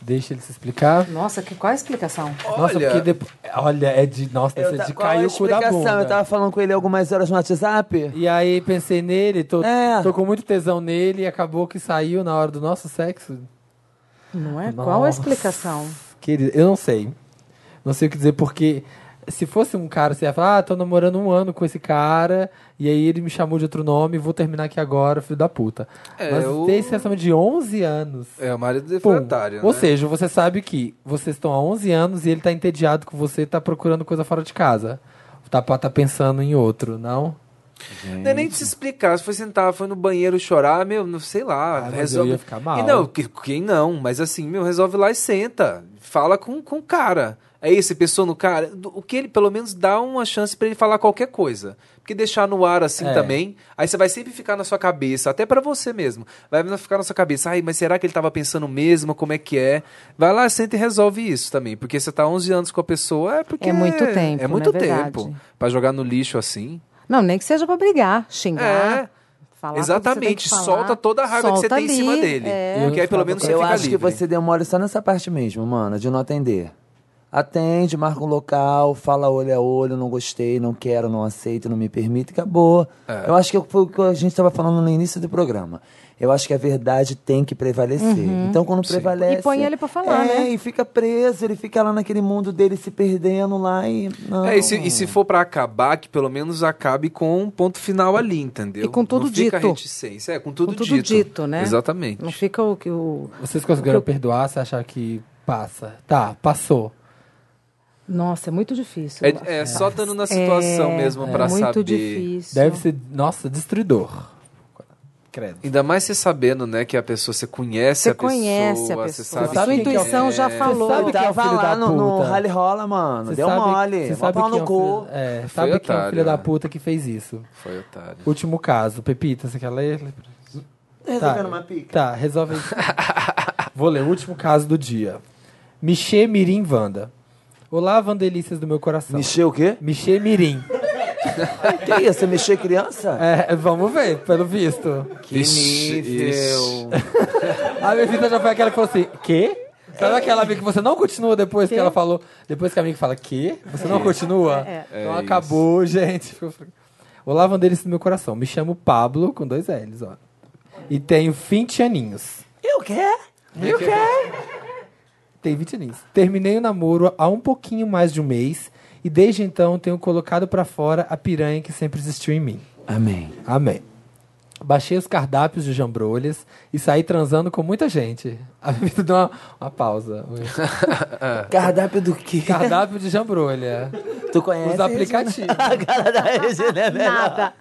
Deixa ele se explicar.
Nossa, que, qual a explicação?
Nossa, porque depois. Olha, é de. Nossa,
Eu
essa
ta-
de
qual é a
caiu o cu da
explicação?
bunda.
Eu tava falando com ele algumas horas no WhatsApp.
E aí pensei nele, tô,
É.
tô com muito tesão nele e acabou que saiu na hora do nosso sexo.
Não é?
Nossa.
Qual a explicação?
Querido, eu não sei. Não sei o que dizer, porque se fosse um cara, você ia falar, ah, tô namorando um ano com esse cara, e aí ele me chamou de outro nome, vou terminar aqui agora, filho da puta.
É,
Mas
eu-
tem essa de 11 anos.
É o marido
Pum.
refratário, né?
Ou seja, você sabe que vocês estão há 11 anos e ele tá entediado com você, tá procurando coisa fora de casa. Tá, tá pensando em outro, não?
Não é nem de se explicar. Se foi sentar, foi no banheiro chorar, meu, não sei lá.
Ah, mas
resolve.
eu ia ficar mal.
E não, que- quem não? Mas assim, meu, resolve lá e senta. Fala com, com o cara. É isso, você pensou no cara? Do- O que ele, pelo menos, dá uma chance pra ele falar qualquer coisa. Porque deixar no ar assim
É.
também, aí você vai sempre ficar na sua cabeça, até pra você mesmo. Vai ficar na sua cabeça, ai, mas será que ele tava pensando mesmo? Como é que é? Vai lá, senta e resolve isso também. Porque você tá 11 anos com a pessoa, é porque.
É muito tempo,
É muito
né? Verdade.
tempo. Pra jogar no lixo assim.
Não, nem que seja pra brigar, xingar.
É.
falar tudo que você tem
Exatamente,
que falar.
solta toda a raiva que você
Solta
tem em cima
ali,
dele.
é.
Porque aí pelo menos você
Eu
fica
acho
livre.
que você demora só nessa parte mesmo, mano, de não atender. Atende, marca um local, fala olho a olho, não gostei, não quero, não aceito, não me permite, acabou.
É.
Eu acho que foi o que a gente estava falando no início do programa. Eu acho que a verdade tem que prevalecer.
Uhum.
Então, quando prevalece.
E põe ele pra falar,
é,
né?
e fica preso, ele fica lá naquele mundo dele se perdendo lá e. Não.
É, e, se, e se for pra acabar, que pelo menos acabe com um ponto final ali, entendeu?
E com tudo
Não fica
dito.
reticência. É, com tudo,
Com tudo dito. né?
Exatamente.
Não fica o que o.
Vocês conseguiram perdoar se achar que passa? Tá, passou.
Nossa, é muito difícil.
É, é só estando na situação
É,
mesmo
é
pra
muito
saber.
difícil.
Deve ser, nossa, destruidor. Credo.
Ainda mais você sabendo, né, que a pessoa, você conhece
Você
a pessoa.
conhece a
Você
pessoa.
sabe
Sua
quem que
intuição
é.
já falou.
sabe
Eu
quem é o
tava
filho
lá
da
no, no
puta?
rally rola, mano.
Você
Deu
sabe-
mole.
você
Mó
sabe
pau
quem
no
é o
cu.
filho- é,
Foi
sabe quem é o
otário,
filho da
né?
puta que fez isso?
Foi otário.
Último caso. Pepita, você quer ler?
Resolvendo uma pica.
Tá, resolve isso. Vou ler o último caso do dia. Michê Mirim Vanda. Olá, vandelícias do meu coração.
Mexer o quê?
Michê Mirim.
Que isso? Você mexer criança?
É, vamos ver, pelo visto.
Que
Ixi,
nível.
A minha vida já foi aquela que falou assim, quê? Sabe aquela amiga que você não continua depois que ela falou? Depois que a amiga fala, quê? Você não continua? Então
É
acabou, gente. Olá, Vandelis do meu coração. Me chamo Pablo, com dois L's, ó. E tenho 20 aninhos.
Eu quero? Eu quero?
Tem 20 aninhos. Terminei o namoro há um pouquinho mais de um mês. E desde então tenho colocado pra fora a piranha que sempre existiu em mim.
Amém.
Amém. Baixei os cardápios de jambrolhas e saí transando com muita gente. A vida deu uma, uma pausa.
Cardápio do quê?
Cardápio de jambrolha.
Tu conhece?
Os
é
aplicativos.
né? A cara da Regina é melhor.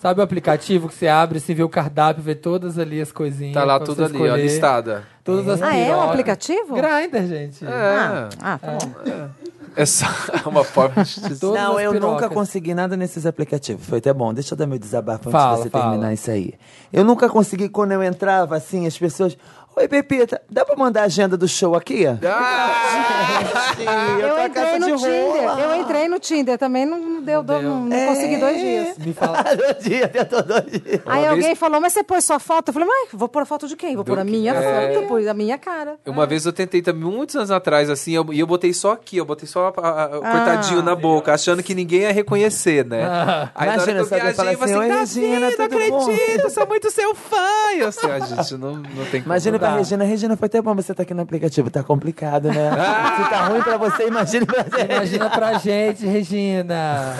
Sabe o aplicativo que você abre, você vê o cardápio, vê todas ali as coisinhas.
Tá lá
pra
tudo
você
ali, ó,
escolher.
listada.
Todas as
Ah, é um
piroca.
aplicativo?
Grindr, gente.
Ah,
É.
ah, tá bom.
É só uma forma de dizer.
Todas
Não,
as
eu
pirocas.
nunca consegui nada nesses aplicativos. Foi até bom. Deixa eu dar meu desabafo antes
Fala,
de você
fala.
terminar isso aí. Eu nunca consegui, quando eu entrava assim, as pessoas. Oi, Pepita, dá pra mandar a agenda do show aqui?
Ah,
Gente,
Ah, Eu,
tô a
entrei
caça
no
de
Tinder.
rola.
Eu entrei no Tinder também, não, não deu, do- não, não
É.
consegui dois dias.
Me fala.
dois dias, tentou dois dias.
Uma
Aí
vez-
alguém falou, mas você pôs sua foto? Eu falei, mas vou pôr a foto de quem? Vou
Do
pôr a
quê?
minha
É.
foto, pôr a minha cara.
Uma vez eu tentei também, muitos anos atrás, assim, eu- e eu botei só aqui, eu botei só a- a- a- o
Ah.
cortadinho na boca, achando que ninguém ia reconhecer, né?
Ah.
Aí na hora
Imagina,
que eu
se alguém
viajei,
fala
eu falei
assim,
tá
"Oi,
assim, Regina,
Regina,
não
tudo bom?"
acredito, eu sou muito seu fã! E eu assim, a gente não, não tem como.
Imagina pra
mudar.
Regina. Regina, foi até bom você tá aqui no aplicativo. Tá complicado, né?
Ah.
Se tá ruim pra você, imagina pra gente.
Imagina Ah, pra gente, Regina.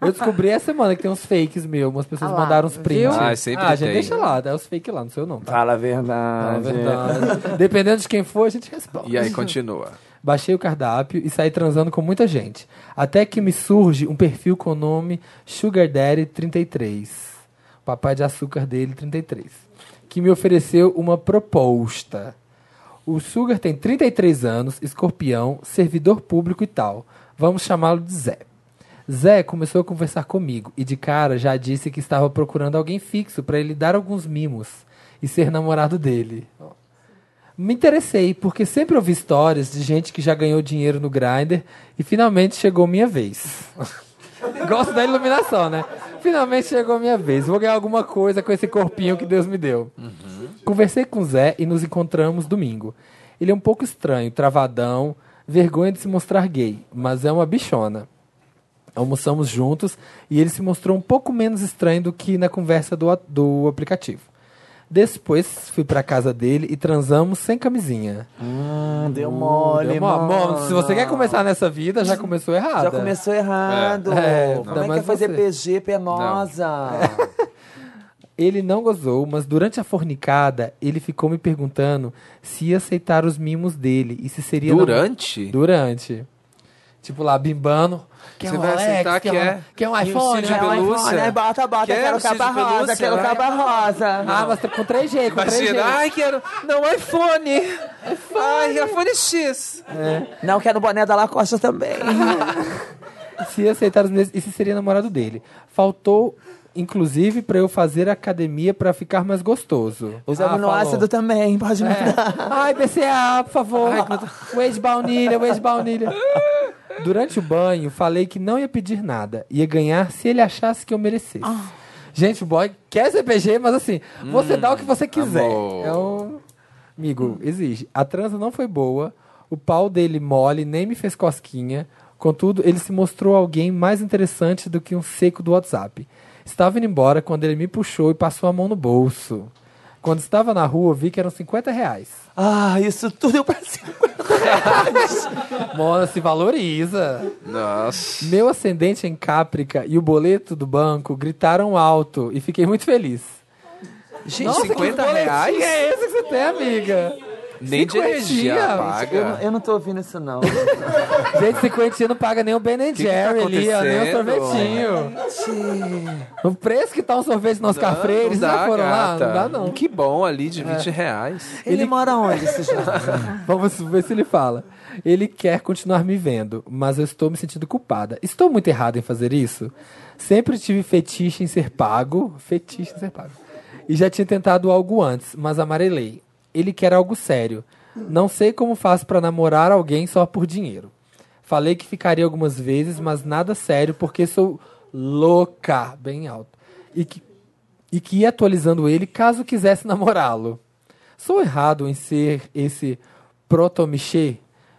Eu descobri essa semana que tem uns fakes meu. Umas pessoas
Ah lá,
mandaram uns prints.
Ah, sempre
ah, gente,
tem. Ah,
deixa lá, dá os fake lá, não sei o não, tá?
Fala a
Fala a
verdade.
verdade. Dependendo de quem for, a gente responde.
E aí continua.
Baixei o cardápio e saí transando com muita gente. Até que me surge um perfil com o nome Sugar Daddy 33. O papai de açúcar dele, 33. Que me ofereceu uma proposta. O Sugar tem 33 anos, escorpião, servidor público e tal. Vamos chamá-lo de Zé. Zé começou a conversar comigo e de cara já disse que estava procurando alguém fixo para ele dar alguns mimos e ser namorado dele. Me interessei, porque sempre ouvi histórias de gente que já ganhou dinheiro no Grindr e finalmente chegou minha vez. Gosto da iluminação, né? Finalmente chegou minha vez. Vou ganhar alguma coisa com esse corpinho que Deus me deu. Conversei com o Zé e nos encontramos domingo. Ele é um pouco estranho, travadão, vergonha de se mostrar gay, mas é uma bichona. Almoçamos juntos e ele se mostrou um pouco menos estranho do que na conversa do, a- do aplicativo. Depois fui pra casa dele e transamos sem camisinha.
Hum, deu mole,
Deu mole.
mano.
Bom, se você quer começar nessa vida, já começou errado.
Já começou errado.
É,
Como
ainda
é que
mais
é fazer
você.
PG, penosa?
Ele não gozou, mas durante a fornicada, ele ficou me perguntando se ia aceitar os mimos dele e se seria. namo-
Durante?
Durante. Tipo lá, bimbando. Quer
Você
um
vai
Rolex?
aceitar
quer
que
um-
é?
Quer
E
um
um
iPhone?
Cid de
Quer um
pelúcia?
iPhone?
Ai, bota, bota, Quer quero um Cid de capa rosa, pelúcia, quero né? capa
rosa.
Ah, mas tá com 3G, com 3G.
Imagina, ai, quero. Não, iPhone! Ai, iPhone X! É.
Não quero boné da Lacosta também.
Uhum. se aceitar os meses, esse seria namorado dele. Faltou, inclusive, pra eu fazer academia pra ficar mais gostoso. Ah,
Os aminoácidos também, pode mandar.
É. Ai, BCA, por favor. Whey de baunilha, whey de baunilha. Durante o banho, falei que não ia pedir nada. Ia ganhar se ele achasse que eu merecesse. Gente, o boy quer ser PG, mas assim, você dá o que você quiser.
amor.
É um... Amigo, exige. A transa não foi boa. O pau dele mole, nem me fez cosquinha. Contudo, ele se mostrou alguém mais interessante do que um seco do WhatsApp. Estava indo embora quando ele me puxou e passou a mão no bolso. Quando estava na rua, vi que eram 50 reais.
Ah, isso tudo eu passei.
Mona se valoriza.
Nossa.
Meu ascendente em Cáprica e o boleto do banco gritaram alto e fiquei muito feliz.
Gente,
Nossa, que
50
boletim
reais?
É esse que você tem, amiga.
Nem de energia
Cinquentinha.
Eu, não-
paga.
eu não tô ouvindo isso, não.
Gente, cinquentinha não paga nem o Ben and
que tá
Jerry ali, ó, nem o
acontecendo?
sorvetinho. O preço que tá um sorvete nos Oscar Freire, vocês já foram
gata.
lá? Não dá, não. É.
Que bom ali de 20 reais.
Ele, mora onde, esse
é.
jovem?
Vamos ver se ele fala. Ele quer continuar me vendo, mas eu estou me sentindo culpada. Estou muito errada em fazer isso? Sempre tive fetiche em ser pago. Fetiche em ser pago. E já tinha tentado algo antes, mas amarelei. Ele quer algo sério. Não sei como faço para namorar alguém só por dinheiro. Falei que ficaria algumas vezes, mas nada sério, porque sou louca, bem alto. E que, e que ia atualizando ele caso quisesse namorá-lo. Sou errado em ser esse protomichê?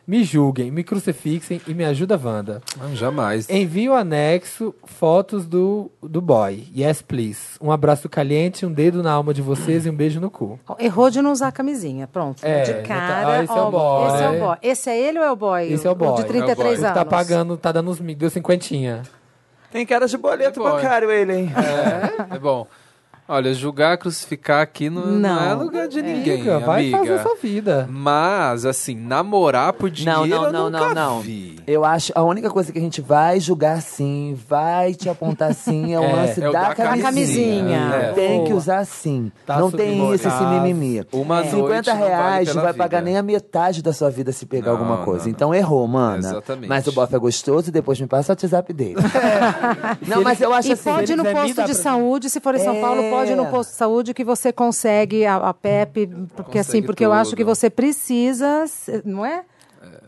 Me julguem, me crucifixem e me ajuda, Wanda.
Não, jamais.
Envio anexo fotos do, do boy. Yes, please. Um abraço caliente, um dedo na alma de vocês e um beijo no cu.
Errou de não usar camisinha, pronto.
É,
de
ah,
cara.
esse é o
ó,
boy.
Esse é o boy. Esse é ele ou é o boy?
Esse é o boy.
O de 33
Tá
anos.
pagando, tá dando uns mi- deu cinquentinha.
Tem cara de boleto
Boy.
bancário, ele, hein?
É bom. Olha, julgar, crucificar aqui não, não
Não.
é lugar de ninguém,
Amiga, vai
amiga.
fazer sua vida.
Mas, assim, namorar por dinheiro
Não, não, não,
eu
não,
nunca
não.
vi.
Eu acho a única coisa que a gente vai julgar sim, vai te apontar sim, é o
É,
lance
é o
da,
da
camisinha.
camisinha.
É.
Tem que
Boa.
usar sim.
Tá
não tem isso, esse
subvalorizado.
mimimi.
Uma noite
50
não vale
reais
pela
não vai pagar
vida.
nem a metade da sua vida se pegar
Não,
alguma coisa.
não,
então errou, mana.
Exatamente.
Mas o bofe é gostoso, depois me passa o WhatsApp dele. não, mas eu acho
E
assim.
pode ir no
quiser me
posto
dá
de
pra-
saúde, se for em São
É.
Paulo, pode ir no posto de saúde que você consegue a, a PEP, porque assim, porque eu acho
tudo.
que você precisa, se- não é?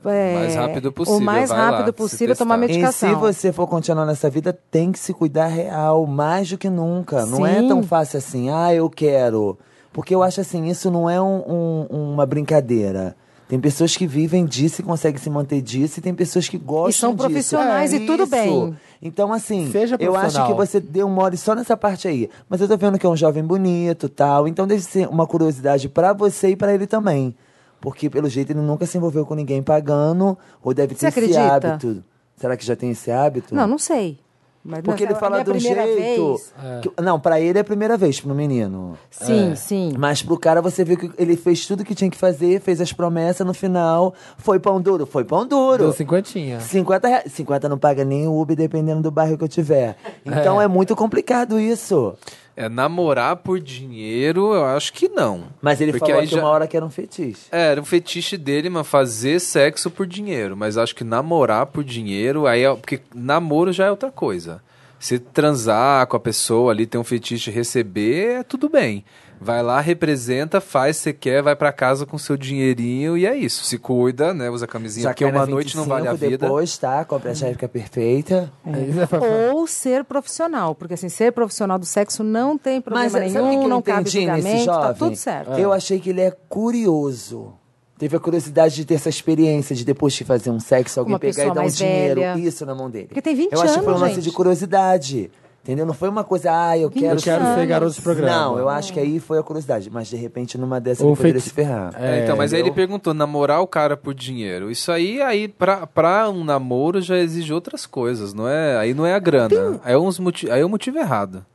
É,
mais rápido possível,
O mais
vai lá,
rápido
se
possível tomar
testar.
E se
medicação.
você for continuar nessa vida, tem que se cuidar real, mais do que nunca. Não é
Sim.
tão fácil assim, ah, eu quero. Porque eu acho assim, isso não é um- um- uma brincadeira. Tem pessoas que vivem disso e conseguem se manter disso, e tem pessoas que gostam disso. É
são profissionais, e tudo
Isso.
bem.
Então, assim,
Seja
eu acho
profissional.
que você deu mole só nessa parte aí. Mas eu tô vendo que é um jovem bonito tal. Então deve ser uma curiosidade pra você e pra ele também. Porque, pelo jeito, ele nunca se envolveu com ninguém pagando, ou deve ter
Você
esse
acredita?
hábito. Será que já tem esse hábito?
Não, não sei. Mas,
Porque
mas
ele
é a
fala
minha
de um
primeira
jeito.
vez.
que- não, pra ele é a primeira vez, pro menino. É.
Sim, sim.
Mas pro cara você viu que ele fez tudo que tinha que fazer, fez as promessas no final. Foi pão duro, foi pão duro.
Deu cinquentinha.
50 reais. 50 não paga nem o Uber, dependendo do bairro que eu tiver. Então é, muito complicado isso.
É, namorar por dinheiro, eu acho que não.
Mas ele
Porque
falou
aí
que
já-
uma hora que era um fetiche.
É, era um fetiche dele, mas fazer sexo por dinheiro. Mas acho que namorar por dinheiro, aí é, porque namoro já é outra coisa. Se transar com a pessoa ali, ter um fetiche, receber, é tudo bem. Vai lá, representa, faz se quer, vai pra casa com seu dinheirinho e é isso. Se cuida, né? Usa camisinha, porque
cai na
uma noite não
25
vale a vida.
Depois, tá? Compra a chefe perfeita.
Isso é pra-
Ou ser profissional, porque assim, ser profissional do sexo não tem problema
Mas sabe o que
nenhum,
eu
não cabe tá
entendi nesse É.
julgamento,
jovem?
tá tudo certo.
Eu achei que ele é curioso. Teve a curiosidade de ter essa experiência de depois de fazer um sexo, alguém
uma
pegar e
pessoa
dar um
mais
dinheiro,
velha.
isso na mão dele.
Porque tem 20
eu acho que foi um
anos,
lance
gente.
de curiosidade. Entendeu? Não foi uma coisa, ah, eu
20
quero,
Eu quero ser anos. garoto de programa.
Não, eu acho que aí foi a curiosidade. Mas de repente, numa dessa,
Ou
ele poderia
feiti-
se ferrar.
É, então, mas aí ele perguntou, namorar o cara por dinheiro. Isso aí, aí pra, pra um namoro já exige outras coisas, não é? Aí não é a grana.
um
Aí, é uns motiv... aí é o motivo errado.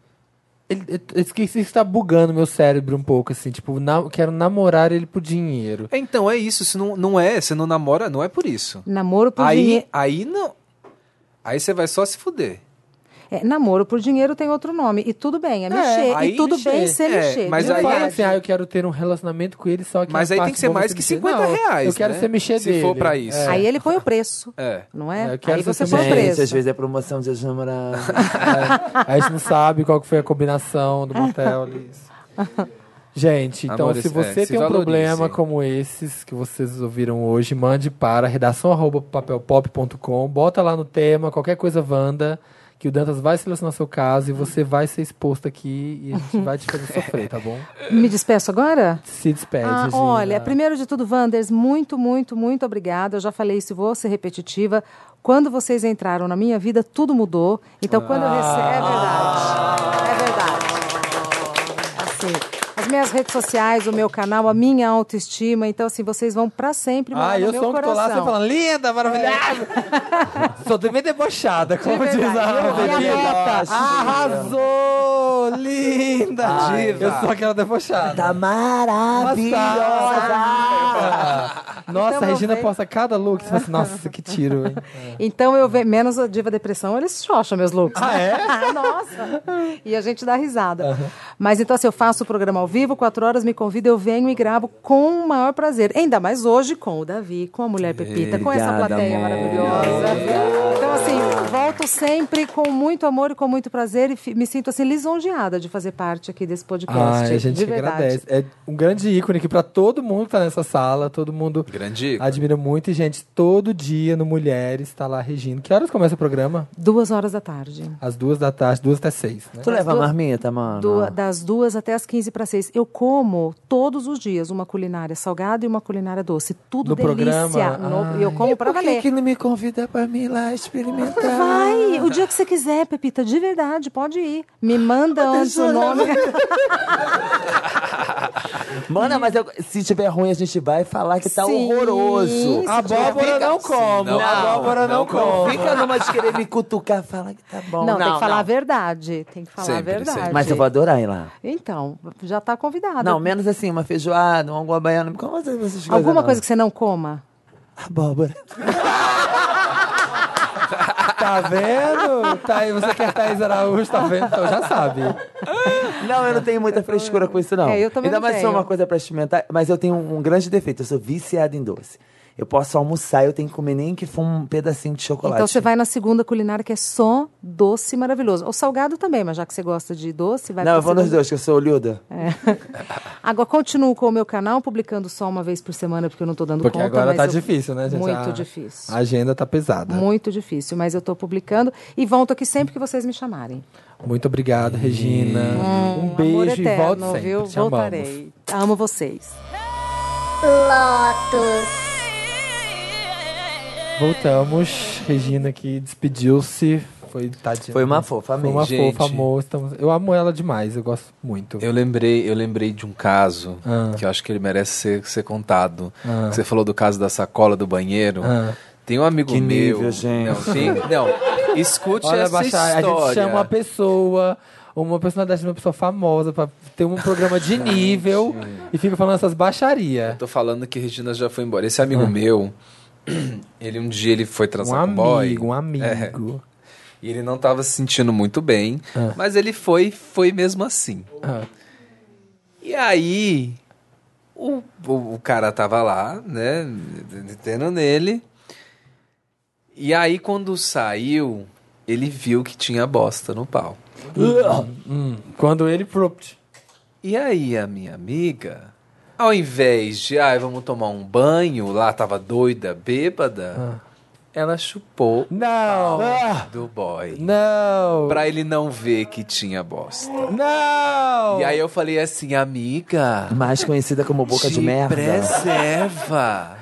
Ele, eu- eu esqueci que está bugando meu cérebro um pouco, assim. Tipo, na- quero namorar ele por dinheiro.
É, Então, é isso. Se não, não é, você não namora, não é por isso.
Namoro por
aí,
dinheiro.
Aí não. Aí você vai só se fuder.
É, namoro por dinheiro tem outro nome. E tudo bem, é mexer.
aí
e tudo
mexer.
bem ser
É,
mexer.
mas
não
aí-
fala assim, ah, eu quero ter um relacionamento com ele, só que
Mas
a
aí tem
parte
que ser
boa
mais
você
que
mexer.
50
Não,
reais,
Eu quero
né?
ser mexer
Se for pra isso. É.
Aí ele põe o preço.
É.
Não é?
Eu quero
aí
ser
você
seu
põe o
mexer.
preço.
Às vezes é promoção de namorar.
A gente não sabe qual que foi a combinação do motel ali. Gente, então
É. Amores,
se você
é, se
tem um
valorize.
problema como esses que vocês ouviram hoje, mande para redação@papelpop.com, bota lá no tema qualquer coisa Wanda, que o Dantas vai selecionar seu caso e você vai ser exposto aqui e a gente vai te fazer sofrer, tá bom?
Me despeço agora?
Se despede,
Ah,
Gina.
olha, primeiro de tudo, Wanders, muito, muito, muito obrigada. Eu já falei isso, e vou ser repetitiva. Quando vocês entraram na minha vida, tudo mudou. Então, quando eu
Ah.
recebo.
Ah,
É verdade. É verdade. Assim, as minhas redes sociais, o meu canal, a minha autoestima. Então, assim, vocês vão pra sempre morar
Ah,
no
eu
meu
sou um que
coração.
tô lá, você falando, linda, maravilhosa. Sou também debochada, como diz
É
a
verdade. E a
Pepita.
nota?
Arrasou, linda.
Ah, Ai,
Eu sou aquela debochada. Tá maravilhosa. Nossa,
Então,
a Regina
eu ve-
posta cada look. Você fala assim, nossa, que tiro, hein?
É.
Então eu vejo, menos a diva depressão, eles xoxam meus looks.
Ah,
é? Nossa! E a gente dá risada. Mas então, assim, eu faço o programa ao vivo, quatro horas, me convida, eu venho e gravo com o maior prazer. Ainda mais hoje com o Davi, com a Mulher Pepita, com essa
Obrigada,
plateia
amor.
maravilhosa. Então, assim, volto sempre com muito amor e com muito prazer e fi- me sinto, assim, lisonjeada de fazer parte aqui desse podcast.
Ai, a gente
de
que
verdade.
agradece. É um grande ícone aqui pra todo mundo que tá nessa sala. Todo mundo
Grande ícone.
admira muito. E, gente, todo dia no Mulheres tá lá regindo. Que horas começa o programa?
Duas horas da tarde.
Às duas da tarde, duas até seis, né?
Tu leva a
duas-
marmita, mano?
Dua- das duas até as 15 para 6. Eu como todos os dias uma culinária salgada e uma culinária doce. Tudo
No
delícia.
programa?
Ah.
No-
Ai.
eu como pra
Por que,
valer.
que não me convida pra mim ir lá experimentar?
Vai, o dia que você quiser, Pepita, de verdade, pode ir. Me manda antes o nome.
Mana, mas eu- se tiver ruim, a gente vai falar que tá
Sim, é
horroroso.
se
A Abóbora não come.
Não,
a Abóbora não, come.
Fica numa de querer me cutucar, fala que tá bom.
Tá. Não, tem que falar a verdade. Tem que falar
Sempre,
a verdade.
sempre. Mas eu vou adorar ir lá.
Então, já tá convidada.
Não, menos assim, uma feijoada, um angu baiano. Como essas coisas?
Alguma
não?
coisa que você não coma?
Abóbora.
Tá vendo? Tá aí, você quer Thaís Araújo, tá vendo? Então já sabe.
Não, eu não tenho muita frescura com isso, não.
É, eu também
Ainda
não
mais se for
tenho.
uma coisa pra experimentar. Mas eu tenho um grande defeito, eu sou viciada em doce. Eu posso almoçar, eu tenho que comer nem que for um pedacinho de chocolate.
Então você vai na segunda culinária que é só doce maravilhoso. Ou salgado também, mas já que você gosta de doce, vai
Não,
pra
eu vou nos
segunda.
dois, que eu sou olhuda.
É. Agora continuo com o meu canal, publicando só uma vez por semana, porque eu não tô dando
Porque
conta.
agora
mas
tá
eu-
difícil, né, gente?
Muito
A-
difícil.
A agenda tá pesada.
Muito difícil, mas eu tô publicando e volto aqui sempre que vocês me chamarem.
Muito obrigado, Regina. um
Hum, Amor
beijo e volte
eterno,
sempre.
viu?
Te amamos.
Voltarei. Amo vocês.
Lotus.
Voltamos. Regina que despediu-se. Foi tadinha.
Foi uma fofa
Foi
mesmo.
uma
Gente.
fofa, amor. Estamos- Eu amo ela demais, eu gosto muito.
Então, Eu lembrei, eu lembrei de um caso
Ah.
que eu acho que ele merece ser, ser contado.
Ah.
Você falou do caso da sacola do banheiro.
Ah.
Tem um amigo
Que
meu.
nível, gente.
Não, tem- não, escute
Olha,
essa
Baixar, a
história.
gente chama uma pessoa, uma personalidade de uma pessoa famosa, pra ter um programa de nível e fica falando essas baixarias.
É. Tô falando que Regina já foi embora. Esse amigo meu, ele um dia ele foi
Um
transar com
amigo,
boy.
um amigo. É.
É. E ele não tava se sentindo muito bem, mas ele foi, foi mesmo assim.
Ah.
E aí, o, o, o cara tava lá, né, tendo nele. E aí, quando saiu, ele viu que tinha bosta no pau.
Hum, Quando ele propt.
E aí, a minha amiga, ao invés de, ai, vamos tomar um banho, lá tava doida, bêbada, Ela chupou
Ah. não. Ah.
do boy.
Não.
Pra ele não ver que tinha bosta.
Oh.
Não!
E aí eu falei assim, amiga.
Mais conhecida como boca
te
de merda.
Preserva.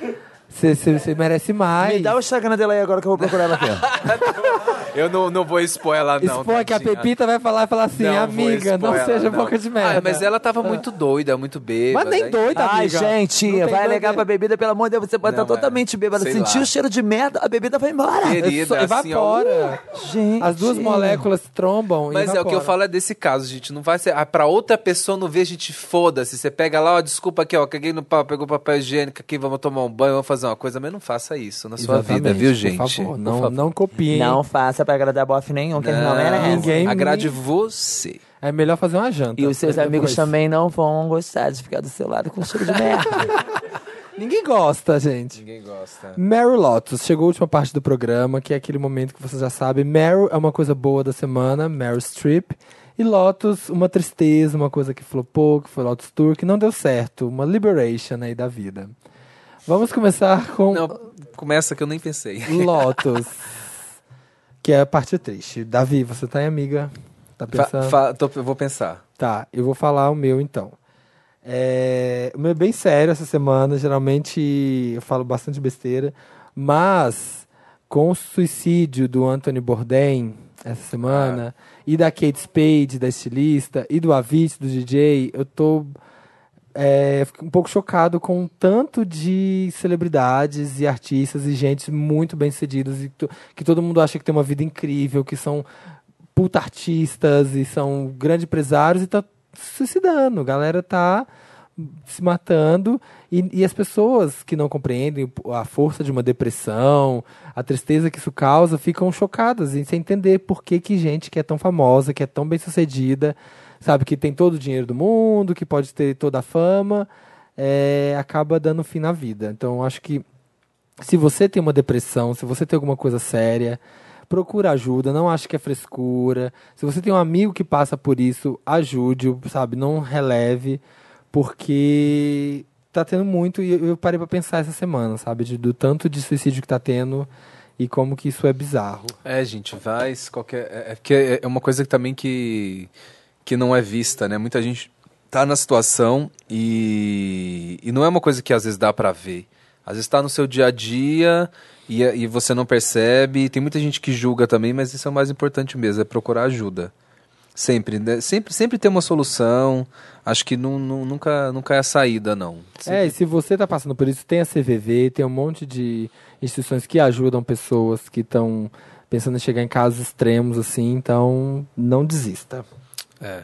Você merece mais.
Me dá o Instagram dela aí agora que eu vou procurar ela aqui.
Eu não, não vou expor ela, não.
Expõe que a
tadinha.
Pepita vai falar e falar assim,
Não vou
amiga,
expor
não
ela,
seja
não.
boca de merda.
Ah, mas ela tava muito doida, muito bêbada.
Mas nem doida,
Ai,
amiga. Não
gente,
tem
vai
doida.
alegar pra bebida, pelo amor de Deus, você pode
Não,
estar totalmente bêbada.
sei
Sentiu
lá.
o cheiro de merda, a bebida vai embora.
Querida,
Só
assim, ó,
evapora.
Gente.
As duas moléculas trombam
Mas
e
é o que eu
evapora.
falo é desse caso, gente. Não vai ser. Ah, pra outra pessoa não ver, gente, foda-se. Você pega lá, ó, desculpa aqui, ó, caguei no pau, pegou papel higiênico aqui, vamos tomar um banho, vamos fazer uma coisa, mas não faça isso na sua
Exatamente,
vida, viu, gente?
Por favor, não,
Por favor.
não copiem.
Não faça pra agradar bofe nenhum, que ele não merece.
Ninguém
Agrade você.
É melhor fazer uma janta.
E os seus
Depois.
amigos também não vão gostar de ficar do seu lado com cheiro de merda.
Ninguém gosta, gente.
Ninguém gosta.
Meryl Lotus, chegou a última parte do programa, que é aquele momento que você já sabe. Meryl é uma coisa boa da semana, Meryl Streep. E Lotus, uma tristeza, uma coisa que flopou, que foi Lotus Tour, que não deu certo. Uma liberation aí da vida. Vamos começar com
Não, começa que eu nem pensei.
Lotus, que é a parte triste. Davi, você tá aí, amiga? Tá
Fa-
pensando?
fa- tô- eu vou pensar.
Tá, eu vou falar o meu então. É, o meu é bem sério essa semana, geralmente eu falo bastante besteira, mas com o suicídio do Anthony Bourdain essa semana, e da Kate Spade, da estilista, e do Avicii, do DJ, eu tô é, fico um pouco chocado com o tanto de celebridades e artistas e gente muito bem-sucedidos e to- que todo mundo acha que tem uma vida incrível, que são puta artistas e são grandes empresários e tá se suicidando. A galera tá se matando e, e as pessoas que não compreendem a força de uma depressão, a tristeza que isso causa, ficam chocadas e sem entender por que, que gente que é tão famosa, que é tão bem sucedida, sabe, que tem todo o dinheiro do mundo, que pode ter toda a fama, é, acaba dando fim na vida. Então, eu acho que se você tem uma depressão, se você tem alguma coisa séria, procura ajuda, não acha que é frescura. Se você tem um amigo que passa por isso, ajude-o, sabe? Não releve, porque tá tendo muito e eu- eu parei pra pensar essa semana, sabe? De- do tanto de suicídio que tá tendo e como que isso é bizarro.
É, gente, vai qualquer. É, é porque é, é uma coisa que também que, que não é vista, né? Muita gente tá na situação e, e não é uma coisa que às vezes dá pra ver. Às vezes tá no seu dia a dia e, e você não percebe. Tem muita gente que julga também, mas isso é o mais importante mesmo, é procurar ajuda. Sempre, né? Sempre, sempre tem uma solução. Acho que nu- nu- nunca, nunca é a saída, não.
É, e se você tá passando por isso, tem a CVV, tem um monte de instituições que ajudam pessoas que estão pensando em chegar em casos extremos assim, então não desista.
É.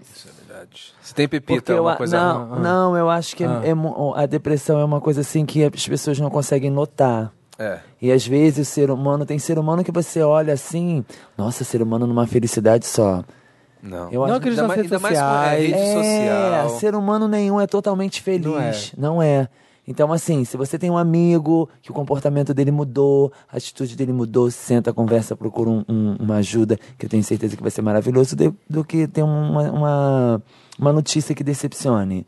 Isso é verdade. Se tem
Porque
pepita, é
eu,
uma
a-
coisa
não, não, eu acho que é-
Ah.
é mu- a depressão é uma coisa assim que as pessoas não conseguem notar.
É.
E às vezes o ser humano, tem ser humano que você olha assim, nossa, ser humano numa felicidade só.
Não.
Eu
não
acho
acredito
ainda
nas
mais-
redes
ainda mais com- é,
sociais.
rede- social.
ser humano nenhum é totalmente feliz. Não é. Então, assim, se você tem um amigo que o comportamento dele mudou, a atitude dele mudou, senta, conversa, procura um- um- uma ajuda, que eu tenho certeza que vai ser maravilhoso, de- do que ter um uma, uma, uma notícia que decepcione.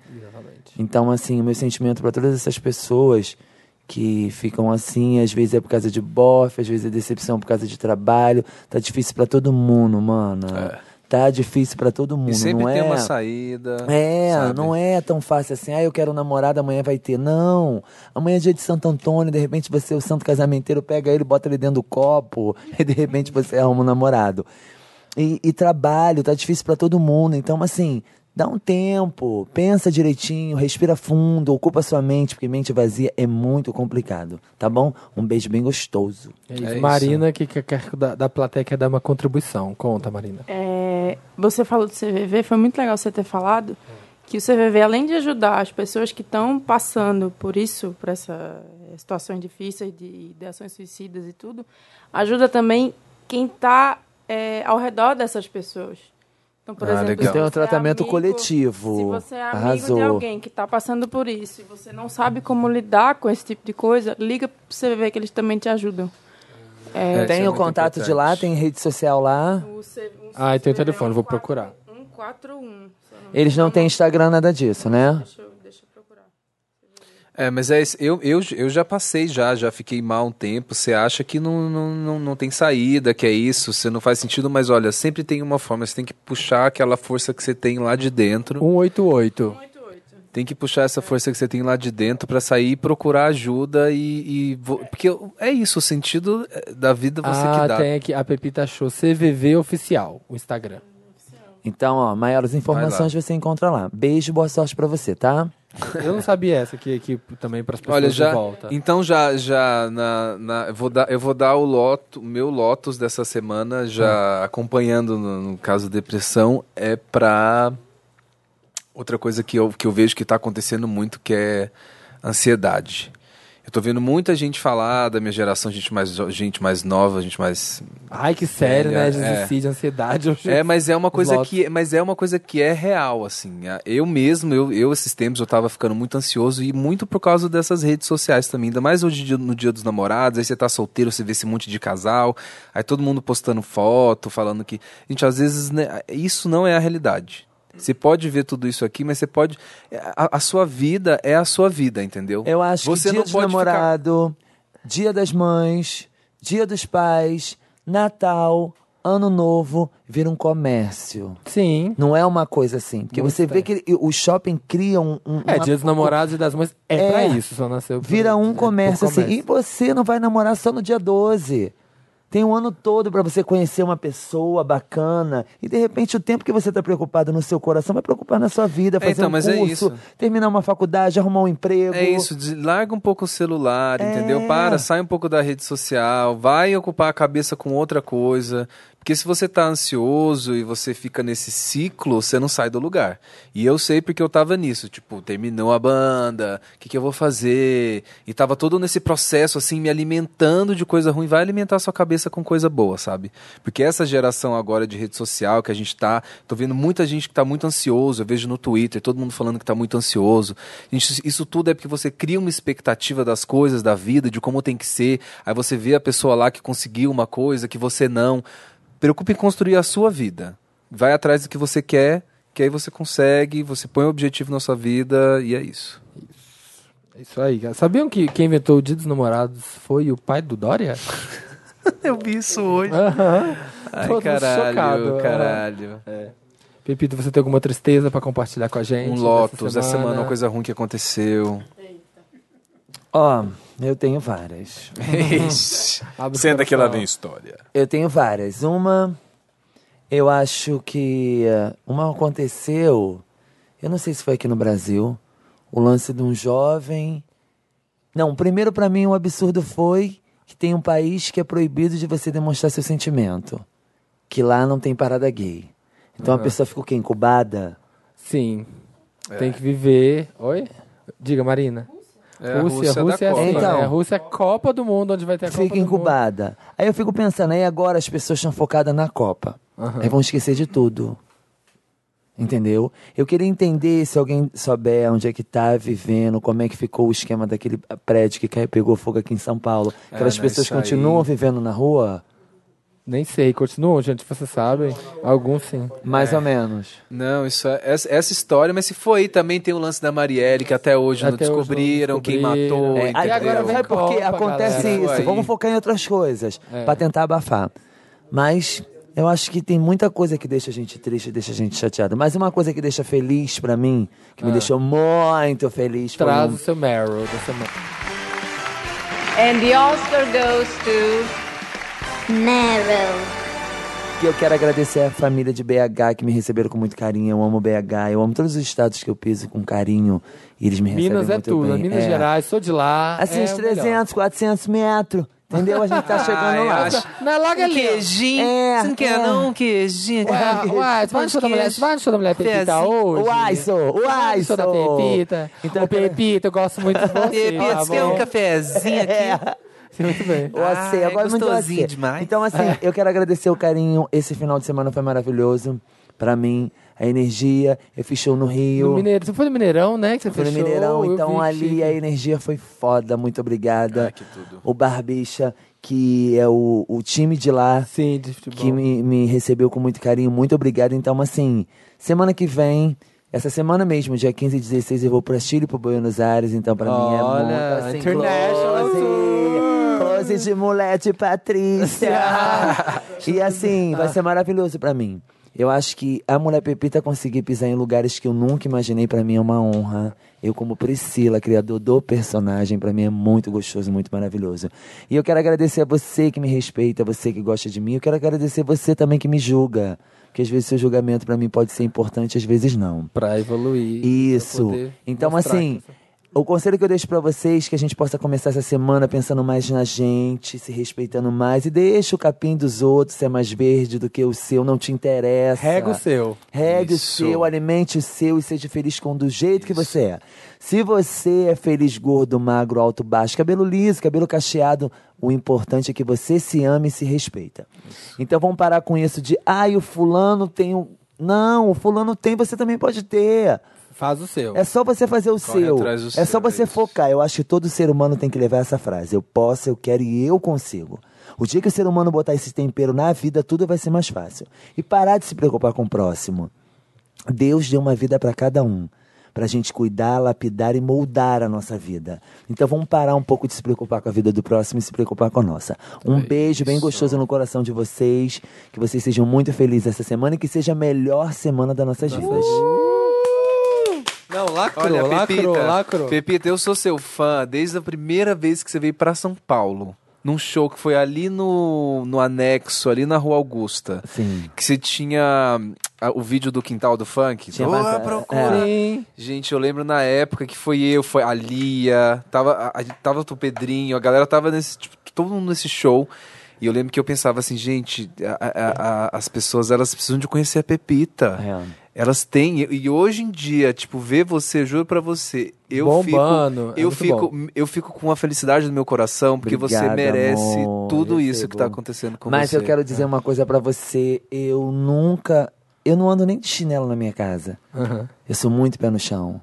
Então, assim, o meu sentimento para todas essas pessoas que ficam assim, às vezes é por causa de bofe, às vezes é decepção por causa de trabalho. Tá difícil para todo mundo, mano. Tá difícil para todo mundo,
E sempre
não
tem
é?
uma saída.
É,
sabe?
não é tão fácil assim. Ah, eu quero um namorado, amanhã vai ter. Não. Amanhã é dia de Santo Antônio, de repente você, o santo casamenteiro, pega ele, bota ele dentro do copo, e de repente você arruma um namorado. E, e trabalho, tá difícil pra todo mundo. Então, assim, dá um tempo, pensa direitinho, respira fundo, ocupa sua mente, porque mente vazia é muito complicado, tá bom? Um beijo bem gostoso.
É isso.
É isso.
Marina, que que- quer da, da plateia quer dar uma contribuição. Conta, Marina.
É, você falou do CVV, foi muito legal você ter falado que o CVV, além de ajudar as pessoas que estão passando por isso, por essas situações difíceis de, de ações suicidas e tudo, ajuda também quem está ao redor dessas pessoas. Então, por
Ah,
exemplo,
legal.
se
Então é um
você
tratamento
amigo-
coletivo.
Se você é amigo
Arrasou.
de alguém que está passando por isso e você não sabe como lidar com esse tipo de coisa, liga para o CVV que eles também te ajudam.
É, isso
Tem
é
o
muito
contato de lá,
importante.
tem rede social lá.
O C- o
Ah, eu tenho o
CVV
telefone, vou
quatro-
procurar.
141. se eu não me
Eles não têm Instagram, nada disso, né?
Deixa eu, deixa eu procurar.
É, mas é isso. Eu, eu, eu já passei já, já fiquei mal um tempo. Você acha que não, não, não, não tem saída, que é isso, você não faz sentido, mas olha, sempre tem uma forma, você tem que puxar aquela força que você tem lá de dentro.
188.
Tem que puxar essa força que você tem lá de dentro pra sair e procurar ajuda e. e vo- Porque é isso, o sentido eh, da vida você
ah,
que dá.
tem aqui. A tá Pepita achou CVV Oficial, o Instagram.
Então, ó, maiores informações você encontra lá. Beijo, boa sorte pra você, tá?
Eu não sabia essa aqui, aqui também para as pessoas
Olha, já,
de volta.
então já, já na, na- eu, vou dar, eu vou dar o loto, o meu lotus dessa semana,
Hum.
já
Ah.
acompanhando no, no caso depressão, é pra outra coisa que eu, que eu vejo que tá acontecendo muito, que é ansiedade. Eu tô vendo muita gente falar da minha geração, gente mais, jo- gente mais nova, gente mais...
Ai, que sério,
velha,
né?
é.
Desicídio, ansiedade. hoje
É, mas é uma
os
coisa
lotos.
que, mas é uma coisa que é real, assim. A- Eu mesmo, eu, eu esses tempos eu tava ficando muito ansioso e muito por causa dessas redes sociais também. Ainda mais hoje em dia, no dia dos namorados, aí você tá solteiro, você vê esse monte de casal, aí todo mundo postando foto, falando que, gente, às vezes né, isso não é a realidade. Você pode ver tudo isso aqui, mas você pode. é, A, a sua vida é a sua vida, entendeu?
Eu acho
você
que dia
não
de
pode ficar-
namorado, dia das mães, dia dos pais, Natal, Ano Novo, vira um comércio.
Sim.
Não é uma coisa assim. Porque
Muito
você vê que ele- o shopping cria um... um-
É,
uma-
dia dos namorados e das mães. É,
É.
pra isso, só nasceu. pra-
Vira um
é,
comércio,
por
assim. E você não vai namorar só no dia 12. Tem um ano todo pra você conhecer uma pessoa bacana. E de repente o tempo que você tá preocupado no seu coração vai preocupar na sua vida,
É,
fazer
então,
um
mas é
curso,
isso.
terminar uma faculdade, arrumar um emprego.
É isso, des- larga um pouco o celular, entendeu? Para, sai um pouco da rede social, vai ocupar a cabeça com outra coisa. Porque se você tá ansioso e você fica nesse ciclo, você não sai do lugar. E eu sei porque eu tava nisso, tipo, terminou a banda, o que, que eu vou fazer? E tava todo nesse processo, assim, me alimentando de coisa ruim. Vai alimentar sua cabeça com coisa boa, sabe? Porque essa geração agora de rede social que a gente tá, tô vendo muita gente que tá muito ansioso, eu vejo no Twitter, todo mundo falando que tá muito ansioso. Gente, isso- isso tudo é porque você cria uma expectativa das coisas, da vida, de como tem que ser. Aí você vê a pessoa lá que conseguiu uma coisa que você não. Preocupe em construir a sua vida. Vai atrás do que você quer, que aí você consegue, você põe um objetivo na sua vida e é isso.
Isso aí, cara. Sabiam que quem inventou o Dia dos Namorados foi o pai do Dória?
Eu vi isso hoje. Ai,
Todo mundo
caralho,
chocado.
caralho.
É. Pepito, você tem alguma tristeza pra compartilhar com a gente?
Um
dessa
Lotus, essa semana uma coisa ruim que aconteceu.
Ó, eu tenho várias.
Abre o
Senta que lá
coração.
vem história.
Eu tenho várias. Uma, eu acho que eh, uma aconteceu, eu não sei se foi aqui no Brasil, o lance de um jovem. Não, primeiro pra mim o absurdo foi que tem um país que é proibido de você demonstrar seu sentimento, que lá não tem parada gay. Então a
Aham.
pessoa fica o quê? Incubada?
Sim.
É.
Tem que viver. Oi? Diga, Marina.
É, a Rússia é da
Rússia, Rússia é
Copa.
assim,
Então.
né? Rússia é Copa do Mundo, onde vai ter a Copa
Fica
do Mundo.
incubada. Aí eu fico pensando, aí agora as pessoas estão focadas na Copa.
Aham.
Aí vão esquecer de tudo. Entendeu? Eu queria entender se alguém souber onde é que tá vivendo, como é que ficou o esquema daquele prédio que caiu, pegou fogo aqui em São Paulo.
É,
Aquelas
né,
pessoas
isso aí.
continuam vivendo na rua?
Nem sei, continuam, gente, vocês sabem. Alguns sim.
Mais ou menos.
É. Não, isso é, essa, essa história, mas se foi, também tem o lance da Marielle, que até hoje não
Até hoje não
descobriram quem
descobriram.
matou.
É,
entendeu?
e agora vem
É porque
Copa,
acontece
galera.
isso.
Aí.
Vamos focar em outras coisas
É.
pra tentar abafar. Mas eu acho que tem muita coisa que deixa a gente triste, deixa a gente chateado. Mas uma coisa que deixa feliz pra mim, que me
Ah.
deixou muito feliz, foi
Traz
um-
o seu Meryl da semana.
And the Oscar goes to Meryl.
que eu quero agradecer à família de BH que me receberam com muito carinho. Eu amo BH, eu amo todos os estados que eu piso com carinho. E eles me recebem
Minas é
muito
tudo, né?
bem.
Minas
É.
Gerais, sou de lá.
Assim,
é
uns
o melhor.
300, 400 metros. Entendeu? A gente tá chegando
Ah, eu
lá.
acho- Não é logo ali. Queijinho.
Um Você não quer, não? Um
queijinho.
Uai, uai, vai no show da mulher, vai no show da mulher Pepita
Pezinho.
hoje.
Uai, sou, uai,
Vai no show da
sou. Então,
Pepita. Ô, Pepita, eu gosto muito de você. tá
Pepita, você quer um
cafezinho aqui?
É.
Muito bem.
Ah,
Eu
é
sei, agora muito assim. Então, assim, eu quero agradecer o carinho. Esse final de semana foi maravilhoso pra mim. A energia, eu fiz show no Rio.
No Mineirão. Você foi no Mineirão, né? Que você
Fui no
fechou,
Mineirão,
eu vi
então
que
ali
chique.
a energia foi foda, muito obrigada. O Barbicha, que é o, o time de lá, que me, me recebeu com muito carinho, muito obrigado. Então, assim, semana que vem Essa semana mesmo, dia 15 e 16, eu vou pra Chile, pro Buenos Aires. Então, pra mim é muito
Olha,
assim,
international assim.
close, close de mulete, Patrícia. e assim, vai ser maravilhoso pra mim. Eu acho que a Mulher Pepita conseguir pisar em lugares que eu nunca imaginei, pra mim é uma honra. Eu, como Priscila, criador do personagem, pra mim é muito gostoso, muito maravilhoso. E eu quero agradecer a você que me respeita, você que gosta de mim. Eu quero agradecer você também que me julga. Porque às vezes seu julgamento pra mim pode ser importante, às vezes não.
Pra evoluir.
Isso.
poder
Então,
mostrar
assim, o conselho que eu deixo pra vocês é que a gente possa começar essa semana pensando mais na gente, se respeitando mais. E deixa o capim dos outros, se é mais verde do que o seu, não te interessa.
Rega o seu.
Regue
Isso.
o seu, alimente o seu e seja feliz com do jeito que você é. Se você é feliz, gordo, magro, alto, baixo, cabelo liso, cabelo cacheado, o importante é que você se ama e se respeita. Então vamos parar com isso de, ai, o fulano tem um. Não, o fulano tem, você também pode ter.
Faz o seu.
É só você fazer o
Corre
seu.
atrás do
é
seu,
só você focar. Eu acho que todo ser humano tem que levar essa frase. Eu posso, eu quero e eu consigo. O dia que o ser humano botar esse tempero na vida, tudo vai ser mais fácil. E parar de se preocupar com o próximo. Deus deu uma vida para cada um. Pra gente cuidar, lapidar e moldar a nossa vida. Então vamos parar um pouco de se preocupar com a vida do próximo e se preocupar com a nossa. Um
É
beijo bem gostoso no coração de vocês. Que vocês sejam muito felizes essa semana e que seja a melhor semana das nossas vidas.
Não, lacrou,
Olha,
lacrou,
Pepita,
lacrou.
Pepita, eu sou seu fã desde a primeira vez que você veio pra São Paulo. Num show que foi ali no, no anexo, ali na Rua Augusta.
Sim.
Que você tinha ah, o vídeo do Quintal do Funk.
Tinha
Boa
mais-
ah, procura.
é.
Gente, eu lembro na época que foi eu, foi a Lia, tava, a- a- tava o Pedrinho, a galera tava nesse, tipo, todo mundo nesse show. E eu lembro que eu pensava assim, gente, a- a- a- as pessoas, elas precisam de conhecer a Pepita.
É.
Elas têm, e- e hoje em dia, tipo, ver você, juro pra você, eu
Bombando,
fico,
é
eu
muito
fico,
bom.
eu fico com a felicidade no meu coração, porque você
Obrigado,
merece
amor.
tudo
Eu
isso
é
sei,
que tá
bom.
acontecendo com
Mas
você. né?
eu quero dizer uma coisa pra você. Eu nunca. Eu não ando nem de chinelo na minha casa.
Aham.
Eu sou muito pé no chão.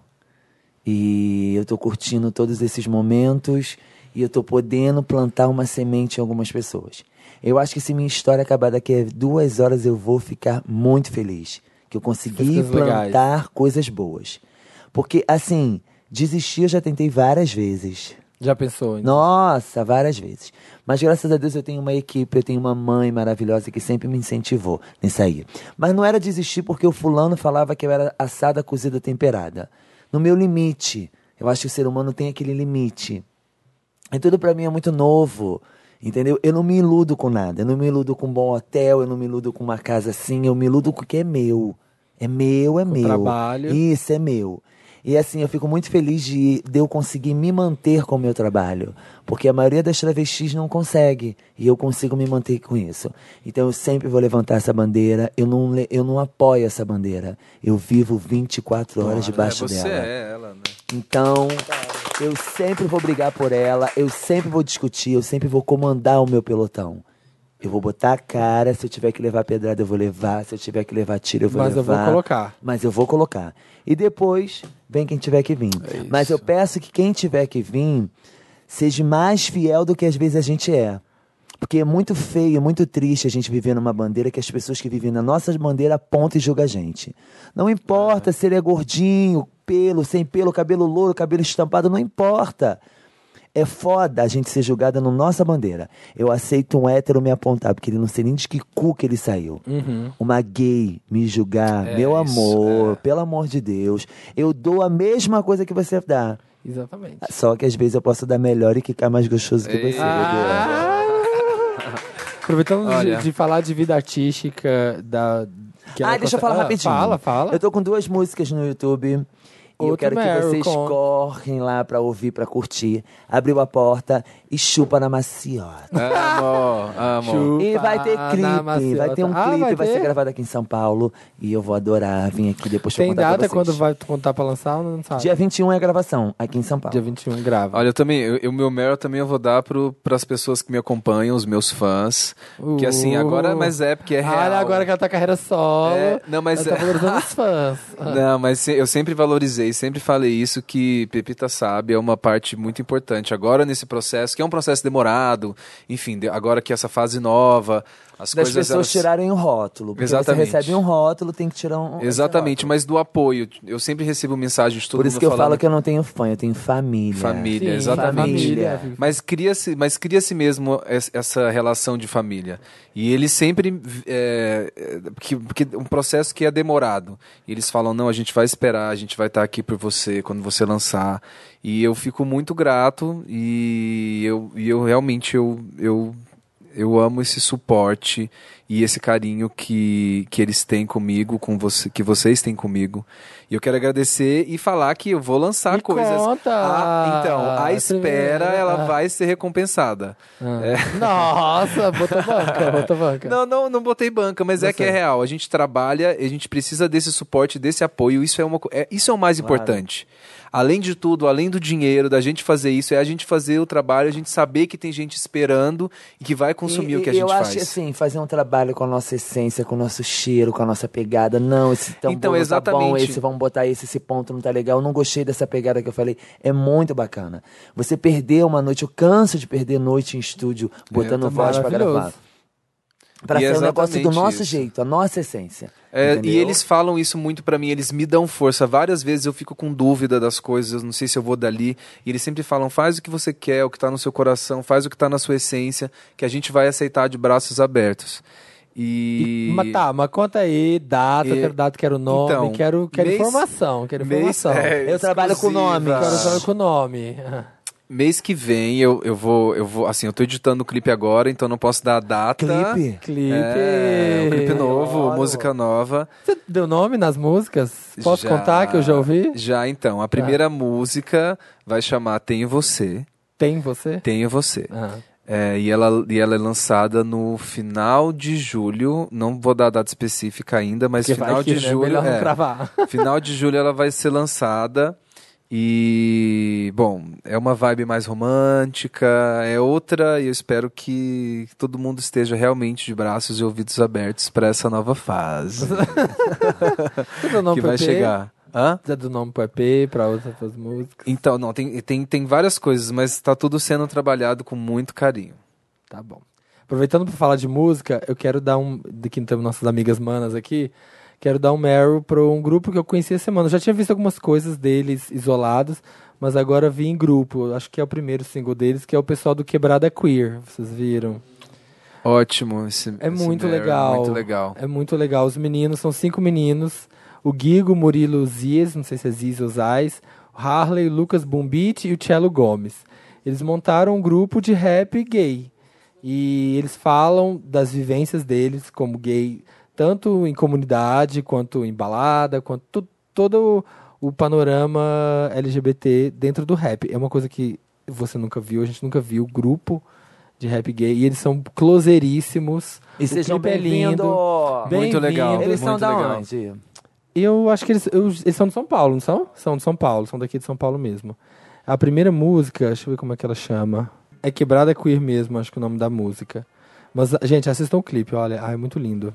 E eu tô curtindo todos esses momentos e eu tô podendo plantar uma semente em algumas pessoas. Eu acho que se minha história acabar daqui a duas horas, eu vou ficar muito feliz. Que eu
Faz
consegui
coisas legais.
plantar coisas boas. Porque, assim, desistir eu já tentei várias vezes.
Já pensou? então?
Nossa, várias vezes. Mas graças a Deus eu tenho uma equipe, eu tenho uma mãe maravilhosa que sempre me incentivou nisso aí. Mas não era desistir porque o fulano falava que eu era assada, cozida, temperada. No meu limite. Eu acho que o ser humano tem aquele limite. E tudo pra mim é muito novo. Entendeu? Eu não me iludo com nada. Eu não me iludo com um bom hotel, eu não me iludo com uma casa assim, eu me iludo com o que é meu. É meu, é meu.
trabalho.
Isso é meu. E assim, eu fico muito feliz de, de eu conseguir me manter com o meu trabalho. Porque a maioria das travestis não consegue. E eu consigo me manter com isso. Então eu sempre vou levantar essa bandeira. Eu não, le- eu não apoio essa bandeira. Eu vivo 24 horas debaixo
você
dela.
é ela, né?
Então, eu sempre vou brigar por ela, eu sempre vou discutir, eu sempre vou comandar o meu pelotão. Eu vou botar a cara, se eu tiver que levar pedrada, eu vou levar, se eu tiver que levar tiro, eu vou
Mas eu
levar.
vou colocar.
Mas eu vou colocar. E depois, vem quem tiver que vir.
É
Mas eu peço que quem tiver que vir seja mais fiel do que às vezes a gente é. Porque é muito feio, é muito triste a gente viver numa bandeira que as pessoas que vivem na nossa bandeira apontam e julgam a gente. Não importa se ele é gordinho, pelo, sem pelo, cabelo louro, cabelo estampado, não importa. É foda a gente ser julgada na nossa bandeira. Eu aceito um hétero me apontar, porque ele não sei nem de que cu que ele saiu.
Uhum.
Uma gay me julgar,
É
meu
isso,
amor, pelo amor de Deus. Eu dou a mesma coisa que você dá.
Exatamente.
Só que às vezes eu posso dar melhor e ficar mais gostoso que você.
Ah,
Aproveitando de-
Olha.
de, falar de vida artística, da. que
ah,
ela
deixa eu
consegue-
falar
Ah,
rapidinho.
Fala, fala.
Eu tô com duas músicas no YouTube. E eu
Outro
quero que
Meryl,
vocês
com-
correm lá pra ouvir, pra curtir. Abriu a porta e chupa na maciota.
Amo, amo.
e vai ter
na
clipe,
maciota.
vai ter um
Ah,
clipe,
vai
vai,
ter?
ser gravado aqui em São Paulo. E eu vou adorar vir aqui depois pra
Tem
contar pra
data
vocês.
quando vai contar pra lançar ou não sabe?
Dia 21 é a gravação, aqui em São Paulo.
Dia 21 grava.
Olha, eu também, eu- eu- o meu Meryl também eu vou dar para as pessoas que me acompanham, os meus fãs. Que assim,
Uh.
agora, mas é porque é real.
Olha, agora que ela tá carreira solo.
É, não, mas
ela
é-
tá valorizando os fãs.
Ah.
Não, mas se- eu sempre valorizei, sempre falei isso que Pepita sabe, é uma parte muito importante. Agora nesse processo, que é um processo demorado, enfim, de- agora que essa fase nova, As
das
coisas,
pessoas
elas-
tirarem o rótulo. Porque
Exatamente.
você recebe um rótulo, tem que tirar um.
Exatamente, mas do apoio. Eu sempre recebo mensagens de todo
Por isso
mundo
que eu
falando
falo que eu não tenho fã, eu tenho família.
Família, exatamente. Mas cria-se, mas cria-se mesmo es- essa relação de família. E eles sempre é, é, porque, porque é um processo que é demorado. E eles falam não, a gente vai esperar, a gente vai estar aqui por você quando você lançar. E eu fico muito grato e eu, e eu realmente eu, eu eu amo esse suporte e esse carinho que, que eles têm comigo, com você, que vocês têm comigo. E eu quero agradecer e falar que eu vou lançar coisas.
conta!
Ah, então, a
Primeiro,
espera
né?
ela
ah.
vai ser recompensada.
Ah.
É.
Nossa, botou banca, botou banca.
Não, não, não botei banca, mas é que é real. A gente trabalha, a gente precisa desse suporte, desse apoio. Isso é, uma, co- é- isso é o mais
Claro.
importante. Além de tudo, além do dinheiro, da gente fazer isso, é a gente fazer o trabalho, a gente saber que tem gente esperando e que vai consumir
E-
o que a
e
gente
eu
faz.
acho que, assim, fazer um trabalho com a nossa essência, com o nosso cheiro, com a nossa pegada. Não, esse tambor
Então,
não tá bom,
exatamente.
esse vamos botar esse, esse ponto não tá legal. Eu não gostei dessa pegada que eu falei. É muito bacana. Você perder uma noite, eu canso de perder noite em estúdio, botando
É, também.
tá
voz pra gravar.
Maravilhoso.
Pra
E é
ser um negócio do
exatamente
nosso
isso.
jeito, a nossa essência.
É, e
entendeu?
eles falam isso muito pra mim, eles me dão força. Várias vezes eu fico com dúvida das coisas, eu não sei se eu vou dali. E eles sempre falam: faz o que você quer, o que tá no seu coração, faz o que tá na sua essência, que a gente vai aceitar de braços abertos. E.
Mas tá, mas conta aí, data,
E-
quero data, quero nome,
Então,
quero, quero
mês-
informação, quero
mês-
informação.
é, Eu trabalho com exclusiva. nomes.
Quero trabalho com nome.
Mês que vem eu, eu vou. Eu vou. Assim, eu tô editando o clipe agora, então não posso dar a data.
Clipe? Clipe.
É, um clipe novo,
Adoro.
música nova.
Você deu nome nas músicas? Posso contar que eu já ouvi? Tá.
Já então. A primeira música vai chamar Tenho Você.
Tem você?
Tenho Você.
Ah.
É, e, ela, e ela é lançada no final de julho. Não vou dar a data específica ainda, mas
Porque vai
final
que,
de
né?
julho.
Melhor não
é.
cravar.
Final de julho ela vai ser lançada. E, bom, é uma vibe mais romântica, é outra, e eu espero que todo mundo esteja realmente de braços e ouvidos abertos para essa nova fase.
Você deu nome
que
pro
vai
EP?
chegar. Hã?
Você deu nome pro EP, pra outras músicas?
Então, não, tem, tem, tem várias coisas, mas tá tudo sendo trabalhado com muito carinho.
Tá bom. Aproveitando pra falar de música, eu quero dar um. De que estamos nossas amigas manas aqui. Quero dar um Meryl pra um grupo que eu conheci essa semana. Eu já tinha visto algumas coisas deles isolados, mas agora vi em grupo. Eu Acho que é o primeiro single deles, que é o pessoal do Quebrada Queer. Vocês viram?
Ótimo, esse
É
esse
muito
Meryl,
legal.
Muito legal.
É muito legal. Os meninos, são cinco meninos. O Guigo, Murilo Zies, não sei se é Zies ou Zais, o Harley, o Lucas Bumbit e o Cello Gomes. Eles montaram um grupo de rap gay. E eles falam das vivências deles como gay, tanto em comunidade, quanto em balada, quanto to- todo o panorama LGBT dentro do rap. É uma coisa que você nunca viu, a gente nunca viu grupo de rap gay. E eles são closeiríssimos.
E
O
sejam
clipe é lindo.
bem-vindos.
Bem-vindo.
Eles são da onde?
Eu acho que eles, eu- eles são de São Paulo, não são? São de São Paulo, são daqui de São Paulo mesmo. A primeira música, deixa eu ver como é que ela chama. É Quebrada Queer mesmo, acho que é o nome da música. Mas, gente, assistam o clipe, olha. Ah, é muito lindo.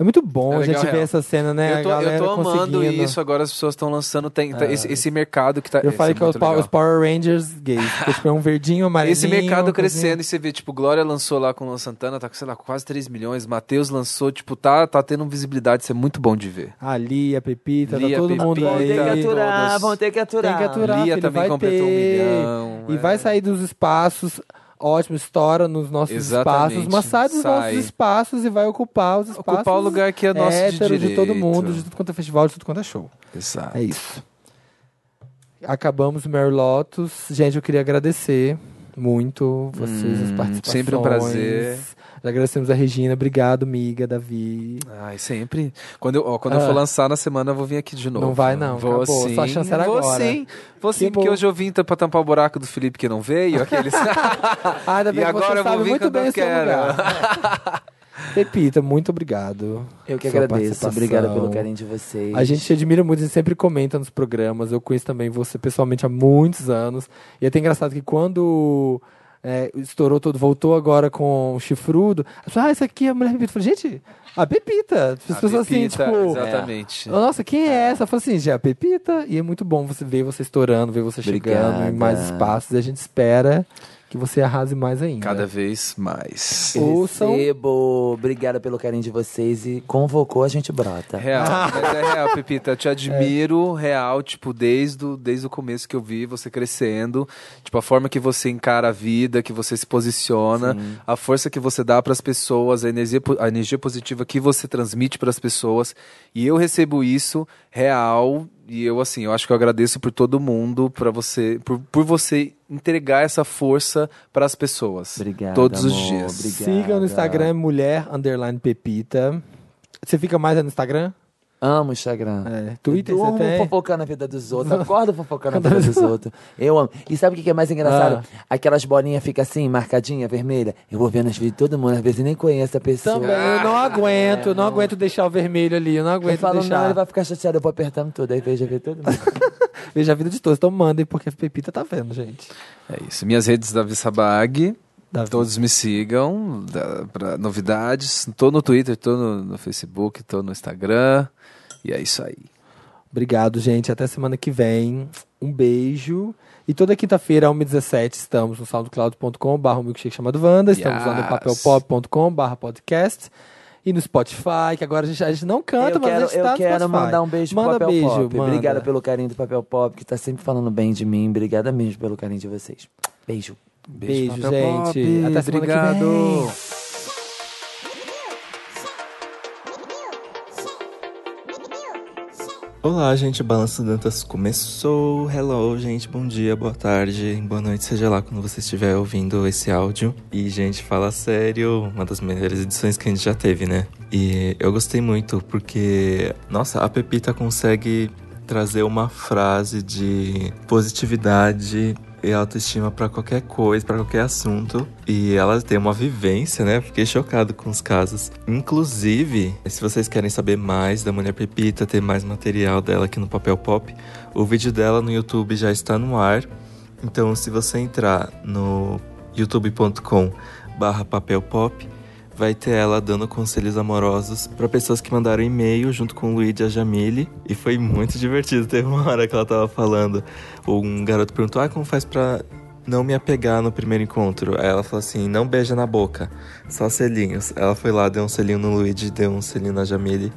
É muito bom
É
a gente
legal,
ver
real.
essa cena, né?
Eu tô,
a
eu
galera
tô amando
conseguindo.
isso, agora as pessoas estão lançando. Tem, tá-
É.
esse, esse mercado que tá.
Eu
esse
falei
é
que é os,
muito
Pow-
legal.
os Power Rangers gays. que, tipo, é um verdinho, amarelinho.
Esse mercado
uma coisinha.
crescendo, e você vê, tipo, Glória lançou lá com o Luan Santana, tá com, sei lá, quase 3 milhões. Matheus lançou, tipo, tá, tá tendo visibilidade, isso é muito bom de ver.
Ali, a Pepita,
Lia,
tá todo
Pepita,
mundo aí.
Vão ter que
aturar,
Todas.
vão ter que aturar.
Tem que aturar,
Lia
filho,
também
vai
completou um
ter.
milhão, é.
E vai sair dos espaços, ótimo, estoura nos nossos
Exatamente,
espaços, mas sai dos
sai.
nossos espaços e vai ocupar os espaços.
Ocupar o lugar que é nosso de
hétero, todo
direito.
mundo, de tudo quanto é festival, de tudo quanto é show.
Exato.
É isso. Acabamos o Mary Lotus. Gente, eu queria agradecer muito vocês,
Hum,
as participações.
sempre um prazer.
Já agradecemos a Regina. Obrigado, amiga, Davi.
Ai, sempre. Quando eu, ó, quando eu
Ah.
for lançar na semana, eu vou vir aqui de novo.
Não vai, não.
Vou
Acabou.
sim.
Sua chance era
vou
agora.
sim. Vou sim, porque hoje eu vim tam- pra tampar o buraco do Felipe que não veio. Aqueles...
Ah, ainda
e
bem que você
agora eu vou
sabe
vir
muito
quando
bem
eu
o seu
quero.
lugar. Pepita, muito obrigado.
Eu que
pela
agradeço.
participação.
Obrigado pelo carinho de vocês.
A gente te admira muito, a gente sempre comenta nos programas. Eu conheço também você pessoalmente há muitos anos. E é até engraçado que quando é, estourou todo, voltou agora com o chifrudo, as pessoas, ah, isso aqui é a mulher Pepita. Eu falei, gente, a Pepita. As pessoas assim,
Pepita,
tipo.
exatamente.
"Oh, Nossa, quem é
Ah.
essa? Eu falei assim, já é a Pepita. E é muito bom você ver você estourando, ver você chegando em mais
Obrigada.
espaços. E a gente espera que você arrase mais ainda.
Cada vez mais.
Ouçam.
né? Recebo. Obrigada pelo carinho de vocês e convocou, a gente brota.
Real, mas é real, Pepita. Eu te admiro, real, tipo, desde o, desde o começo que eu vi você crescendo. Tipo, a forma que você encara a vida, que você se posiciona, a força que você dá para as pessoas, a energia, po- a energia positiva que você transmite para as pessoas. E eu recebo isso real. E eu, assim, eu acho que eu agradeço por todo mundo, para você, por, por você entregar essa força para as pessoas. Obrigado. Todos os dias.
Siga no Instagram mulher underline pepita. Você fica mais no Instagram?
Amo o Instagram. um
É. Twitter
eu
você
amo
tem?
fofocar na vida dos outros. Acordo fofocar na vida dos outros. Eu amo. E sabe o que que é mais engraçado?
Ah.
Aquelas bolinhas ficam assim, marcadinha, vermelha. Eu vou vendo as vídeos de todo mundo, às vezes nem conheço a pessoa.
Também, eu não aguento, eu não aguento deixar o vermelho ali, eu não
Eu
aguento
falo,
deixar.
não, Ah, ele vai ficar chateado, eu vou apertando tudo. Aí veja ver todo mundo.
Veja a vida de todos, então mandem, porque a Pepita tá vendo, gente.
É isso. Minhas redes Davi Sabag. Todos me sigam da, pra novidades. Tô no Twitter, tô no, no Facebook, tô no Instagram. E é isso aí.
Obrigado, gente. Até semana que vem. Um beijo. E toda quinta-feira, 1h17, estamos no soundcloud.com.br, o milkshake chamado Wanda. Estamos lá no
Yes.
papelpop.com.br podcast. E no Spotify, que agora a gente, a gente não canta,
eu
mas a
quero,
gente tá
eu
no
quero
Spotify.
mandar um beijo
Manda
pro Papel
beijo,
Pop.
manda.
Obrigada pelo carinho do Papel Pop, que tá sempre falando bem de mim. Obrigada mesmo pelo carinho de vocês. Beijo.
Beijo,
Papel
gente.
Pop.
Até semana que vem.
Olá, gente, Balanço Dantas começou. Hello, gente, bom dia, boa tarde, boa noite, seja lá quando você estiver ouvindo esse áudio. E, gente, fala sério, uma das melhores edições que a gente já teve, né? E eu gostei muito porque, nossa, a Pepita consegue trazer uma frase de positividade e autoestima pra qualquer coisa, pra qualquer assunto. E ela tem uma vivência, né? Fiquei chocado com os casos. Inclusive, se vocês querem saber mais da Mulher Pepita, ter mais material dela aqui no Papel Pop, o vídeo dela no YouTube já está no ar. Então, se você entrar no youtube.com barra papel pop, vai ter ela dando conselhos amorosos para pessoas que mandaram e-mail junto com o Luigi e a Jamile. E foi muito divertido. Teve uma hora que ela tava falando. Um garoto perguntou: Ah, como faz pra não me apegar no primeiro encontro? Aí ela falou assim: Não beija na boca, só selinhos. Ela foi lá, deu um selinho no Luigi, deu um selinho na Jamile.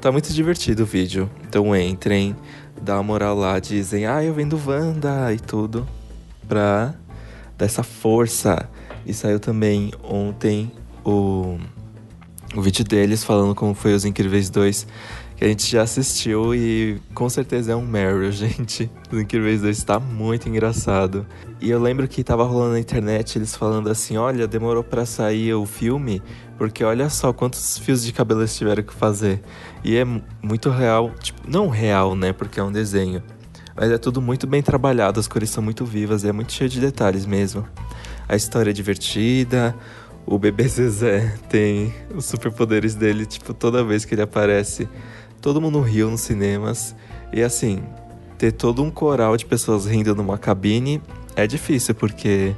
Tá muito divertido o vídeo. Então entrem, dá uma moral lá, dizem: Ah, eu vendo Wanda e tudo. Pra dar essa força. E saiu também ontem o, o vídeo deles falando como foi Os Incríveis 2, que a gente já assistiu e com certeza é um Meryl, gente. Os Incríveis 2 tá muito engraçado. E eu lembro que tava rolando na internet eles falando assim: olha, demorou pra sair o filme, porque olha só quantos fios de cabelo eles tiveram que fazer. E é mu- muito real, tipo, não real, né? Porque é um desenho. Mas é tudo muito bem trabalhado, as cores são muito vivas e é muito cheio de detalhes mesmo. A história é divertida, o bebê Zezé tem os superpoderes dele, tipo, toda vez que ele aparece, todo mundo riu nos cinemas. E assim, ter todo um coral de pessoas rindo numa cabine é difícil, porque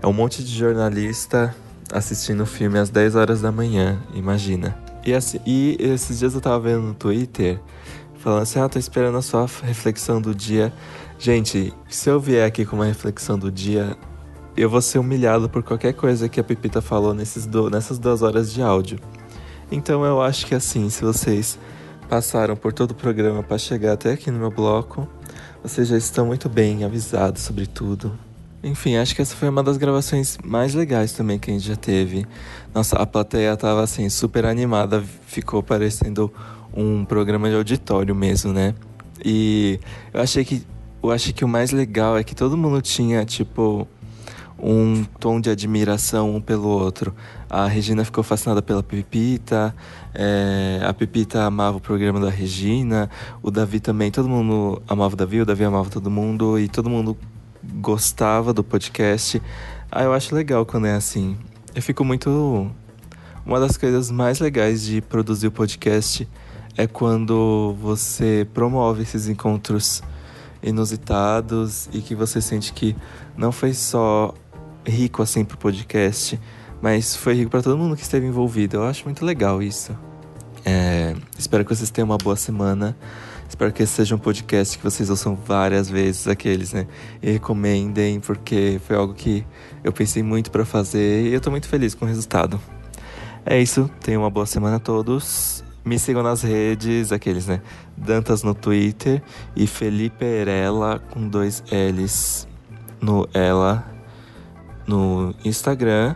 é um monte de jornalista assistindo o filme às 10 horas da manhã, imagina. E, assim, e esses dias eu tava vendo no Twitter, falando assim, ah, tô esperando a sua reflexão do dia. Gente, se eu vier aqui com uma reflexão do dia, eu vou ser humilhado por qualquer coisa que a Pepita falou nesses do- nessas duas horas de áudio. Então eu acho que assim, se vocês passaram por todo o programa para chegar até aqui no meu bloco, vocês já estão muito bem avisados sobre tudo. Enfim, acho que essa foi uma das gravações mais legais também que a gente já teve. Nossa, a plateia tava assim, super animada, ficou parecendo um programa de auditório mesmo, né? E eu achei que. Eu achei que o mais legal é que todo mundo tinha, tipo, um tom de admiração um pelo outro. A Regina ficou fascinada pela Pepita, é, a Pepita amava o programa da Regina, o Davi também, todo mundo amava o Davi, o Davi amava todo mundo e todo mundo gostava do podcast. Ah, eu acho legal quando é assim. Eu fico muito. Uma das coisas mais legais de produzir o podcast é quando você promove esses encontros inusitados e que você sente que não foi só rico assim pro podcast, mas foi rico para todo mundo que esteve envolvido. Eu acho muito legal isso. É, espero que vocês tenham uma boa semana. Espero que esse seja um podcast que vocês ouçam várias vezes aqueles, né? E recomendem, porque foi algo que eu pensei muito pra fazer e eu tô muito feliz com o resultado. É isso, tenham uma boa semana a todos. Me sigam nas redes, aqueles, né? Dantas no Twitter e Felipe Erela com dois L's no Ela no Instagram.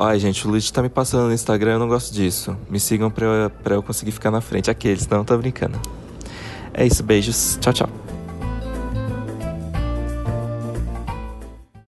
Ai, gente, o Luigi tá me passando no Instagram, eu não gosto disso. Me sigam pra, eu- pra eu conseguir ficar na frente. Aqueles, não, tô brincando. É isso, beijos. Tchau, tchau.